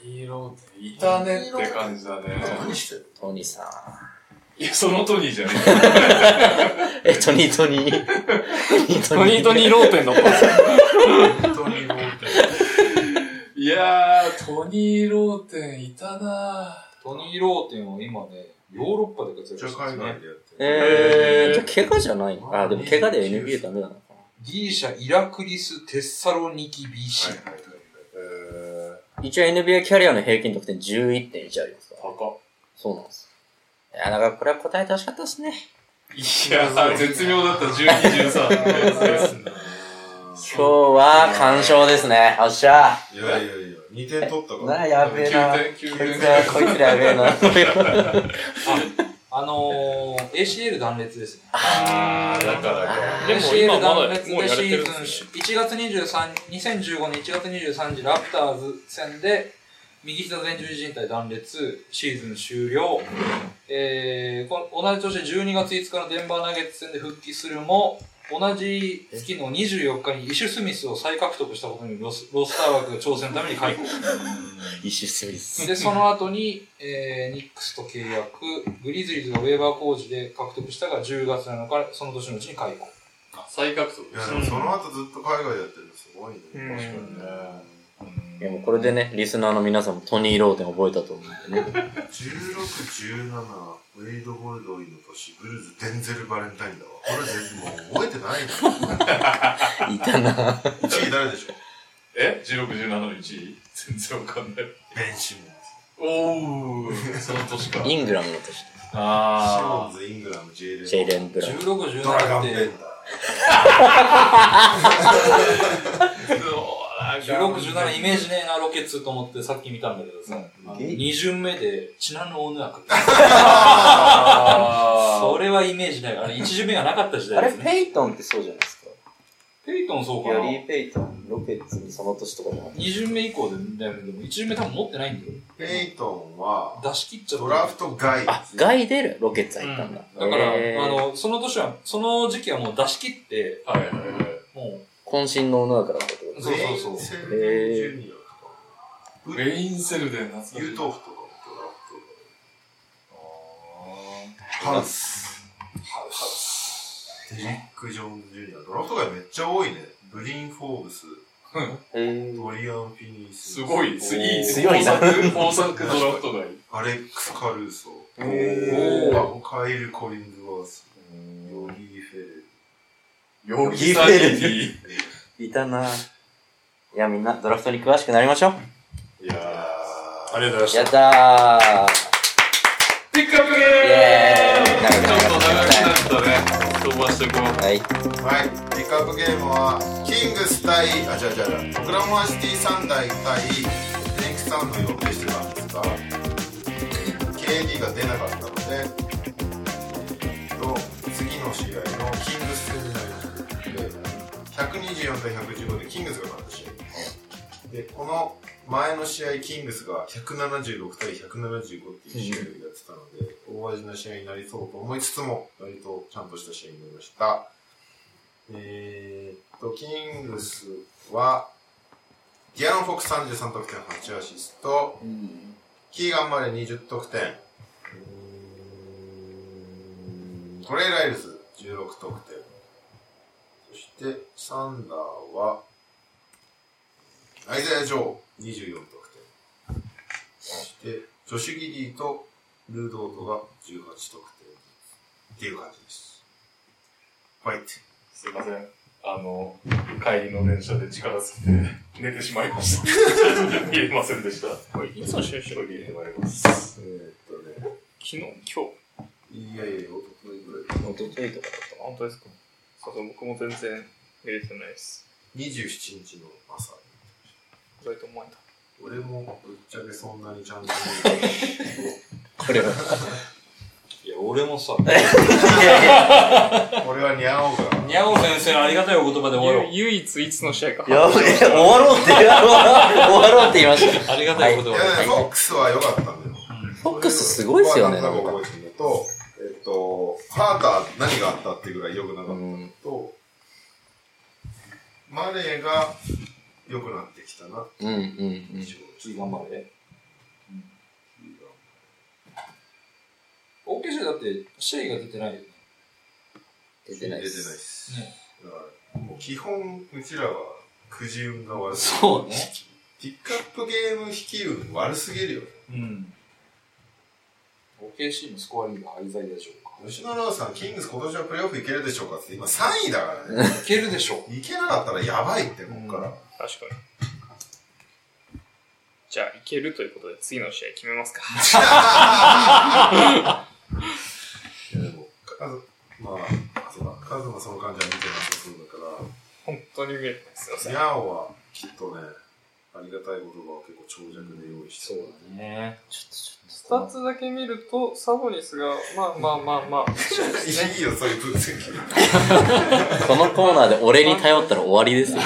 S2: ニーローテいたねって感じだね。
S1: 何してる
S6: トニ
S3: [laughs]
S6: ーさ
S2: いや、そのトニーじゃね
S6: ん。え、トニートニー。ト
S3: トニートニーローテンの
S2: え。トニーローテン。いやー、トニーローテンいたな
S5: トニー・ローテンは今ね、ヨーロッパで活
S1: じゃ
S5: 躍
S1: あ
S5: してます
S1: 海外
S5: ね。
S1: でやってる。
S6: え
S2: へ
S6: ー、
S2: ー
S6: じゃあ怪我じゃないあ、でも怪我で NBA ダメだな。
S5: ギリシャ、イラクリス、テッサロニキ、BC。
S1: はいはい
S2: えー、
S6: 一応 NBA キャリアの平均得点11.1ありますから。
S2: 高
S6: そうなんです。いや、だからこれは答えてほしかったですね。
S2: いやー、絶妙だった、12、13。
S6: 今日は完勝ですね。よっしゃ
S1: いやいやいや、2点取ったから。
S6: なあ、やべえな。こ
S2: 9点、9
S6: いつ
S2: 点。
S6: [laughs] ら、こいつらやべえな。
S5: ああのー、ACL 断裂ですね。
S2: あー、だからか。
S3: でも
S5: ACL
S3: 今まだ
S5: 断
S3: もうやれ
S5: 裂
S3: てる
S5: でシー
S3: んで
S5: ズン
S3: すね。
S5: 1月23、2015年1月23日ラプターズ戦で、右膝前十字靭帯断裂、シーズン終了。えー、この同じ年12月5日のデンバーナゲッツ戦で復帰するも、同じ月の24日にイシュ・スミスを再獲得したことにロスロスター枠が挑戦のために
S3: [laughs]
S5: 解雇。
S6: 一周スミス。
S5: で、その後に、えー、ニックスと契約、グリズリーズがウェーバー工事で獲得したが10月7日、その年のうちに解雇。
S2: 再獲得
S1: いや、でもその後ずっと海外やってるのすごいね。
S3: うん
S1: 確か
S6: いやもうこれでね、リスナーの皆さんもトニー・ローデン覚えたと思うんでね。
S1: にね。16、17、ウェイド・ボルドイの年、ブルーズ、デンゼル・バレンタインだわ。これ全部もう覚えてないな。
S6: [laughs] いたな。
S1: 1位誰でしょう
S2: え ?16、17の1位全然わかんない。
S1: ベン・シモンズ。
S2: おー、その年か。
S6: イングラムの年。
S1: シモン
S2: あ
S1: ズ、イングラム、ジェイレン。
S6: ジェイレン・ブラウン。
S5: 16、
S1: ドラ
S5: 17
S1: ガ
S5: っ
S1: ン・ベン
S5: て、
S1: ダー。
S2: ー、
S5: 16、17イメージねえな、ロケ2と思ってさっき見たんだけどさ、あの二2巡目で、チナの女が来る。
S2: あ
S5: それはイメージないから、あれ1巡目がなかった時
S6: あ
S5: 代 [laughs]
S6: れ、
S5: ですね。
S6: ペイトンってそうじゃないですか。
S5: ペイトンそうか
S6: ギャ
S5: な。
S6: リー・ペイトン、ロケッツにその年とかでも。
S5: 2巡目以降で、だよねでも1巡目多分持ってないんだよ。
S1: ペイトンは、
S5: 出し切っちゃった。
S1: ドラフト外
S6: あ、ガイデル、ロケッツ入ったんだ。
S5: だから、
S6: えー
S5: あ、の、その年は、その時期はもう出し切って、
S2: ー。はいはいはい。
S5: も
S6: 渾身の女だからってこと
S5: そうそうそう
S1: ウェインセル
S6: へ
S1: ジュニアとか、
S2: ウェインセルデン懐かしい
S1: ユートーフとかもドラフト外。ハウス。ハウス。デリック・ジョーンズ・ジュニア。ドラフト外めっちゃ多いね。ブリン・フォーブス、
S6: へー
S1: ドリアン・フィニース、
S2: すごい、すいい、
S6: 強いな
S2: 豊作、豊作ドラフトがいい。
S1: アレックス・カルーソ
S6: へ
S1: ー、
S6: ー。
S1: あカイル・コリンズ・ワース、ヨリー・フェル。
S2: ヨ
S6: ギフ
S2: サ
S6: ェルデ
S2: ィ。
S6: いたな。いや、みんな、ドラフトに詳しくなりましょう。
S2: いや
S3: ありがとうございました
S6: やったー
S2: ー。ピックアップゲ
S6: イエ
S2: ーム
S6: ーイ
S2: ちょっと長くなったね。飛ばしてこう。
S6: [laughs] はい。
S1: はい、ピックアップゲームはキングス対あじゃじゃオクラホマシティサンダー対フェニックスサウンドを予定してたんですが KD が出なかったので、えっと次の試合のキングス戦になりました124対115でキングスが勝った試合でこの前の試合キングスが176対175っていう試合をやってたので、大味な試合になりそうと思いつつも割とちゃんとした試合になりましたえーっと、キングスは、ディアロン・フォックス33得点、8アシスト、キーガン・マレー20得点、うーんトレイ・ライルズ16得点、そしてサンダーは、アイザヤ・ジョー24得点、そしてジョシュ・ギリーとルードートが18得点っていう感じです。ファイト。
S2: すいません。あの、帰りの電車で力尽きて寝てしまいました。見えませんでした。
S3: いつの収集
S2: トイレに参ります。
S1: えーっとね、
S3: 昨日今日
S1: いやいや、おとといぐらい。
S6: おとといとか
S3: 本当ですかあと僕も全然見れてないです。
S1: 27日の朝。
S3: 意外と思えた。
S1: 俺もぶっちゃけそんなにちゃんと見
S6: これは。
S5: う、いや、俺もさ、
S1: ない。俺はにゃおうか
S5: にゃお先生のありがたいお言葉で終わろう。
S3: 唯一いつの試合か
S6: やべえ、終わろうって、終わろうって言いました。
S5: ありがたいお
S1: い
S5: 言
S1: や
S5: 葉で。
S1: いや、フォックスは良かったんだよ。
S6: フォックスすごいっすよね
S1: なんか覚えてるのと、えっと、ハーター何があったっていうぐらい良くなかったのと、マレーが良くなってきたなって
S6: うんうんう
S1: 印
S6: ん。
S1: 象
S5: 次頑張れ。OKC だって、シェイが出てないよね。
S6: 出
S1: 出て
S6: て
S1: な
S6: ないい
S1: で。
S6: です
S5: ね
S1: だからもう基本、うちらはくじ運が悪い。
S5: そうね。
S1: ピックアップゲーム引き運悪すぎるよね。
S5: うん。OKC のスコアリングはイザイでしょうか。
S1: 吉野郎さん、キングス今年はプレーオフいけるでしょうかって今3位だから
S5: [laughs]
S1: ね。
S5: いけるでしょ
S1: いけなかったらやばいって、こっから。
S3: 確かに。じゃあ、いけるということで、次の試合決めますか。
S1: いやでも、カズまあ、そうだ、カズマその感じは見てなさそうだか
S3: 本当に見えてないですよ、
S1: ら、ニャオはきっとね、あありがたいことが結構長尺で用意してそう
S2: ね
S3: スタッツだけ見ると、サボニスが、まあまあまあまあ、
S1: だ。 [laughs] いいよ、そういう分析。
S6: このコーナーで俺に頼ったら終わりですよね、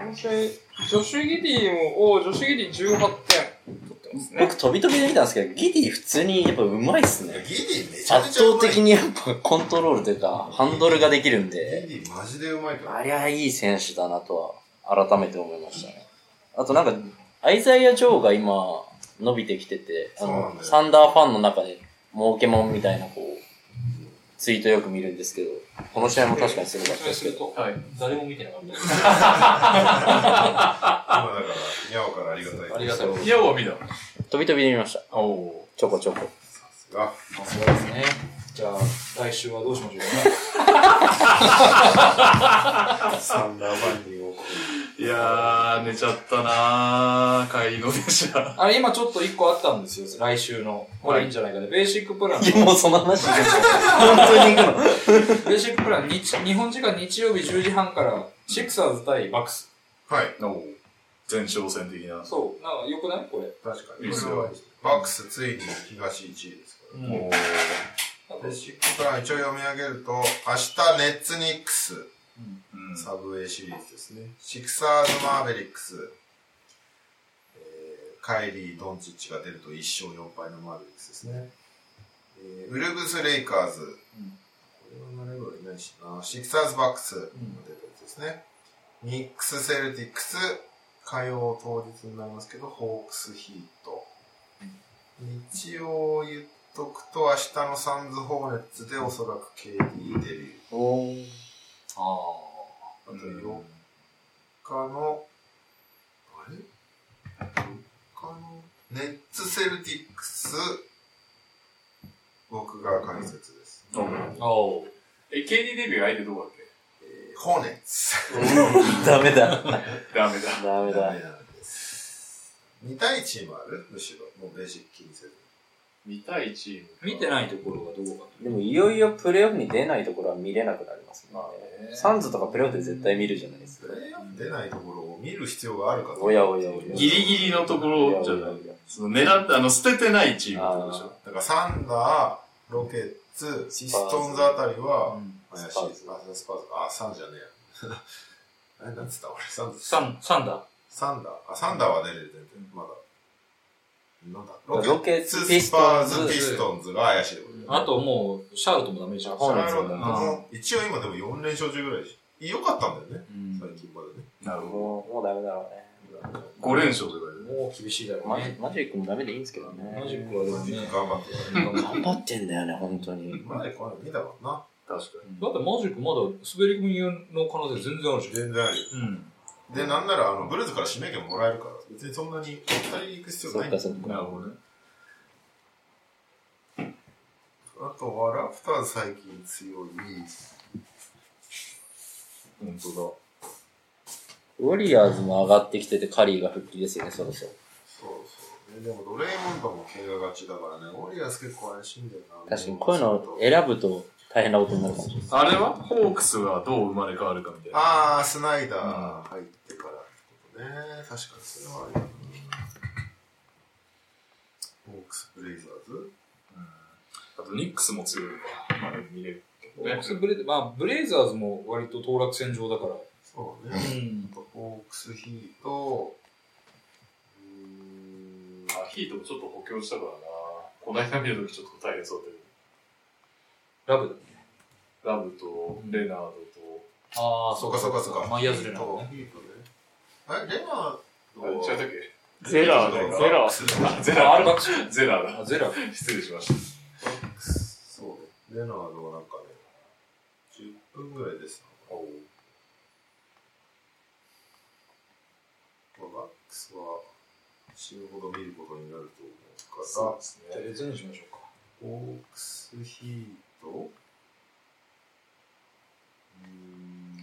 S3: 本当に、ジョシュ・ギディも、おジョシュ・ギディ18点取ってますね。
S6: [laughs] 僕、飛び飛びで見たんですけど、ギディ普通にやっぱ上手いっす
S1: ギ
S6: ね。
S1: ディめちゃめ
S6: 圧
S1: ちゃう
S6: 倒
S1: まい。
S6: 的にやっぱコントロールというか、ハンドルができるんで、
S1: ギディマジでうまいから。
S6: ありゃいい選手だなとは、改めて思いましたね。あとなんか、アイザイア・ジョーが今、伸びてきてて、あ
S1: そうなんだ
S6: の、
S1: よ
S6: サンダーファンの中で、儲けもんみたいな、こう、ツイートよく見るんですけど、この試合も確かにすごかっ
S5: 説
S6: たで
S5: 明
S6: す
S5: す
S6: け
S5: る
S6: ど、
S5: と、
S2: はい
S5: 誰も見てなかった。
S1: 今だから、ニャオからありがたい。
S5: ありがたいこと
S2: いや、お見た。
S6: 飛び飛びで見ました。
S2: おお
S6: ちょこちょこ。 [laughs]
S1: あ、
S5: そうですね。じゃあ、来週はどうしましょうか。
S1: サンダーバンディを。
S2: ー。いやー、寝ちゃったなー、会議の電車。
S5: [laughs] あれ、今ちょっと一個あったんですよ。来週の。これいいんじゃないかで。ベーシックプラン。 [laughs]
S6: い
S5: ベ
S6: や、もうその話でしょ。本当に行くの。
S5: ーシックプラン、日、日本時間日曜日10時半から、シクサーズ対バックス。
S1: はい、
S2: おお前哨戦的な。
S5: そう。なんか、良くないこれ。
S1: 確かに。
S2: いいっすよ
S1: バックスついに東1位ですから。
S2: おお
S1: ベーシックプラン一応読み上げると、明日ネッツニックス、
S2: うん
S1: サブウェイシリーズですね。シクサーズマーベリックス、えーカイリー・ドンチッチが出ると1勝4敗のマーベリックスですね。えーウルブス・レイカーズ、これは誰もいないしな、シクサーズ・バックスが出るやつですね。ニックス・セルティックス、火曜当日になりますけど、ホークス・ヒート。日曜言っとくと、明日のサンズ・ホーネッツでおそらく KD デビュー。
S6: おー
S5: ああ。
S1: あと4日の、あれ ?4 日の、ネッツ・セルティックス、僕が解説です。
S2: おおえ、KD デビュー相手どうだっ
S1: えーホーネッツ。
S6: ダメだ。
S2: けダメだ。
S6: ダメだ。
S1: なんです。見たいチームあるむしろ。もうベーシック気にせず。
S2: 見たいチーム。
S5: 見てないところはどこか
S6: でもいよいよプレーオフに出ないところは見れなくなりますもんね。サンズとかプレーオフで絶対見るじゃないです
S1: プ
S6: か。
S1: レイオフ出ないところを見る必要があるかどうか
S6: おやおやおや。
S2: ギリギリのところじゃない。その狙って、あの、捨ててないチームってことでしょ。
S1: だからサンダー、ロケッツ、ピストンズあたりは、怪しいです。あ、スパーズか。あ、サンじゃねえや。 [laughs] 何だっつった俺、サンズ。
S5: サン、サンダー。
S1: サンダー。あ、サンダーは出れる、全然。まだ。なんだ
S6: ロケッツ
S1: ツ、
S6: ピ
S1: ス
S6: ス
S1: パ
S6: ト
S1: ー
S6: ン
S1: ズ、
S6: ズ
S1: ピストンズが怪しい。
S5: あともう、シャーロットもダメでしょ。
S6: ホーネッツ
S1: シャーロット
S6: も
S1: も一応今でも4連勝中ぐらいでしょ。良かったんだよね。最近までね。
S2: なるほ
S6: もう、もうダメだろ
S2: ど。5連勝とかで。
S5: もう厳しいだろ
S6: う
S5: う
S6: ね
S5: ね。。
S6: マジックもダメでいいんですけどね。
S5: マジックはでもね。
S1: 頑張って。
S6: 頑張ってんだよね、本当に。
S1: マジこの間見たもんな。
S2: 確か
S5: だってマジックまだ滑り込みの可能性全然あるじゃん。
S1: 全然あるよ。
S5: うん。
S1: で、なんなら、あの、ブルーズから指名権もらえるから、別にそんなに、お二人行く必要
S6: そ
S1: ない
S6: っ
S1: んだ
S6: か
S1: よ
S6: そっ
S2: に。なる
S6: か。
S2: ほどね。
S1: あとは、ラプターズ最近強い。
S2: 本当
S6: ウォリアーズも上がってきてて、カリーが復帰ですよね、そろそろ。
S1: そうそう。ででも、ドレイモンドも怪我がちだからね、ウォリアーズ結構怪しいんだよな。
S6: 確かに、こういうのを選ぶと大変なことになるかもしれない。
S2: だ。あれはホークスがどう生まれ変わるかみたいな。
S1: ああ、スナイダー入ってからってことね。確かにそれはあれだな。ホークス・ブレイザーズ
S2: あと、ニックスも強いから。まあ、見れる。
S5: ホークスブレまあ、ブレイザーズも割と当落線上だから。
S1: そうね。
S5: ん。
S1: ホークス・ヒート、うーん
S2: あ、ヒートもちょっと補強したからな。この間見るときちょっと大変そうだった
S5: ラブだ。
S2: けど。ラブと、レナードと、
S5: ああ、
S1: そうかそうかそうか。
S5: マイヤーズレナー
S1: ヒー
S5: ド
S1: ト
S5: ね。
S1: ヒートね。え、レナード
S2: あ、違ったっ
S1: は
S2: け
S1: ゼラーだよ
S2: ゼラ
S1: ー
S2: あ、ゼ
S5: あ、あ
S2: ラ
S5: れ
S2: ー
S5: バックス。
S2: だ。ゼラー
S5: あ、
S2: だ。
S5: ゼラ。
S2: [laughs] 失礼しました。
S1: そうね。レナードはなんかね、10分ぐらいですな。まあ、マックスは死ぬほど見ることになると思うから、
S2: す
S5: じゃあ。別にしましょうか。
S1: ホークスヒート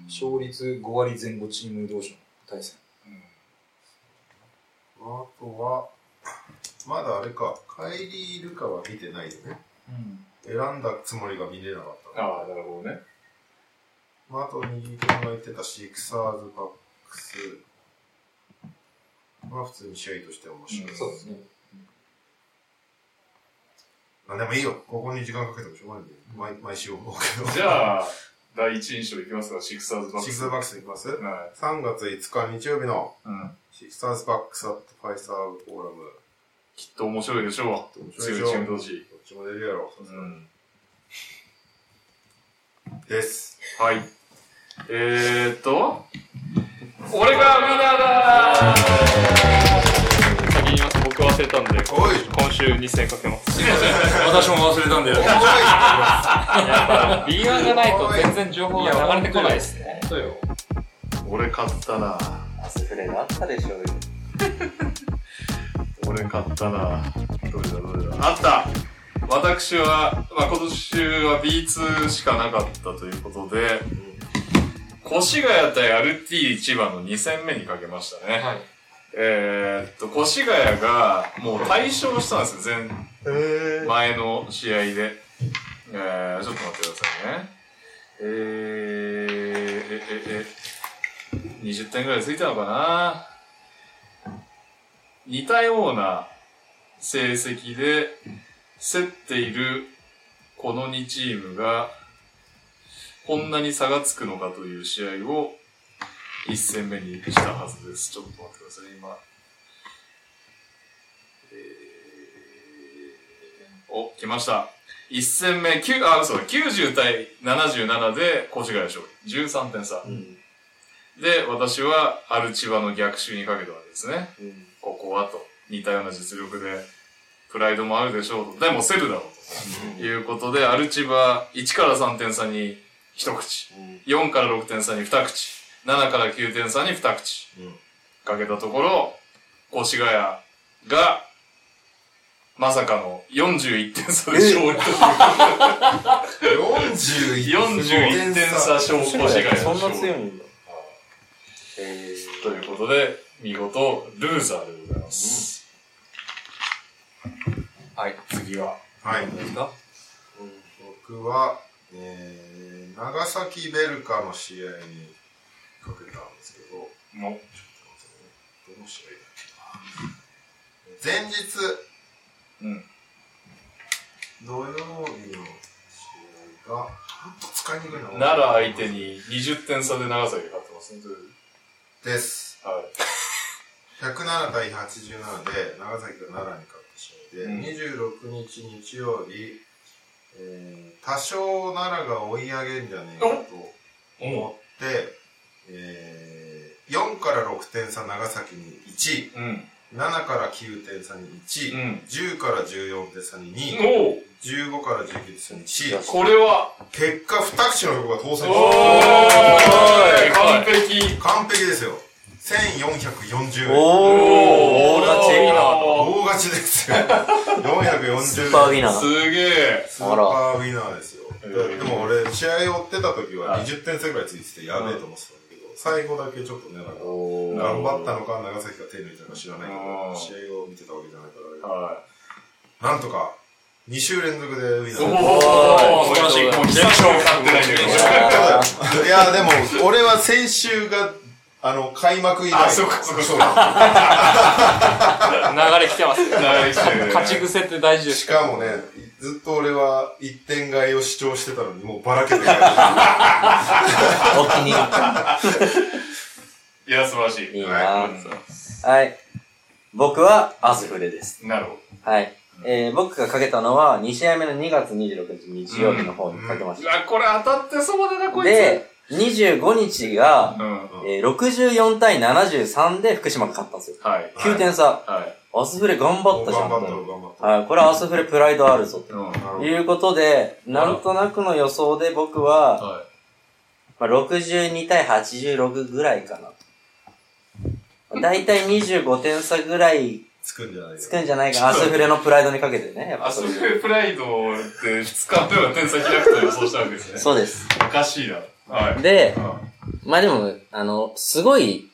S5: 勝率5割前後チーム同士の対戦。
S1: あとは、まだあれか、カイリー・ルカは見てないよね。
S5: うん。
S1: 選んだつもりが見れなかった。
S2: ああ、なるほどね。
S1: まあ、あと右手の言ってたシクサーズ、バックス、まあ普通に試合として面白い。
S5: そうですね。
S1: まあでもいいよ。ここに時間かけてもしょうがないんで、毎毎週思うけど。
S2: じゃあ、第一印象いきますか、シクサーズバック
S1: シ
S2: ス。
S1: ックスバックスいきます
S2: は
S1: ?3 月5日日曜日の
S2: い。うん。
S1: シックスバックスアットファイサーフォーラム。
S2: きっと面白いでしょ
S1: どっ
S2: う。強いチーム同士。
S1: ちも出るやろ。
S2: うん。
S1: です。
S2: はい。えーっと、俺が無駄だ
S3: 先に言います。僕忘れたんで、
S1: おい
S3: 今週2000円かけます。
S5: 私も忘れたんだよ。
S3: やっぱ [laughs] B1 じゃないと全然情報が流れてこないですね。
S5: そうよ。
S2: 俺勝ったな
S6: アスフレがあったでしょうよ。
S2: 俺勝ったなどれだどれだあった私は、まあ、今年は B2 しかなかったということで、越谷対アルティ千葉の2戦目にかけましたね。
S5: はい。
S2: えー、っと、越谷がもう大勝したんですよ、前、前の試合で。えー、ちょっと待ってくださいね。えー、え、え、え、20点ぐらいついたのかな似たような成績で競っているこの2チームが、こんなに差がつくのかという試合を1戦目にしたはずです。ちょっと待ってください、今。えー、お、来ました。1戦目、9、あ、嘘、90対77で越谷勝利。13点差。
S6: うん。
S2: で、私はアルチバの逆襲にかけたわけですね。
S6: うん。
S2: ここはと。似たような実力で、プライドもあるでしょうと。でもセルだろうと。いうことで、アルチバ1から3点差に一口。
S6: うん。
S2: 4から6点差に2口、7から9点差に2口、
S6: うん
S2: かけたところ、越谷が、まさかの41点差で勝利と
S1: 41
S2: いう、41点差勝越谷の
S6: そん
S2: 勝
S6: な強い
S2: 利。
S6: んだ。え
S2: ということで、見事、ルーザーでございます。
S5: はい。
S2: 次は、
S1: はい。
S5: ですか
S1: 僕は、えー、長崎ベルカの試合にかけたんですけど、
S2: も
S1: どの試合だっけな前日、
S2: うん
S1: 土曜日の試合が、ほんと使いにくいな。
S2: う、奈良相手に20点差で長崎が勝ってますね。
S1: です。
S2: はい。
S1: 107対87で、長崎が奈良に勝った試合で、
S2: うん
S1: 26日日曜日、えー、多少奈良が追い上げんじゃねえかと。
S2: お
S1: 思って、えー、4から6点差長崎に1、
S2: うん。
S1: 7から9点差に
S2: う
S1: 1、
S2: ん。
S1: 10から14点差に2、
S2: おう
S1: 15から19点差に1、
S2: これは、
S1: 結果2口の票が当選し
S2: お
S1: た
S2: ーい完璧
S1: 完璧ですよ。1440円。
S6: おー、大立ちいいな。
S1: 大勝ち
S2: [laughs]
S1: ですよ。440円。
S6: スーパーウィナー。
S2: すげえ
S1: スーパーウィナーですよ。
S2: あら
S1: ででも俺、試合追ってた時
S2: は
S1: はい20点差ぐらいついててやべえと思ってたんだけど、最後だけちょっとね、なんか、
S6: おー
S1: 頑張ったのか、長崎が手抜いたのか知らないけ
S2: う
S1: ど、
S2: ん
S1: 試合を見てたわけじゃないから
S2: は
S1: あれ、なんとか、2週連続でウィ
S2: い。お
S1: ナー。
S2: お素晴らしい。もう久しぶりに勝ってないんだけど。
S1: いや、でも、俺は先週が、あの、開幕以来。
S2: あそうかそうかそう
S1: か。
S3: 流れ来てます。
S2: 流れ来てるね
S3: 勝ち癖って大事です。
S1: しかもね、ずっと俺は一点買いを主張してたのに、もうばらけ [laughs] てる。
S6: お気に入
S2: いや、素晴らし
S6: り。い
S2: い。
S6: い
S1: は
S6: なはい。僕は、アスフレです。
S2: なるほど。
S6: はい。えー、僕がかけたのは、2試合目の2月26日、日曜日の方にかけまし
S2: う
S6: た。
S2: わ、これ当たってそうだな、こいつ。
S6: で、25日が、
S2: うん。
S6: えー、64対73で福島が勝ったんですよ。
S2: はい。
S6: 9点差。
S2: はい。
S6: アスフレ頑張ったじゃ
S1: 頑
S6: ん。
S1: 張ったよ、頑張った。
S6: はい、これアスフレプライドあるぞ。
S2: うん。は
S1: あ
S6: と
S1: の
S6: いうことで、なんとなくの予想で僕は、まあ、62対86ぐらいかな。だいたい25点差ぐらい
S1: つくんじゃないよ
S6: つくんじゃないかな。アスフレのプライドにかけてね。やっ
S2: い。ア
S6: ぱ
S2: ス
S6: それ
S2: フレプライドって2日目は点差開くと予想したわけですね。
S6: そうです。
S2: おかしいな。はい。
S6: で、
S2: う
S6: まあでも、あの、すごい、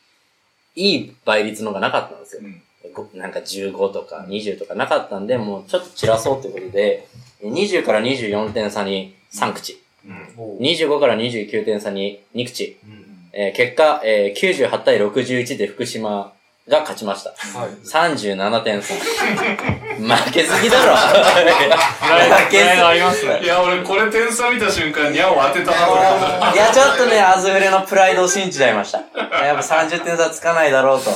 S6: いい倍率のがなかったんですよ。
S2: ん。
S6: ごなんか15とか20とかなかったんで、もうちょっと散らそうってことで、20から24点差に3口、
S2: うん。
S6: 25から29点差に2口、
S1: うん
S6: えー結果、えー、98対61で福島が勝ちました。
S5: はい。
S6: 37点差。負けすぎだろ負けす
S3: がありますね。
S2: いや、俺これ点差見た瞬間、にゃを当てたなと思った。
S6: いや、ちょっとね、アズフレのプライドを信じちゃいました。やっぱ30点差つかないだろうと。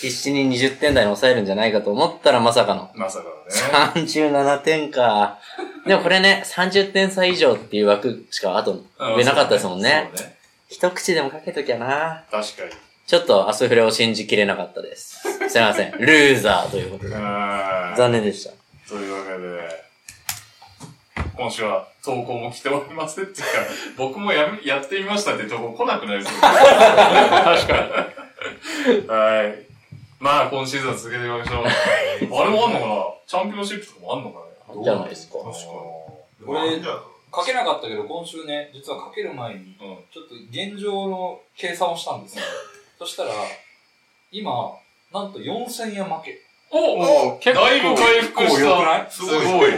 S6: 必死に20点台に抑えるんじゃないかと思ったらまさかの。
S2: まさかのね。
S6: 37点か。でもこれね、30点差以上っていう枠しか後上なかったですもんね。
S2: そうね。
S6: 一口でもかけときゃな。
S2: 確かに。
S6: ちょっとアスフレを信じきれなかったです。すいません。ルーザーということで。
S2: うん。
S6: 残念でした。
S2: というわけで、今週は投稿も来ておりませんっていうか、僕もやめやってみましたって投稿来なくなりそうです。確かに。はい。まあ、今シーズン続けていきましょう。あれもあんのかなチャンピオンシップとかもあんのかね
S6: じゃないですか。
S1: 確かに。
S5: これかけなかったけど、今週ね、実はかける前
S2: う
S5: に、
S2: ん
S5: ちょっと現状の計算をしたん
S2: [laughs]
S5: ですよ。そしたら、今、なんと4000円負け。
S2: おお
S3: 結構
S2: だいぶ回復
S5: 結構良く
S2: した。
S5: ない
S2: すごい。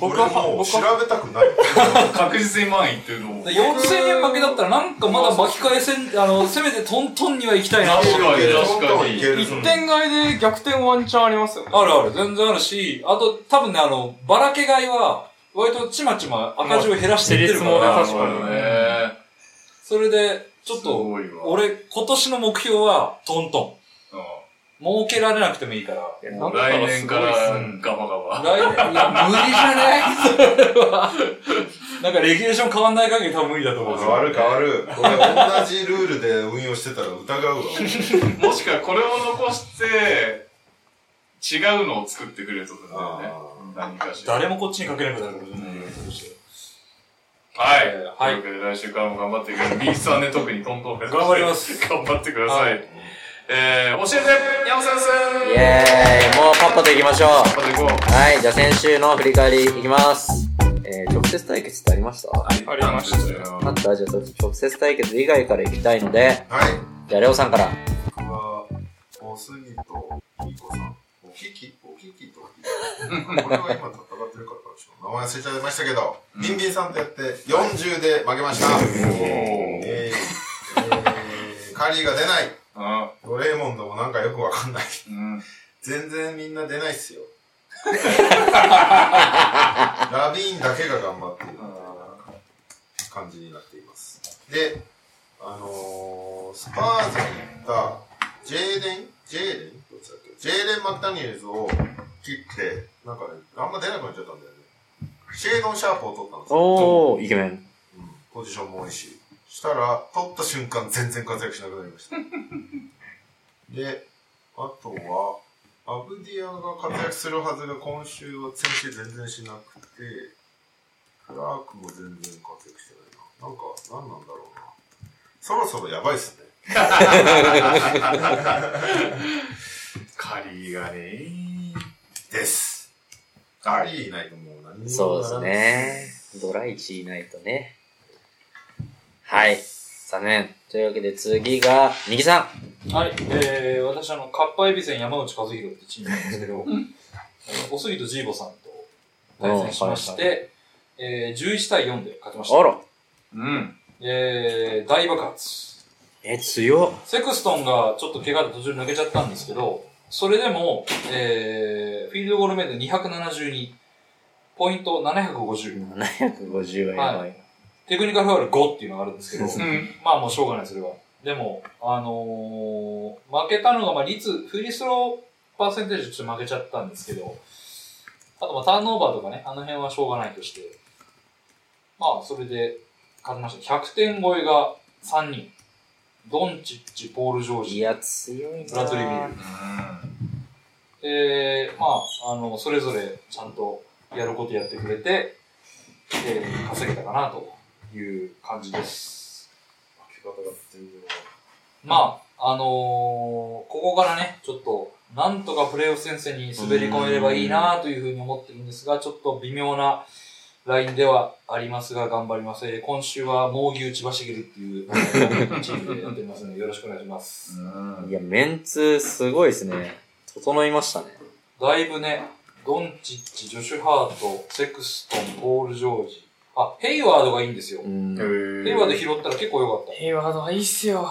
S1: 僕はもう調べたくない。
S2: 確実に満位いってると思う
S5: で。4000円負けだったら、なんかまだ巻き返せ
S2: [laughs]
S5: ん、あの、せめてトントンには行きたいなっていう。
S2: 確かに確かに
S1: いける
S3: 一点買いで逆転ワンチャンありますよね。
S5: あるある、全然あるし、あと、多分ね、あの、ばらけ買いは、割とちまちま赤字を減らしていってるか
S3: もう
S5: ら、
S3: 比率
S2: 確かにね。
S5: それで、ちょっ
S2: すご
S5: と、
S2: いわ。
S5: 俺、今年の目標は、トントン。儲けられなくてもいいか
S2: う
S5: ら。
S2: んもう来年からガ
S3: なんか
S2: バガバ。
S5: 来年、いや無理じゃないそれは。なんかレギュレーション変わんない限り多分無理だと思うんです
S1: 変
S5: よ。
S1: わる変 [laughs] わる。これ同じルールで運用してたら疑 [laughs] うわ。
S2: もしくはこれを残して、違うのを作ってくれるとかだよね。何かしら。
S5: 誰もこっちにかけなくなるからね。
S2: はい。
S5: は
S2: というわけで来週からも頑張っていくる。ミキさんね、特にトントン目指して
S5: 頑張ります。
S2: 頑張ってください。
S5: は
S2: えー、教えて山先生
S6: イエーイもうパッパと行きましょう
S2: また行こう。
S6: はい、じゃあ先週の振り返りいきます。えー、直接対決ってありました
S3: ありましたよ。
S6: あったじゃあ直接対決以外から行きたいので、
S1: はい。
S6: じゃあレオさんから。
S1: 僕は、おすぎと、ひこさん。おききおききと、これは今戦ってる方でしょ。名前忘れちゃいましたけど、ビンビンさんとやって、40で負けました。えーえーカリーが出ない。
S2: あ
S1: ドレーモンドもなんかよくわかんない。
S2: うん。
S1: 全然みんな出ないっすよ。ラビーンだけが頑張っているみたいな感じになっています。で、あのー、スパーズに行ったジェーデン、ジェーデンどっちだっけジェーデン・マッタニエルズを切って、なんかね、あんま出なくなっちゃったんだよね。シェードン・シャープを取ったんですよ。
S6: おー、イケメン。
S1: うんポジションもいいし。したら、取った瞬間全然活躍しなくなりました。で、あとは、アブディアが活躍するはずが今週は先週全然しなくて、クラークも全然活躍してないな。なんか、何なんだろうな。そろそろやばいっすね。
S2: カリーがね、
S1: です。ありいないともう何にも
S6: そうですね。ドラ1いないとね。はい、残念。というわけで次が、右さん。
S5: はい、えー、私あの、カッパエビセン山内和弘ってチームなんですけど、あのおすぎとジーボさんと対戦しまして、
S6: うん
S5: えー、11対4で勝ちました。
S6: あら。
S2: うん。
S5: えー、大爆発。
S6: え、強っ。
S5: セクストンがちょっと怪我で途中抜けちゃったんですけど、それでも、えー、フィールドゴールメイド272、ポイント750、
S6: 750はやばい。
S5: テクニカルファウル5っていうのがあるんですけど、
S2: うん。
S5: まあもうしょうがない、それは。でも、あのー負けたのが、まあ率、フリースローパーセンテージでちょっと負けちゃったんですけど、あとまあターンオーバーとかね、あの辺はしょうがないとして、まあそれで勝ちました。100点超えが3人。ドンチッチ、ポール・ジョー
S6: い
S5: ジ、
S6: や、強いな
S5: ブラッドリー・ミル。えー、まあ、あの、それぞれちゃんとやることやってくれて、えー、稼げたかなという感じです。まあ、あのーここからね、ちょっと、なんとかプレイオフ戦線に滑り込めればいいなというふうに思ってるんですが、ちょっと微妙なラインではありますが、頑張ります。えー今週は、猛牛千葉茂っていうチームでやってますので、よろしくお願いします。
S6: いや、メンツすごいですね。整いましたね。
S5: だいぶね、ドンチッチ、ジョシュ・ハート、セクストン、ポール・ジョージ、あ、ヘイワードがいいんですよ。
S6: うん。
S5: ヘイワード拾ったら結構良かっ
S4: ヘイワードはいいっすよ。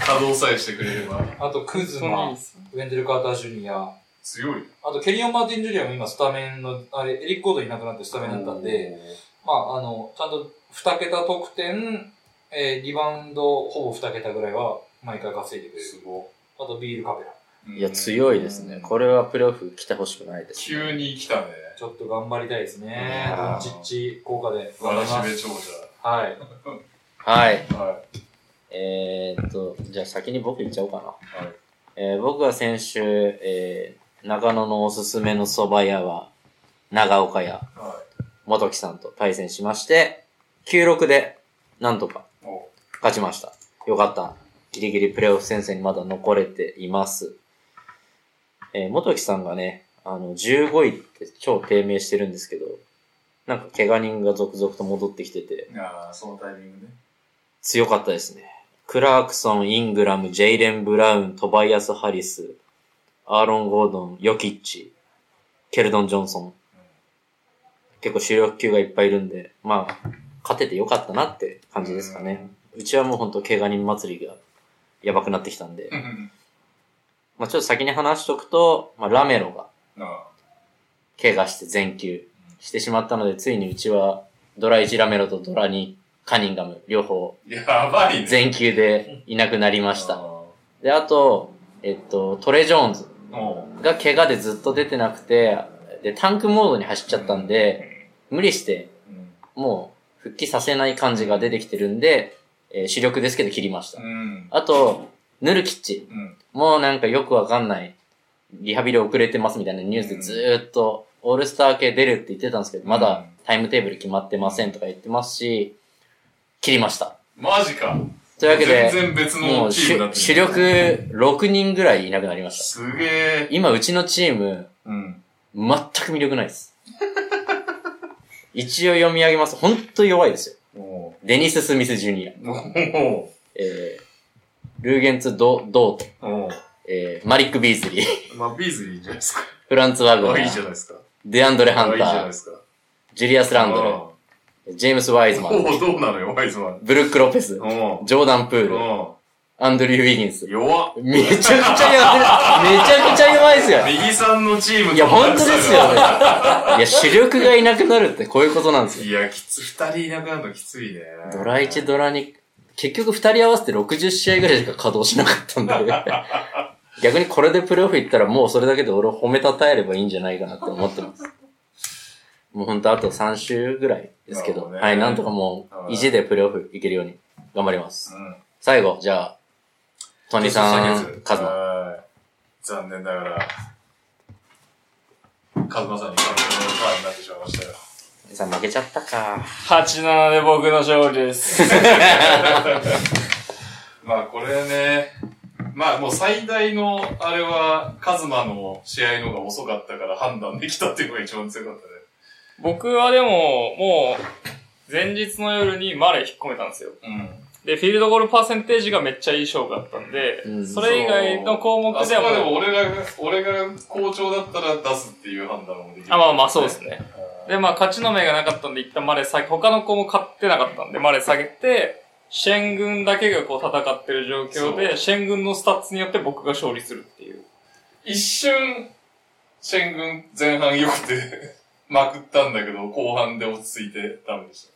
S2: 稼働さえしてくれれば
S5: た。あと、クズ
S4: そうなん
S5: マ
S4: で、すよ
S5: ウェンデル・カーター・ジュニア、あ
S2: 強い。
S5: と、ケリオン・マーティン・ジュニアも今スタメンの、あれ、エリック・コードいなくなってスタメンだったんで、まあ、あの、ちゃんと2桁得点、えーリバウンドほぼ2桁ぐらいは毎回稼いでくれる。あと、ビール・カペラ。
S2: うん、
S6: いや、強いですね。これはプレオフ来てほしくないです、
S2: 急に来たね。
S5: ちょっと頑張りたいですね。
S2: うん
S5: ドンチッチ効果で。
S2: わらし
S5: 頑張
S2: べ
S5: り
S2: 長
S5: ますはい。
S6: はい。
S2: 者。はい。
S6: えー、っと、じゃあ先に僕行っちゃおうかな。
S2: はい
S6: えー僕は先週、えー長野のおすすめの蕎麦屋は、長岡屋、
S2: は
S6: 元木さんと対戦しまして、96で、なんとか、
S2: い。お
S6: 勝ちました。よかった。ギリギリプレイオフ戦線にまだ残れています。えー元木さんがね、あの、15位って超低迷してるんですけど、なんか怪我人が続々と戻ってきてて、
S2: ああ、そのタイミングね。
S6: 強かったですね。クラークソン、イングラム、ジェイレン・ブラウン、トバイアス・ハリス、アーロン・ゴードン、ヨキッチ、ケルドン・ジョンソン。結構主力級がいっぱいいるんで、まあ、勝ててよかったなって感じですかね。うちはもうほんと怪我人祭りがやばくなってきたんで、まあちょっと先に話しとくと、まあラメロが
S2: なあ。
S6: 怪我して全休してしまったので、ついにうちはドラ1ラメロとドラ2カニンガム両方
S2: やばいね。
S6: 全休でいなくなりました。で、あと、えっと、トレ・ジョーンズ
S2: も
S6: が怪我でずっと出てなくて、で、タンクモードに走っちゃったんで、無理して、
S2: う、うん。
S6: もう復帰させない感じが出てきてるんで、えー主力ですけど切りました。
S2: うん。
S6: あと、ヌルキッチ。
S2: うん。
S6: もうなんかよくわかんない、リハビリ遅れてますみたいなニュースでずーっと、オールスター系出るって言ってたんですけど、まだタイムテーブル決まってませんとか言ってますし、切りました。
S2: マジか。
S6: というわけで、
S2: 全然別
S6: も
S2: の
S6: う
S2: チーム
S6: 主
S2: になってる
S6: 主。力6人ぐらいいなくなりました。
S2: すげえ。
S6: 今、うちのチーム、
S2: うん。
S6: 全く魅力ないです。一応読み上げます。ほんと弱いですよ。
S2: おう
S6: デニス・スミス・ジュニア。
S2: おう
S6: えー、ルーゲンツ・ド・ドート。
S2: おう
S6: えー、マリック・ビーズリー。 [laughs]
S2: まあ、ビーズいいじゃないですか。
S6: フランツ・ワグナ
S2: あいいじゃ
S6: ー。
S2: ないですか。
S6: デアンドレ・ハ
S2: あい
S6: ン
S2: い
S6: タ
S2: じゃないで
S6: ー。
S2: すか。
S6: ジュリアス・ランド
S2: お
S6: ル。ジェームス・ワイズマン。
S2: おうどうなのよ、ワイズマン。
S6: ブルック・ロペス。
S2: おう
S6: ジョーダン・プール。
S2: お
S6: アンドリュー・ウィギン
S2: う
S6: ス。
S2: 弱っ。
S6: めちゃくちゃやってる。めちゃくちゃ弱いですよ。
S2: [laughs] 右さんのチーム
S6: いや、本当ですよ
S2: ね。。
S6: いや、主力がいなくなるってこういうことなんですよ。
S2: いや、きつ、二人いなくなるのきついね。
S6: ドラ1、ドラ2、結局2人合わせて60試合ぐらいしか稼働しなかったんで。逆にこれでプレーオフ行ったらもうそれだけで俺を褒めたたえればいいんじゃないかなって思ってます。もうほんとあと3週ぐらいです
S2: な
S6: け
S2: るほ
S6: ど。
S2: どね
S6: はい、なんとかもう意地でプレーオフ行けるように頑張ります。
S2: うん。
S6: 最後、じゃあ、トニーさん、カズマ。
S2: マ。残念ながら、カズマさんにカズマのファンになってしまいましたよ。
S6: さん負けちゃったか。
S3: 87で僕の勝利です。
S2: まあこれね、まあもう最大のあれは、カズマの試合の方が遅かったから判断できたっていうのが一番強かったね。
S3: 僕はでも、もう、前日の夜にマレー引っ込めたんですよ。で、フィールドゴールパーセンテージがめっちゃいい勝負だったんで、
S6: うん
S3: それ以外の項目
S2: あそ
S3: では
S2: こはで
S3: も
S2: も
S3: う、
S2: 俺が、俺が好調だったら出すっていう判断もできる。
S3: あ、まあまあそうですね。で、まあ勝ちの目がなかったんで、一旦マレー下げ、他の子も勝ってなかったんで、マレー下げて、シェン軍だけがこう戦ってる状況
S2: そ
S3: で、シェン軍のスタッツによって僕が勝利するっていう。
S2: 一瞬、シェン軍前半良くて、 [laughs] まくったんだけど、後半で落ち着いてダメでした。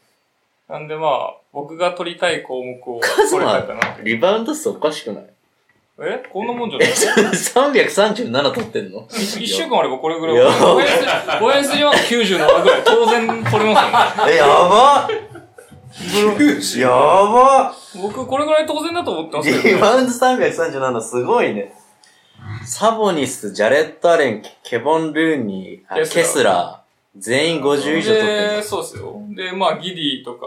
S3: なんでまあ、僕が取りたい項目を
S6: カズ
S3: 取れた
S6: マ
S3: かな。、
S6: リバウンド数おかしくない [laughs]
S3: えこんなもんじゃない
S6: ?337 取ってんの
S3: 一一週間あればこれぐらい。
S6: いや
S3: 5円すり5円すりは97ぐらい。当然取れま
S6: え、やばやば
S3: すよね。僕これぐらい当然だと思ってますけ
S6: リ
S3: どね。
S6: バウンド337すごいね。サボニス、ジャレット・アレン、ケボン・ルーニー、あ
S3: ケ
S6: ケ
S3: ス
S6: ス
S3: ラー
S6: ラー、全員50以上取って
S3: で、
S6: る。
S3: そうですよ。で、まあ、ギディとか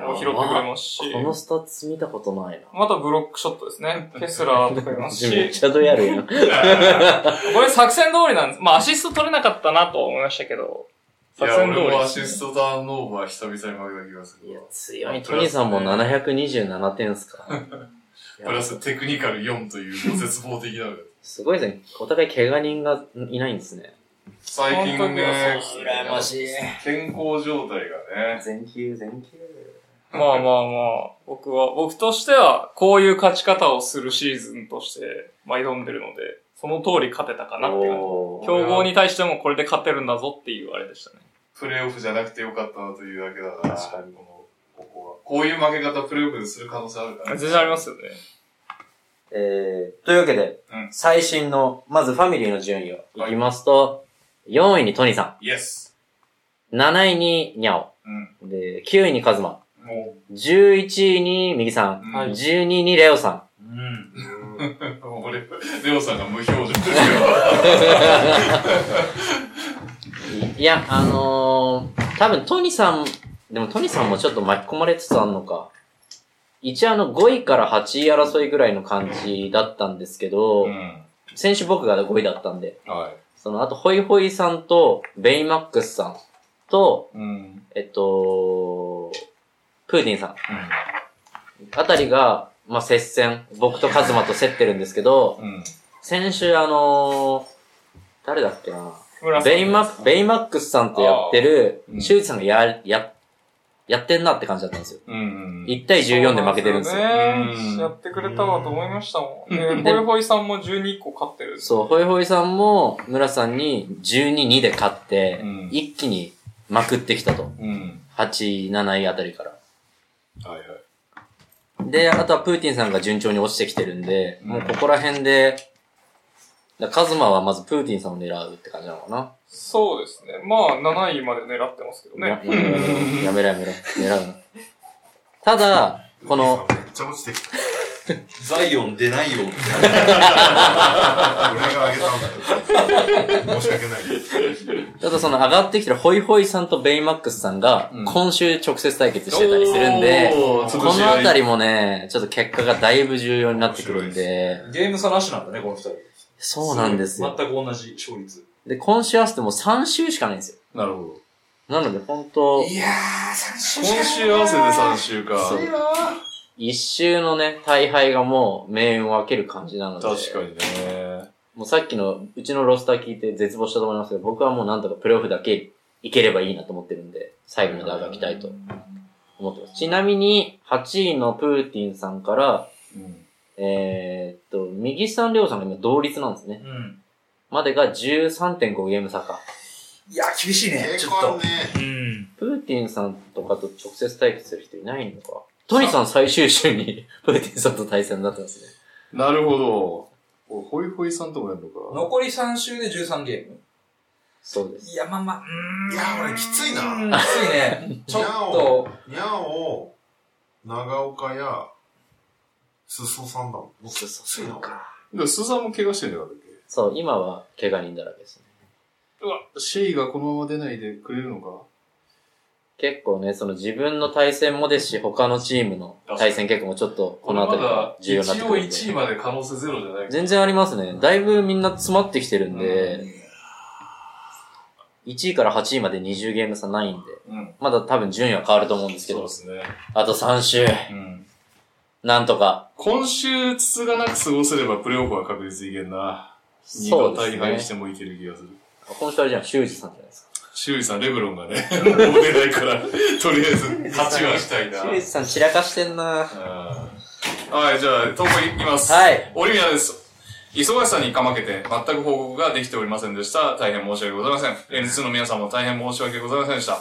S3: も拾ってくれますし、
S6: このスタッツ見たことないな。
S3: またブロックショットですね。ケスラーとかいます
S6: めっ
S3: し、
S6: ちゃどやるやん。
S3: これ作戦通りなんです。まあ、アシスト取れなかったなとは思いましたけど、
S2: い
S3: 作
S2: や、
S3: 戦通り
S2: 俺も
S3: で
S2: ア
S3: すね、
S2: シストターンオーバー久々に負けた気がす
S6: いや
S2: る。、
S6: 強い。トニーさんも727点っすか。
S2: プラステクニカル4というもう絶望的なのよ。
S6: すごいですね。お互い怪我人がいないんですね。
S2: 最近ね、
S6: 羨ましい。
S2: 健康状態がね、
S6: 全球、全球。
S3: まあまあまあ、僕は、僕としては、こういう勝ち方をするシーズンとして、まあ挑んでるので、その通り勝てたかなっていう
S6: おー
S3: 感じ。強豪に対してもこれで勝てるんだぞっていうあれでしたね。
S2: プレイオフじゃなくてよかったなというだけだから、
S6: 確か
S2: このここはこういう負け方プレイオフでする可能性あるから、
S3: 全
S2: ね。
S3: 然ありますよね。
S6: えー、というわけで、
S2: うん
S6: 最新の、まずファミリーの順位をいきますと、4位にトニーさ
S2: イエス。
S6: ん、7位にニャオ、
S2: うん。
S6: で9位にカズマ、
S2: も
S6: 11位に右さん、
S2: う、
S5: はい
S6: 12位にレオさん、
S5: うん。
S2: もう俺、レオさんが無表情ですよ。
S6: いや、あのー、多分トニさん、でもトニさんもちょっと巻き込まれつつあんのか。一応あの5位から8位争いぐらいの感じだったんですけど、
S2: うん。
S6: 先週僕が5位だったんで、
S2: はい。
S6: そのあとホイホイさんとベイマックスさんと、
S2: うん。
S6: えっと、プーディンさんあたりが、まあ、接戦、僕とカズマと競ってるんですけど、
S2: うん。
S6: 先週あのー、誰だっけな
S3: 村瀬
S6: ベイマック、ベイマックスさんとやってる
S2: あーう、ん
S6: 修二さんがや、や、やってんなって感じだったんですよ。
S2: うん。
S6: 1対14で負けてるんですよ。
S3: ね
S2: うん
S3: やってくれたわと思いましたもん。で、
S6: ん
S3: ホイホイさんも12個勝ってる。
S6: そう、ホイホイさんも、村さんに12-2で勝って、
S2: うん
S6: 一気にまくってきたと。
S2: うん。
S6: 8、7位あたりから。
S2: はいはい。
S6: で、あとはプーティンさんが順調に落ちてきてるんで、
S2: うん
S6: もうここら辺で、だカズマはまずプーティンさんを狙うって感じなのかな。
S3: そうですね。まあ、7位まで狙ってますけど
S6: や
S3: ね。
S6: やめろやめろ。狙うな。ただ、この、
S1: めっちゃ落ちてきた。
S7: ザイオン出ないよ。
S1: 俺が上げたんだよ。申し訳ない。
S6: ただその上がってきてるホイホイさんとベイマックスさんが
S2: うん、
S6: 今週直接対決してたりするんで、
S2: おー、
S6: このあた
S2: り。
S6: りもね、ちょっと結果がだいぶ重要になってくるん
S2: 面
S6: で
S2: 白い、
S5: ゲーム差なしなんだね、この二人。
S6: そうなんですよ。
S5: 全く同じ勝率。
S6: で、今週合わせてもう3週しかないんですよ。
S2: なるほ
S6: なので本当
S2: ど。いやー、3週今週合わせて3週か。
S6: そう一周のね、大敗がもう命運を分ける感じなので、
S2: 確かにね。
S6: もうさっきのうちのロスター聞いて絶望したと思いますけど、僕はもうなんとかプレイオフだけいければいいなと思ってるんで、最後まで上がりたいと思ってます。ちなみに、8位のプーティンさんから、
S2: うん。
S6: えー、っと、右さん、りょうさんが今同率なんですね。
S5: うん。
S6: までが13.5ゲーム差か。
S5: いや、厳しいね、ち
S1: 結
S5: ょっと
S1: 構。ね、
S5: うん。
S6: プーティンさんとかと直接対決する人いないのか。トニーさん最終週に [laughs] プーティンさんと対戦になってますね。
S2: なるほど。おホイホイさんともやるのか。
S5: 残り3周で13ゲーム
S6: そうです。
S5: いや、まあまあ、うーん。
S1: いや俺きついな
S5: うーんきつい
S1: [laughs]
S5: ね。ちょっと、
S1: にゃお、長岡や、裾さんだもん。
S6: 裾さん
S1: か。
S2: でも、スーさんも怪我してんじゃなかったっけ
S6: そう、今は怪我人だらけですね。
S2: シェイがこのまま出ないでくれるのか
S6: 結構ね、その自分の対戦もですし、他のチームの対戦結構もちょっとこの辺りが重要になってくるんで。
S2: まで可能性ゼロじゃない
S6: 全然ありますね。だいぶみんな詰まってきてるんで、1位から8位まで20ゲーム差ないんで、
S2: うん。
S6: まだ多分順位は変わると思うんですけ
S2: そう
S6: ど
S2: で、すね。
S6: あと3週、
S2: うん。
S6: なんとか。
S2: 今週、筒がなく過ごせればプレイオフは確実にいけんな。二
S6: そ
S2: 度
S6: うで
S2: 大
S6: す
S2: 敗して
S6: ね。
S2: もいける気がする。
S6: 今週あれじゃん、修二さんじゃないですか。
S2: 修理さん、レブロンがね、 [laughs] もう出ないから、とりあえ
S6: [laughs]
S2: ず、勝ちはしたいな。
S6: 修二さん散らかしてんな
S2: うんはい、じゃあ、投稿いきます。
S6: はい。
S2: オリミアです。忙しさにかまけて、全く報告ができておりませんでした。大変申し訳ございません。N2 の皆さんも大変申し訳ございませんでした。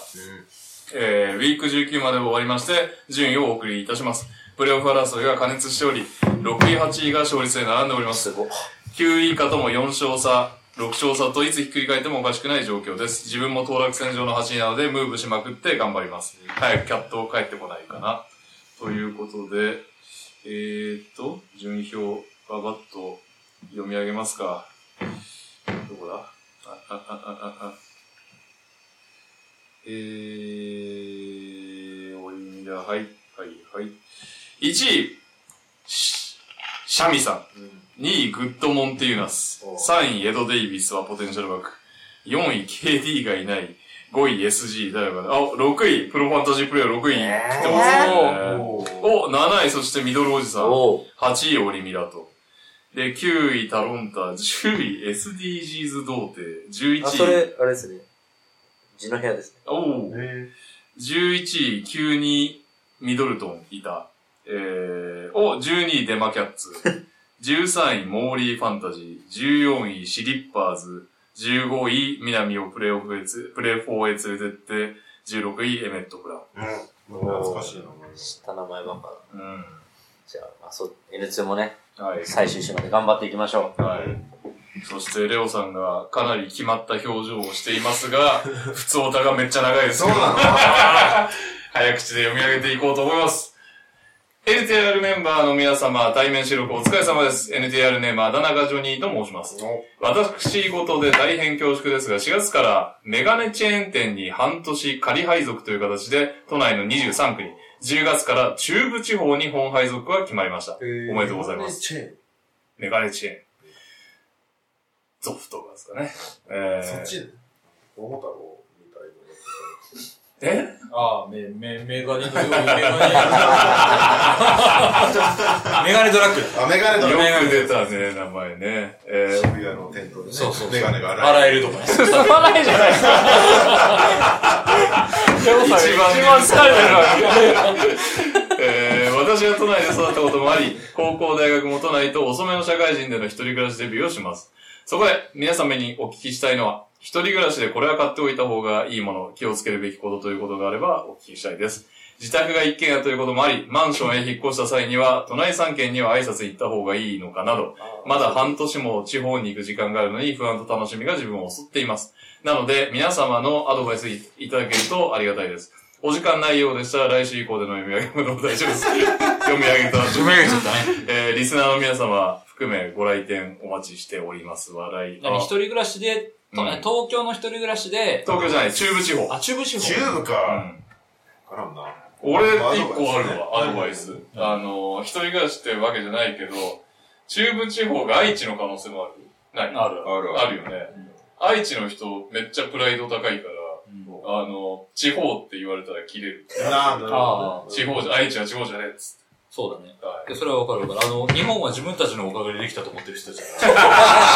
S2: えー、ウィーク19まで終わりまして、順位をお送りいたします。プレーオフ争いが加熱しており、6位、8位が勝率で並んでおります。9位以下とも4勝差、6勝差といつひっくり返ってもおかしくない状況です。自分も当落線上の8位なので、ムーブしまくって頑張ります。早くキャットを帰ってこないかな。ということで、えー、っと、順位表、ばばっと読み上げますか。どこだあ、あ、あ、あ、あ、あ。えー、おいみだ、はい、はい、はい。1位、シシャミさん。2位、グッドモンテユナス。3位、エド・デイビスはポテンシャルバック。4位、KD がいない。5位、SG、誰かなあ、6位、プロファンタジープレイヤー6位来てますね。お、7位、そしてミドルおじさん。
S6: おう
S2: 8位オリミラと。えで、9位タロンタ、10位 SDGs 童貞、11位。
S6: あ、それ、あれですね。地の部屋ですね。
S2: おう
S1: え
S2: 11位、急にミドルトンいた。えー、お、12位、デマキャッツ。13位、モーリーファンタジー。14位、シリッパーズ。15位、南をプレイオフへつ、プレイフォーへ連れてって、16位、エメット・ブラ
S1: うん。懐かしいな。
S6: 知った名前ばっか
S2: ウ
S6: だ。
S2: ン。うん。
S6: じゃあ、あそう、N2 もね、
S2: はい。
S6: 最終週まで頑張っていきましょう。
S2: はい。そして、レオさんがかなり決まった表情をしています
S1: [laughs]
S2: が、普通オタがめっちゃ長いです
S1: そう
S2: けど
S1: なの
S2: 早口で読み上げていこうと思います。NTR メンバーの皆様、対面収録お疲れ様です。NTR ネーム、あだ名がジョニーと申します。私事で大変恐縮ですが、4月からメガネチェーン店に半年仮配属という形で、都内の23区に、10月から中部地方に本配属が決まりました。おめでとうございます。メガネチェーン。ゾフとかですかね。えー
S1: そっちね桃太郎みたいな
S2: え
S5: ああ、め、め、メガネドラッグ。メガネドラッグ。
S1: やつ。あ、メガネだろ。
S2: よく出たね、名前ね。えー
S1: 渋谷の店頭でね。
S5: そうそうそう
S1: メガネがある。
S5: 洗えるとかね。
S3: そまないじゃないですか。
S2: 一番
S3: 疲れてるわけ。
S2: えー私は都内で育ったこともあり、高校、大学も都内と遅めの社会人での一人暮らしデビューをします。そこで、皆様にお聞きしたいのは、一人暮らしでこれは買っておいた方がいいもの、気をつけるべきことということがあればお聞きしたいです。自宅が一軒家ということもあり、マンションへ引っ越した際には、都内3軒には挨拶行った方がいいのかなど、まだ半年も地方に行く時間があるのに不安と楽しみが自分を襲っています。なので、皆様のアドバイスいいただけるとありがたいです。お時間ないようでしたら来週以降での読み上げも大丈夫
S5: [laughs]
S2: です。読み上げた。
S5: メガネちゃったね。
S2: えー、リスナーの皆様含めご来店お待ちしております。笑い。あ
S5: 何一人暮らしで、と
S2: うん
S5: 東京の一人暮らしで、
S2: 東京じゃない、中部地方。
S5: あ、中部地方。
S1: チューブ
S2: う
S1: か。
S2: ん
S1: わからんな。
S2: 俺、一
S1: アドバイスね
S2: 個あるわ、アドバイス。あのー、一人暮らしってわけじゃないけど、中部地方が愛知の可能性もある。ない
S5: ある
S1: ある
S2: あるよね。愛知の人、めっちゃプライド高いから、あの、地方って言われたら切れる。
S1: なんだ
S5: あ
S1: ろう。
S2: 地方じゃ、愛知は地方じゃねえっつっ
S5: そうだね。
S2: て。はい
S5: いやそれはわかるわかる。あの、日本は自分たちのおかげでできたと思ってる人じゃ
S1: [laughs]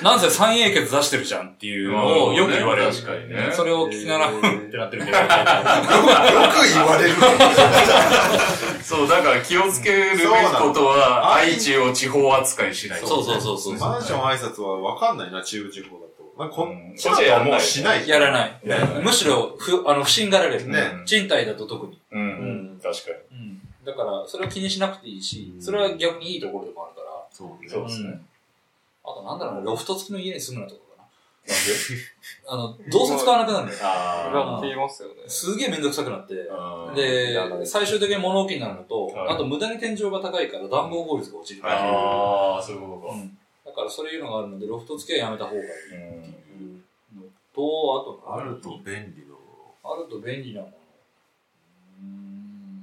S5: ん。なんせ三英傑出してるじゃんっていうのをよく言われる。
S2: 確かにね。
S5: それを聞きながら、ふんってなってる [laughs] けど。
S1: よく言われる。
S2: そう、だから気をつけるべきことは、愛知を地方扱いしない。
S5: そうそうそうそう。
S1: マンション挨拶はわかんないな、中部地方だと。なんかこ
S2: うん
S1: っちだとはもうしない。
S5: やら
S1: い。
S5: ない。
S2: やらない
S5: むしろ、ふ、あの、不審がられる。
S1: ね
S5: 賃貸だと特に。
S2: うん。うん。確か
S5: うん。だから、それを気にしなくていいし、それは逆にいいところでもあるから。
S1: そうね
S2: に。そうですね。
S5: あと、なんだろうな、ロフト付きの家に住むなとかかな。あの、どうせ使わなくなるんだよ。
S2: あ
S3: って言いますよね。
S5: すげえめんどくさくなって。
S2: あ。、
S6: いらな
S5: で、
S6: い
S5: 最終的に物置になるのと、
S2: はい
S5: あと無駄に天井が高いから暖房効率が落ちる。
S2: ああ、そういうこ
S5: うんだからそういうのがあるので、ロフト付きはやめた方がい
S2: と
S5: い。
S2: か。うん。
S5: と、あと、
S1: あると便利の。
S5: あると便利なもの。うーん。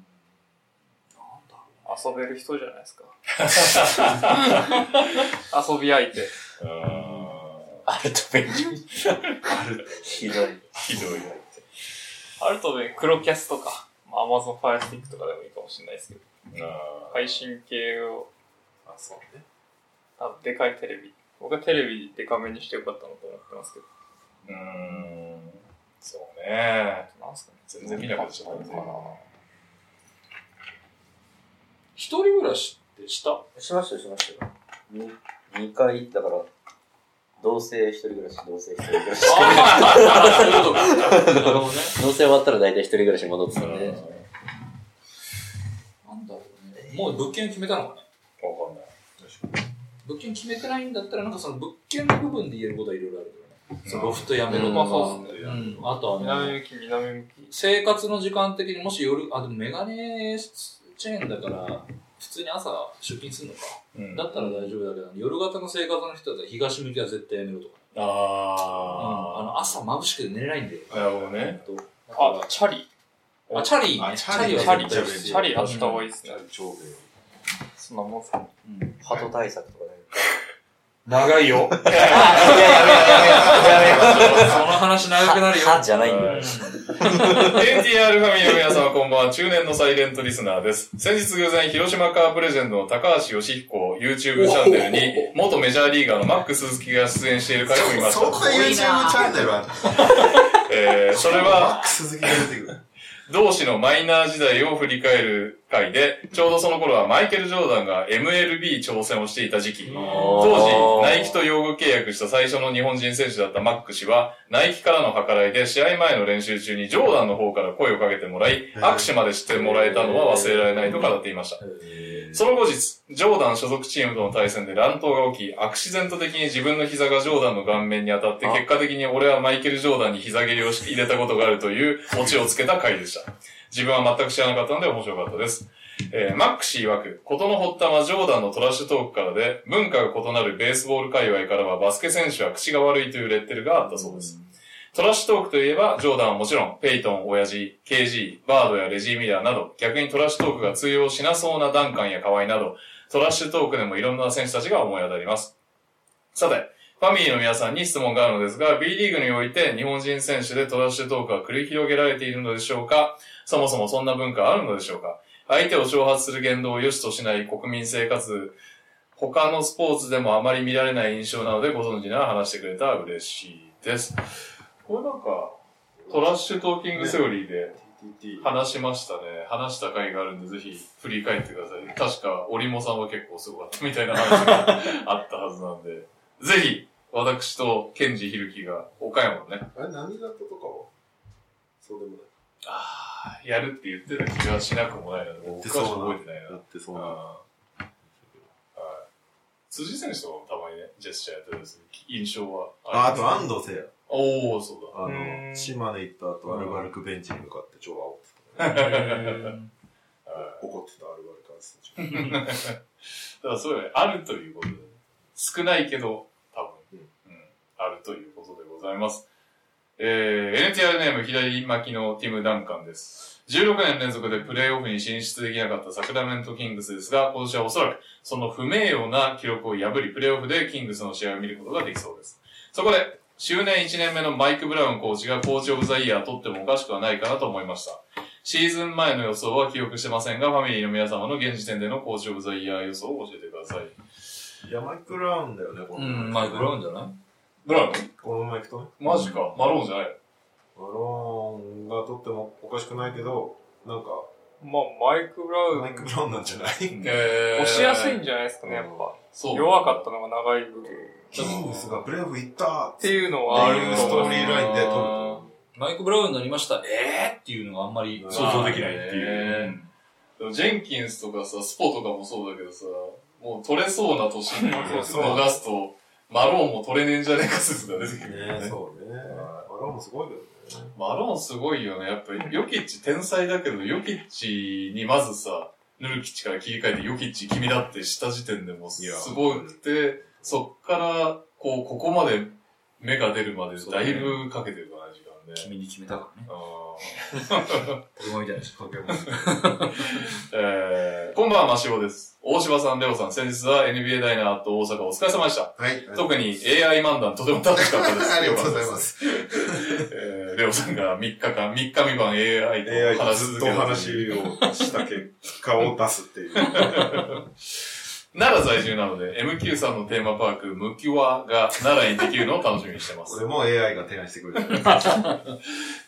S5: なんだろ
S3: 遊べる人じゃない
S5: [laughs]
S3: ですか。遊び相手。
S6: あると便利。ひどい。
S2: ひどい。
S3: あるとね、黒キャスとか、まあ Amazon Fire Stick とかでもいいかもしれないですけど、配信系を、
S1: あ、そうね。
S3: あのでかいテレビ。僕はテレビでかめにしてよかったのと思ってますけ
S2: うん。そうね。
S3: ど、なんすかね。
S2: 全然見なかったじゃない
S5: な一人暮らしってした
S6: しましたよしましたよ。に二回、だから、同棲一人暮らし、同棲一人暮らし。
S5: ああ、そういうことか。なるほどね。
S6: [laughs] 同棲終わったら大体一人暮らしに戻ってたんで。
S5: なんだろうね。もう物件決めたのかね。
S2: わかんない。
S5: 物件決めてないんだったら、なんかその物件の部分で言えることはいろいろあるけどね。そのロフトやめろと
S3: うん
S5: か
S3: まあそうっすね
S5: うんあとはね。
S3: 南向き、南向き。
S5: 生活の時間的にもし夜、あ、でもメガネチェーンだから、普通に朝出勤するのか。
S2: うん
S5: だったら大丈夫だけど、夜型の生活の人だったら東向きは絶対やめろとか。あ
S2: あ
S5: の朝眩しくて寝れないんで。
S2: あ。なるほどね。
S5: ほんと
S3: あ、チャリ。
S5: あ、チャリね。
S1: あチャリ
S5: は
S3: チャ
S5: 絶
S3: リ、
S5: 対必
S3: チ
S5: 要
S3: ャリあった方がいいですね。
S1: 超便利。
S3: そんなもんっすかね。
S5: うん
S6: ハト対策とかね。
S5: 長
S6: [laughs]
S5: いよ。
S6: いややめ
S5: その話長くな
S3: [laughs]
S5: るよ。
S6: はじゃないんだよ。
S2: NTR ファミリーの皆様こんばんは、中年のサイレントリスナーです。先日偶然、広島カープレジェンドの高橋義彦を YouTube チャンネルに、元メジャーリーガーのマック鈴木が出演している回を見まし
S1: そ
S2: た。
S1: こで YouTube チャンネルあんの
S2: えー、それ
S1: マ
S2: は、
S1: ックス好きが出てくる。
S2: 同志のマイナー時代を振り返る回で、ちょうどその頃はマイケル・ジョーダンが MLB 挑戦をしていた時期。当時、ナイキと用語契約した最初の日本人選手だったマック氏は、ナイキからの計らいで試合前の練習中にジョーダンの方から声をかけてもらい、
S1: ー
S2: 握手までしてもらえたのは忘れられないと語っていました。その後日、ジョーダン所属チームとの対戦で乱闘が起き、アクシデント的に自分の膝がジョーダンの顔面に当たって、結果的に俺はマイケル・ジョーダンに膝蹴りをして入れたことがあるというオチをつけた回でした。自分は全く知らなかったので面白かったです。えーマック氏曰く、ことの発端はジョーダンのトラッシュトークからで、文化が異なるベースボール界隈からはバスケ選手は口が悪いというレッテルがあったそうです。トラッシュトークといえば、ジョーダンはもちろん、ペイトン、親父、KG、バードやレジー・ミラーなど、逆にトラッシュトークが通用しなそうなダンカンや河合など、トラッシュトークでもいろんな選手たちが思い当たります。さて、ファミリーの皆さんに質問があるのですが、B リーグにおいて日本人選手でトラッシュトークが繰り広げられているのでしょうかそもそもそんな文化はあるのでしょうか相手を挑発する言動を良しとしない国民生活、他のスポーツでもあまり見られない印象なのでご存知なら話してくれたら嬉しいです。これなんか、トラッシュトーキングセオリーで話しましたね。話した回があるんで、ぜひ振り返ってください。確か、折茂さんは結構すごかったみたいな話があったはずなんで、ぜひ、私とケンジヒルキが岡山のね、
S1: あれ、波型とかはそうでもない。
S2: あーやるって言ってた気がしなくもないな。僕はちょっと覚えてないな。
S1: だってそうな。
S2: はい辻選手とかもたまにね、ジェスチャーやってるんですけど、印象は
S1: あ、あと
S2: ん
S1: 安藤聖也。
S2: おー、そう
S1: あ
S3: う
S1: の、
S3: ん
S1: 島根行った後、アルバルクベンチに向かって超青って
S2: だ。はい
S1: 怒ってたアルバルクアンスたち。
S2: だからそういうのねあるということで、少ないけど、多分、うん、あるということでございます。えー、NTR ネーム左巻きのティム・ダンカンです。16年連続でプレイオフに進出できなかったサクラメント・キングスですが、今年はおそらくその不名誉な記録を破り、プレイオフでキングスの試合を見ることができそうです。そこで、周年1年目のマイク・ブラウンコーチがコーチオブザイヤー取ってもおかしくはないかなと思いました。シーズン前の予想は記憶してませんが、ファミリーの皆様の現時点でのコーチオブザイヤー予想を教えてください。
S1: いや、マイク・ブラウンだよね、こ
S5: う
S1: の
S5: ん、マイク・ブラウンじゃない
S2: ブラウン
S1: このマイクとね。
S2: マジか。マローンじゃない
S1: マローンが取ってもおかしくないけど、なんか、
S3: まあ、マイク・ブラウ
S1: マイク・
S3: ン、
S1: ブラウンなんじゃない
S2: え
S3: 押しやすいんじゃないですかね、やっぱ。
S2: そう。
S3: 弱かったのが長い部分。っ
S1: キングスがプレイオフ行ったって
S3: ていうのはある
S1: い
S3: と
S1: うスト
S3: 思
S1: ー
S3: う
S1: リーラインで取ると。
S5: マイク・ブラウンになりました。えーっていうのがあんまり。
S2: 想像できないいっていう。でもジェンキンスとかさ、スポとかもそうだけどさ、もう取れ [laughs] そうな年に逃すと、マローンも取れねえんじゃねえか説が出てくるよ
S1: ね
S2: ね。
S1: そうね。マローンもすごいけどね。
S2: マローンすごいよね。やっぱ、ヨキッチ天才だけど、ヨキッチにまずさ、ヌルキッチから切り替えて、ヨキッチ君だってした時点でもうす
S1: いや
S2: ごくて、そっから、こう、ここまで目が出るまで
S5: そう
S2: だ
S5: だね
S2: いぶかけてるかな、時間ね。
S5: 君に決めたからね。
S2: あー
S5: 子供みたいな人。
S2: えー、こんばんは、マシオです。大柴さん、レオさん、先日は NBA ダイナーと大阪お疲れ様でした。
S1: はい。
S2: 特に AI 漫談とても楽しかったです。
S1: [laughs] ありがとうございま。す。
S2: えー、レオさんが3日間、3日未満 AI と
S1: AI
S2: 話し
S1: ず
S2: 続
S1: っ
S2: け
S1: と
S2: た
S1: 話をした結果を出すっていう。
S2: 奈良在住なので、MQ さんのテーマパーク、ムキュワが奈良にできるのを楽しみにしてま [laughs] す
S1: 俺。も AI が提案してくれる。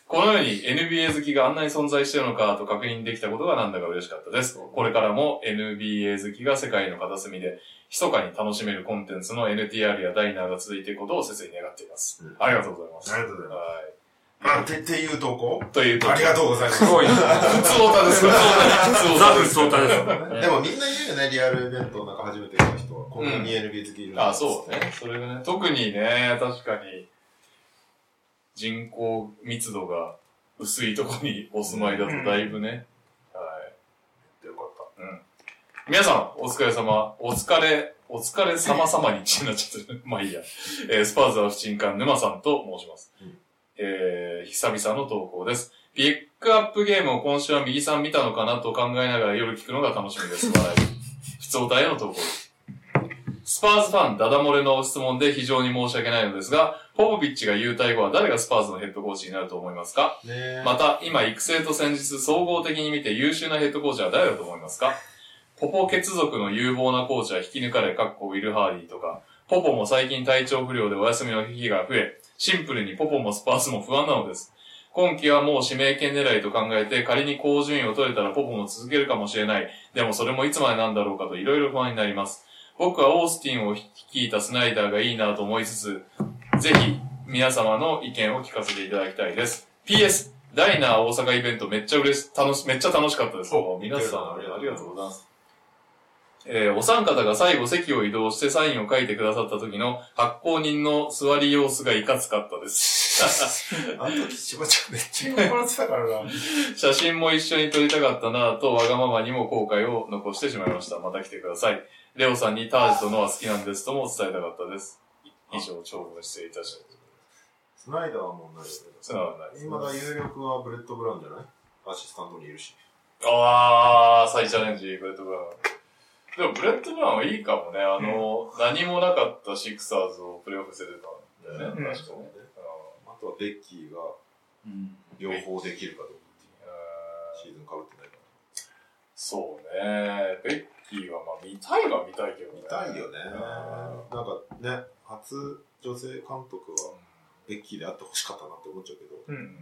S2: このように NBA 好きがあんなに存在してるのかと確認できたことがなんだか嬉しかったです。これからも NBA 好きが世界の片隅で、密かに楽しめるコンテンツの NTR やダイナーが続いていくことを切に願っています。
S1: うん
S2: ありがとうございます。
S1: ありがとうござい
S2: は
S1: あ、て、ていう投稿
S2: い。という
S1: ありが
S2: と
S1: とうございま
S3: す
S1: す。
S3: ごいな。
S2: う。普通オタです。普通オタです。普通オタです。
S1: でもみんな言うよね、リアルイベントなんか初めて来た人は。こんなに NB 好きいるんだ
S2: あ、そうね。それがね、特にね、確かに、人口密度が薄いとこにお住まいだとだいぶね、はい。
S1: よかっ
S2: 皆さん、お疲れ様、お疲れ、お疲れ様様にちになっちゃってる。 [laughs] まあいいや。えースパーズは不沈館沼さんと申します。
S1: うん
S2: えー、久々の投稿です。ピックアップゲームを今週は右さん見たのかなと考えながら夜聞くのが楽しみです。笑い。普通お題の投稿です。ススパーズファン、ダダ漏れの質問で非常に申し訳ないのですが、ポポビッチが優退後は誰がスパーズのヘッドコーチになると思いますか
S1: ね
S2: また、今育成と戦術総合的に見て優秀なヘッドコーチは誰だと思いますかポポ血族の有望なコーチは引き抜かれ、かっこウィル・ハーリーとか、ポポも最近体調不良でお休みの日が増え、シンプルにポポもスパーズも不安なのです。今季はもう指名権狙いと考えて、仮に高順位を取れたらポポも続けるかもしれない。でもそれもいつまでなんだろうかといろいろ不安になります。僕はオースティンを率いたスナイダーがいいなと思いつつ、ぜひ皆様の意見を聞かせていただきたいです。PS、ダイナー大阪イベントめっちゃ嬉し、楽し、めっちゃ楽しかったです。皆さんありがとうございます。えーお三方が最後席を移動してサインを書いてくださった時の発行人の座り様子がいかつかった [laughs] です。
S1: あの時、しばちゃんめっちゃ酔っ払ってたからな。
S2: 写真も一緒に撮りたかったなぁと、わがままにも後悔を残してしまいました。また来てください。レオさんにタージとノア好きなんですとも伝えたかったです。以上、長文失礼いたしまし
S1: スナイダーはもうないよね。
S2: た。つながらないです。
S1: 今だ有力はブレッド・ブラウンじゃないアシスタントにいるし。
S2: あー、再チャレンジ、ブレッド・ブラウン。でも、ブレッド・ブラウンはいいかもね。あの、何もなかったシクサーズをプレイオフしてたんだよね、
S3: うん
S2: 確かにね。
S1: あとはベッキーが
S2: うん
S1: 両方できるかどうかっていう。シーズンかぶってないか
S2: そうね。ベッキーは、まあ、見たいは見たいけどね。
S1: ら。痛いよね。なんかね、初女性監督はベッキーであってほしかったなって思っちゃうけど。
S3: うん。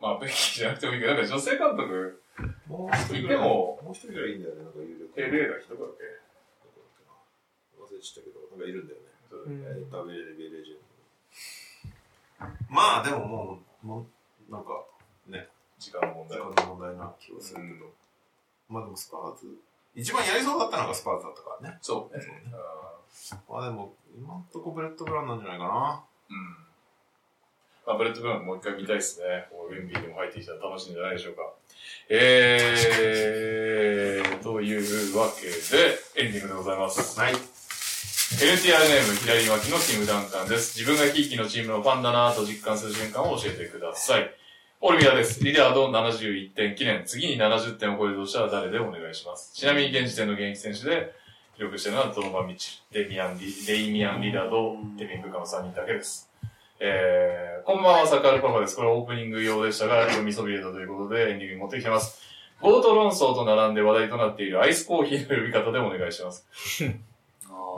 S2: まあ、ベッキーじゃなくてもいいけど、なんか女性監督、
S1: もう一人ぐらい。
S2: でも
S1: う一人ぐらいいいんだよね。なんか有力。
S2: LA の人だっけ
S1: 忘れちゃったけど、なんかいるんだよね。
S2: そう
S4: うん
S1: えーダブル LBL ジェンまあ、でももう、もうなんか、
S2: 時間の問
S1: 時
S2: 題。
S1: 間の問題な気がするけど、まあでもスパーズ、一番やりそうだったのがスパーズだったからね。
S2: そうね。
S1: まあでも、今んとこブレッドブラウンなんじゃないかな。
S2: うん。まあ、ブレッドブラウンもう一回見たいですね。こうウェンビーでも入ってきたら楽しいんじゃないでしょうか。えー、というわけで、エンディングでございます。
S1: はい。
S2: LTR ネーム左脇のキムダンカンです。自分がひいきのチームのファンだなぁと実感する瞬間を教えてください。オルミアです。リラード71点記念。次に70点を超えるとしたら誰でお願いします。ちなみに現時点の現役選手で記録してるのはドーマン・ミッチェル、デミアン・リデイミアン・リラード、デビン・ブカの3人だけです。えー、こんばんは、サッカールパパです。これはオープニング用でしたが、読みそびれたということでエンディングに持ってきてます。ボート論争と並んで話題となっているアイスコーヒーの呼び方でお願いします。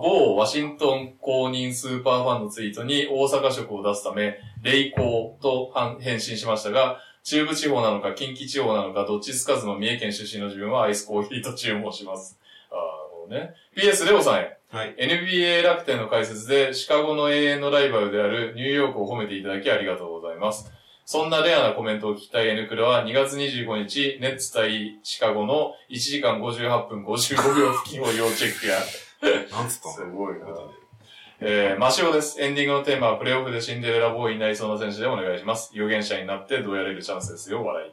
S2: 某ワシントン公認スーパーファンのツイートに大阪色を出すため、霊光と返信しましたが、中部地方なのか近畿地方なのかどっちつかずの三重県出身の自分はアイスコーヒーと注文します。ああ、なるほどね。PS レオさんへ。
S1: はい
S2: NBA 楽天の解説でシカゴの永遠のライバルであるニューヨークを褒めていただきありがとうございます。そんなレアなコメントを聞きたい N クラは2月25日、ネッツ対シカゴの1時間58分55秒付近を要チェックや。
S1: なんつったの
S2: すごいな。えー、マシオです。エンディングのテーマはプレイオフでシンデレラボーイになりそうな選手でお願いします。有言者になってどうやれるチャンスですよ、笑い。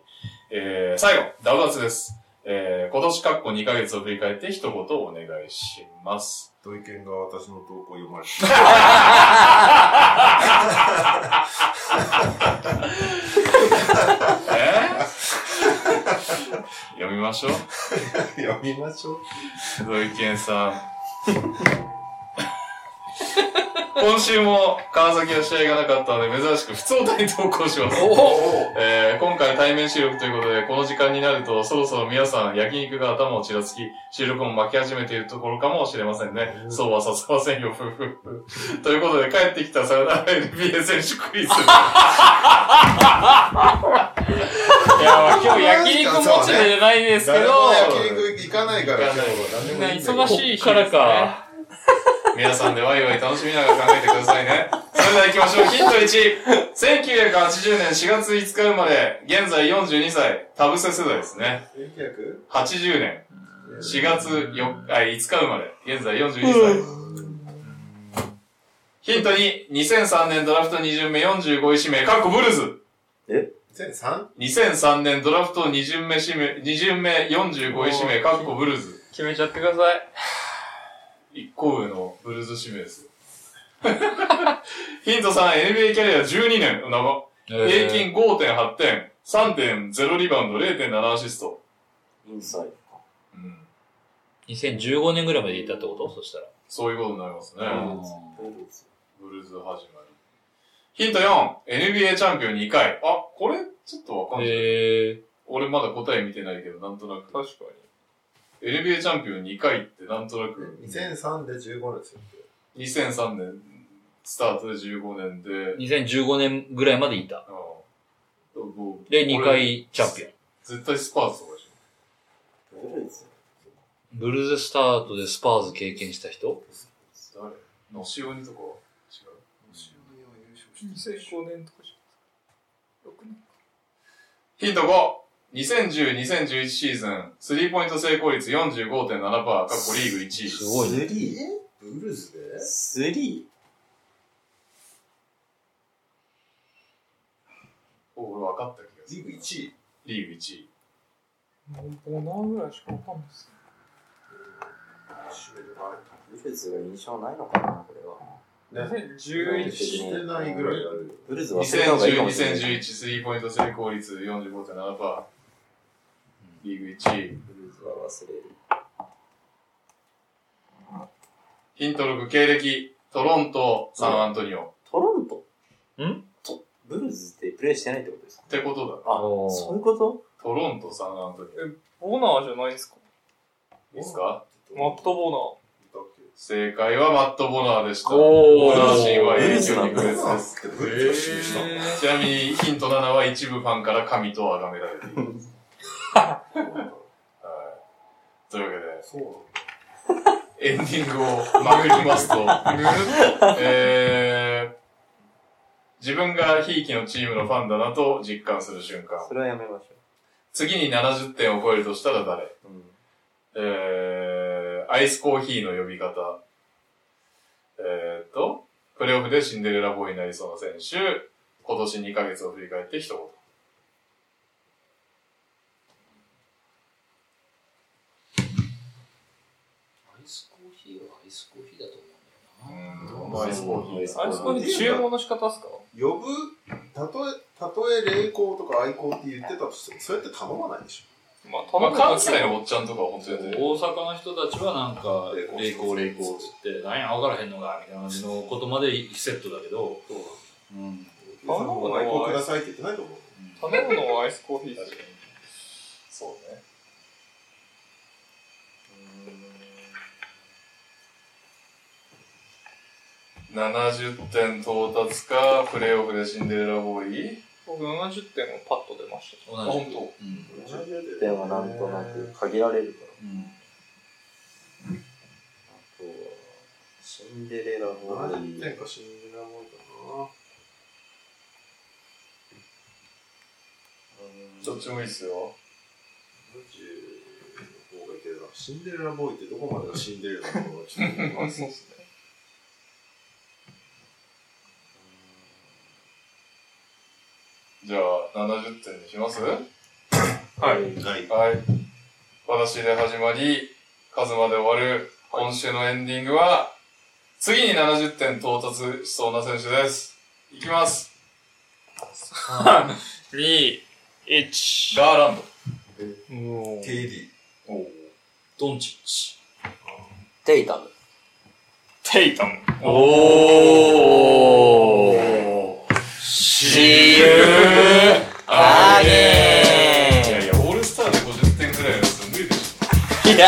S2: えー、最後、ダブダツです。えー、今年過去2ヶ月を振り返って一言お願いします。
S1: 土井健が私の投稿を読まれて、
S2: えー [laughs] 読みましょう。
S1: [laughs] 読みましょう。
S2: 土井健さん。 [laughs] 今週も川崎の試合がなかったので珍しく普通歌に投稿します。えー今回対面収録ということで、この時間になるとそろそろ皆さん焼肉が頭をちらつき、収録も巻き始めているところかもしれませんね。そうはさせませんよ、ふふふ。 [laughs] ということで帰ってきたさよなら NBA 選手 [laughs] クイズ。
S3: いや、今日焼肉モチベじゃないですけ
S1: [laughs] 誰
S3: ど、
S1: も焼肉行かないから、今日何でもいいんだけど
S3: 忙しい日からか。
S2: 皆さんでワイワイ楽しみながら考えてくださいね。それでは行きましょう。ヒント1。1980年4月5日生まれ、現在42歳、タブセ世代ですね。
S1: 1900
S2: 80年4月4あ5日生まれ、現在42歳。ヒント2。2003年ドラフト2巡目45位指名、カッコブルーズ。
S1: 2003?
S2: 2003年ドラフト2巡目指名、2巡目45位指名、カッコブルーズ。
S3: 決めちゃってください。
S2: 一個上のブルーズ指名です。 [laughs] ヒント3、NBA キャリア12年、長平均5.8点、3.0リバウンド、0.7アシスト。
S7: インサイド。
S2: うん
S8: 2015年ぐらいまでいたってことそしたら。
S2: そういうことになりますね。
S5: う
S2: ブルーズ始まり。ヒント4、NBA チャンピオン2回。あ、これ、ちょっとわかんない。
S3: えー、
S2: 俺まだ答え見てないけど、なんとなく。
S3: 確か
S2: NBA チャンピオン2回ってなんとなく、
S1: 2003で15年ですよ。
S2: 2003年スタートで15年で、
S8: 2015年ぐらいまでいた。
S2: あのもう
S8: で、2回チャンピオン。
S2: 絶対スパーズとかでし
S8: ブルーズスタートでスパーズ経験した人
S2: ょ。誰のしおにとかは違う
S3: に。2005年とかじゃ6年。
S2: ヒント5。2010、2011シーズン、スリーポイント成功率45.7%、過去リーグ1位。
S8: すごいね。
S6: 3?
S1: ブルーズで
S6: 3?
S2: お俺分かった気がす
S1: リ
S2: る。
S1: ーグ1位
S2: リーグ1位。
S3: 5年ぐらいしかわかんないです。
S6: ブルーズは印象ないのかな、これは。
S3: 2011
S1: してないぐらいあるよ。
S6: ブルーズ忘れた方がいいか
S2: 2010、
S6: もしれない。
S2: 2011スリーポイント成功率45.7%、リーグ1位。
S6: ブルーズは忘れる。
S2: ヒント6、経歴、トロント、サンアントニオ。
S6: トロント
S8: ん
S6: とブルーズってプレイしてないってことですか
S2: ってことだ。
S8: あの
S6: そういうこと
S2: トロント、サンアントニ
S3: ボナーじゃないですか
S2: オ。いいですか
S3: マット・ボ
S2: 正解はマット・ボナーでした。
S8: おー
S2: 阪神は
S6: ブル
S2: 永
S6: ーズ
S2: 久
S6: な
S2: に
S6: ん
S2: 不
S6: だ
S2: 滅です。
S1: すってブルーズ特集したの
S2: ちなみにヒント7は一部ファンから神と崇められて
S8: [laughs]
S2: いる。はい、というわ
S1: そうなんだ。
S2: けで、エンディングをまぐりますと、えー、自分がひいきのチームのファンだなと実感する瞬間。
S6: それはやめまし
S2: 次に70点を超えるとしたら誰
S6: ょう。うん
S2: えー、アイスコーヒーの呼び方。えー、っと、プレオフでシンデレラボーイになりそうな選手、今年2ヶ月を振り返って一言。
S8: イスコーヒーはアイスコーヒーだと思
S2: アイスコーヒー
S3: ーナー。あれ、そこに注文の仕方ですか
S1: 呼ぶ、たとえ、たとえ霊光とか愛光って言ってたとしても、それって頼まないでし
S3: まあ、
S2: まあ、
S3: 頼む
S2: 関西のおっちゃんとかは本当に、
S8: 大阪の人たちはなんか、霊光霊光っつって、何や分からへんのか、みたいな感じのことまで1セットだけど、うん。
S1: ょ。頼む愛光くださいって言ってないと思う。
S3: 頼むのはアイスコーヒーですよ。
S2: そうね。70点到達か、プレーオフでシンデレラボーイ
S3: 僕70点はパッと出ました。
S8: 同じく。
S2: 当
S8: うん。
S6: でもなんとなく限られるか
S8: う
S6: ら。
S8: ん。
S6: あとは、シンデレラボーイ。
S1: 何点か信じられないか
S2: どっちもいいっすよ。
S1: な。70の方がいけるな。シンデレラボーイってどこまでがシンデレラなのかがちょっとわかんない
S3: そうっすね。
S2: じゃあ、70点にしますは
S3: はい。
S1: ない。
S2: い。私で始まり、数まで終わる、今週のエンディングは、次に70点到達しそうな選手です。いきます。
S3: 2、1。
S2: ガーランド。
S3: も
S1: KD。
S8: ドンチッチ。
S6: テイタム。
S3: テイタム。
S8: おー。See you
S2: あ
S6: げ
S2: いやいや、オールスターで50点ぐらいのやつ無理でし
S6: いや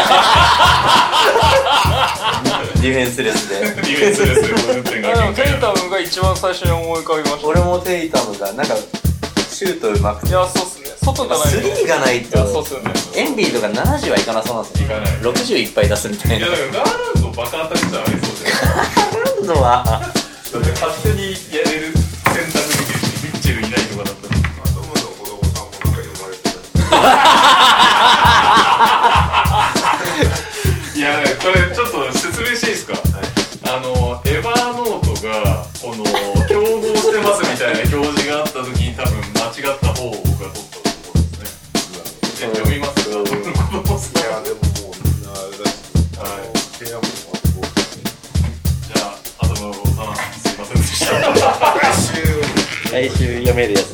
S6: ディフェンスレス
S2: ょ。
S6: で。
S2: ディフェンスレスで50点
S3: で
S2: が
S3: も
S2: 限界
S3: テイタムが一番最初に思い浮かびました。
S6: 俺もテイタムが、なんか、シュートうまく
S3: い
S6: て。
S3: や、そうっすね。外がない
S6: ス
S3: と。
S6: リ
S3: い
S6: ーがない
S3: や、そうっ
S6: と、
S3: すよね。
S6: エンビーとか70はいかなそうなんです
S2: い
S6: よ。
S2: かない。
S6: 60いっぱい出すみたい
S2: いや、
S6: な。
S2: だからガーランドバカ当たりじゃありそうじゃ
S6: 今度は、
S2: ん。だって勝手にやれる選択できるし、ミッチェルいないとかだったら。
S1: あともの子供さんもなんか呼ばれて
S2: いや、これちょっと説明していいですか、あの、エヴァーノートが、この、競合してますみたいな表示があった時に多分間違った方を僕は取ったところですね。え読みますか子供さん
S1: いや、でももうみんなあれだし、あの、部屋も終わって
S2: じゃあ、あとのごさん、すいませんでした。
S6: 来週読めるやつ。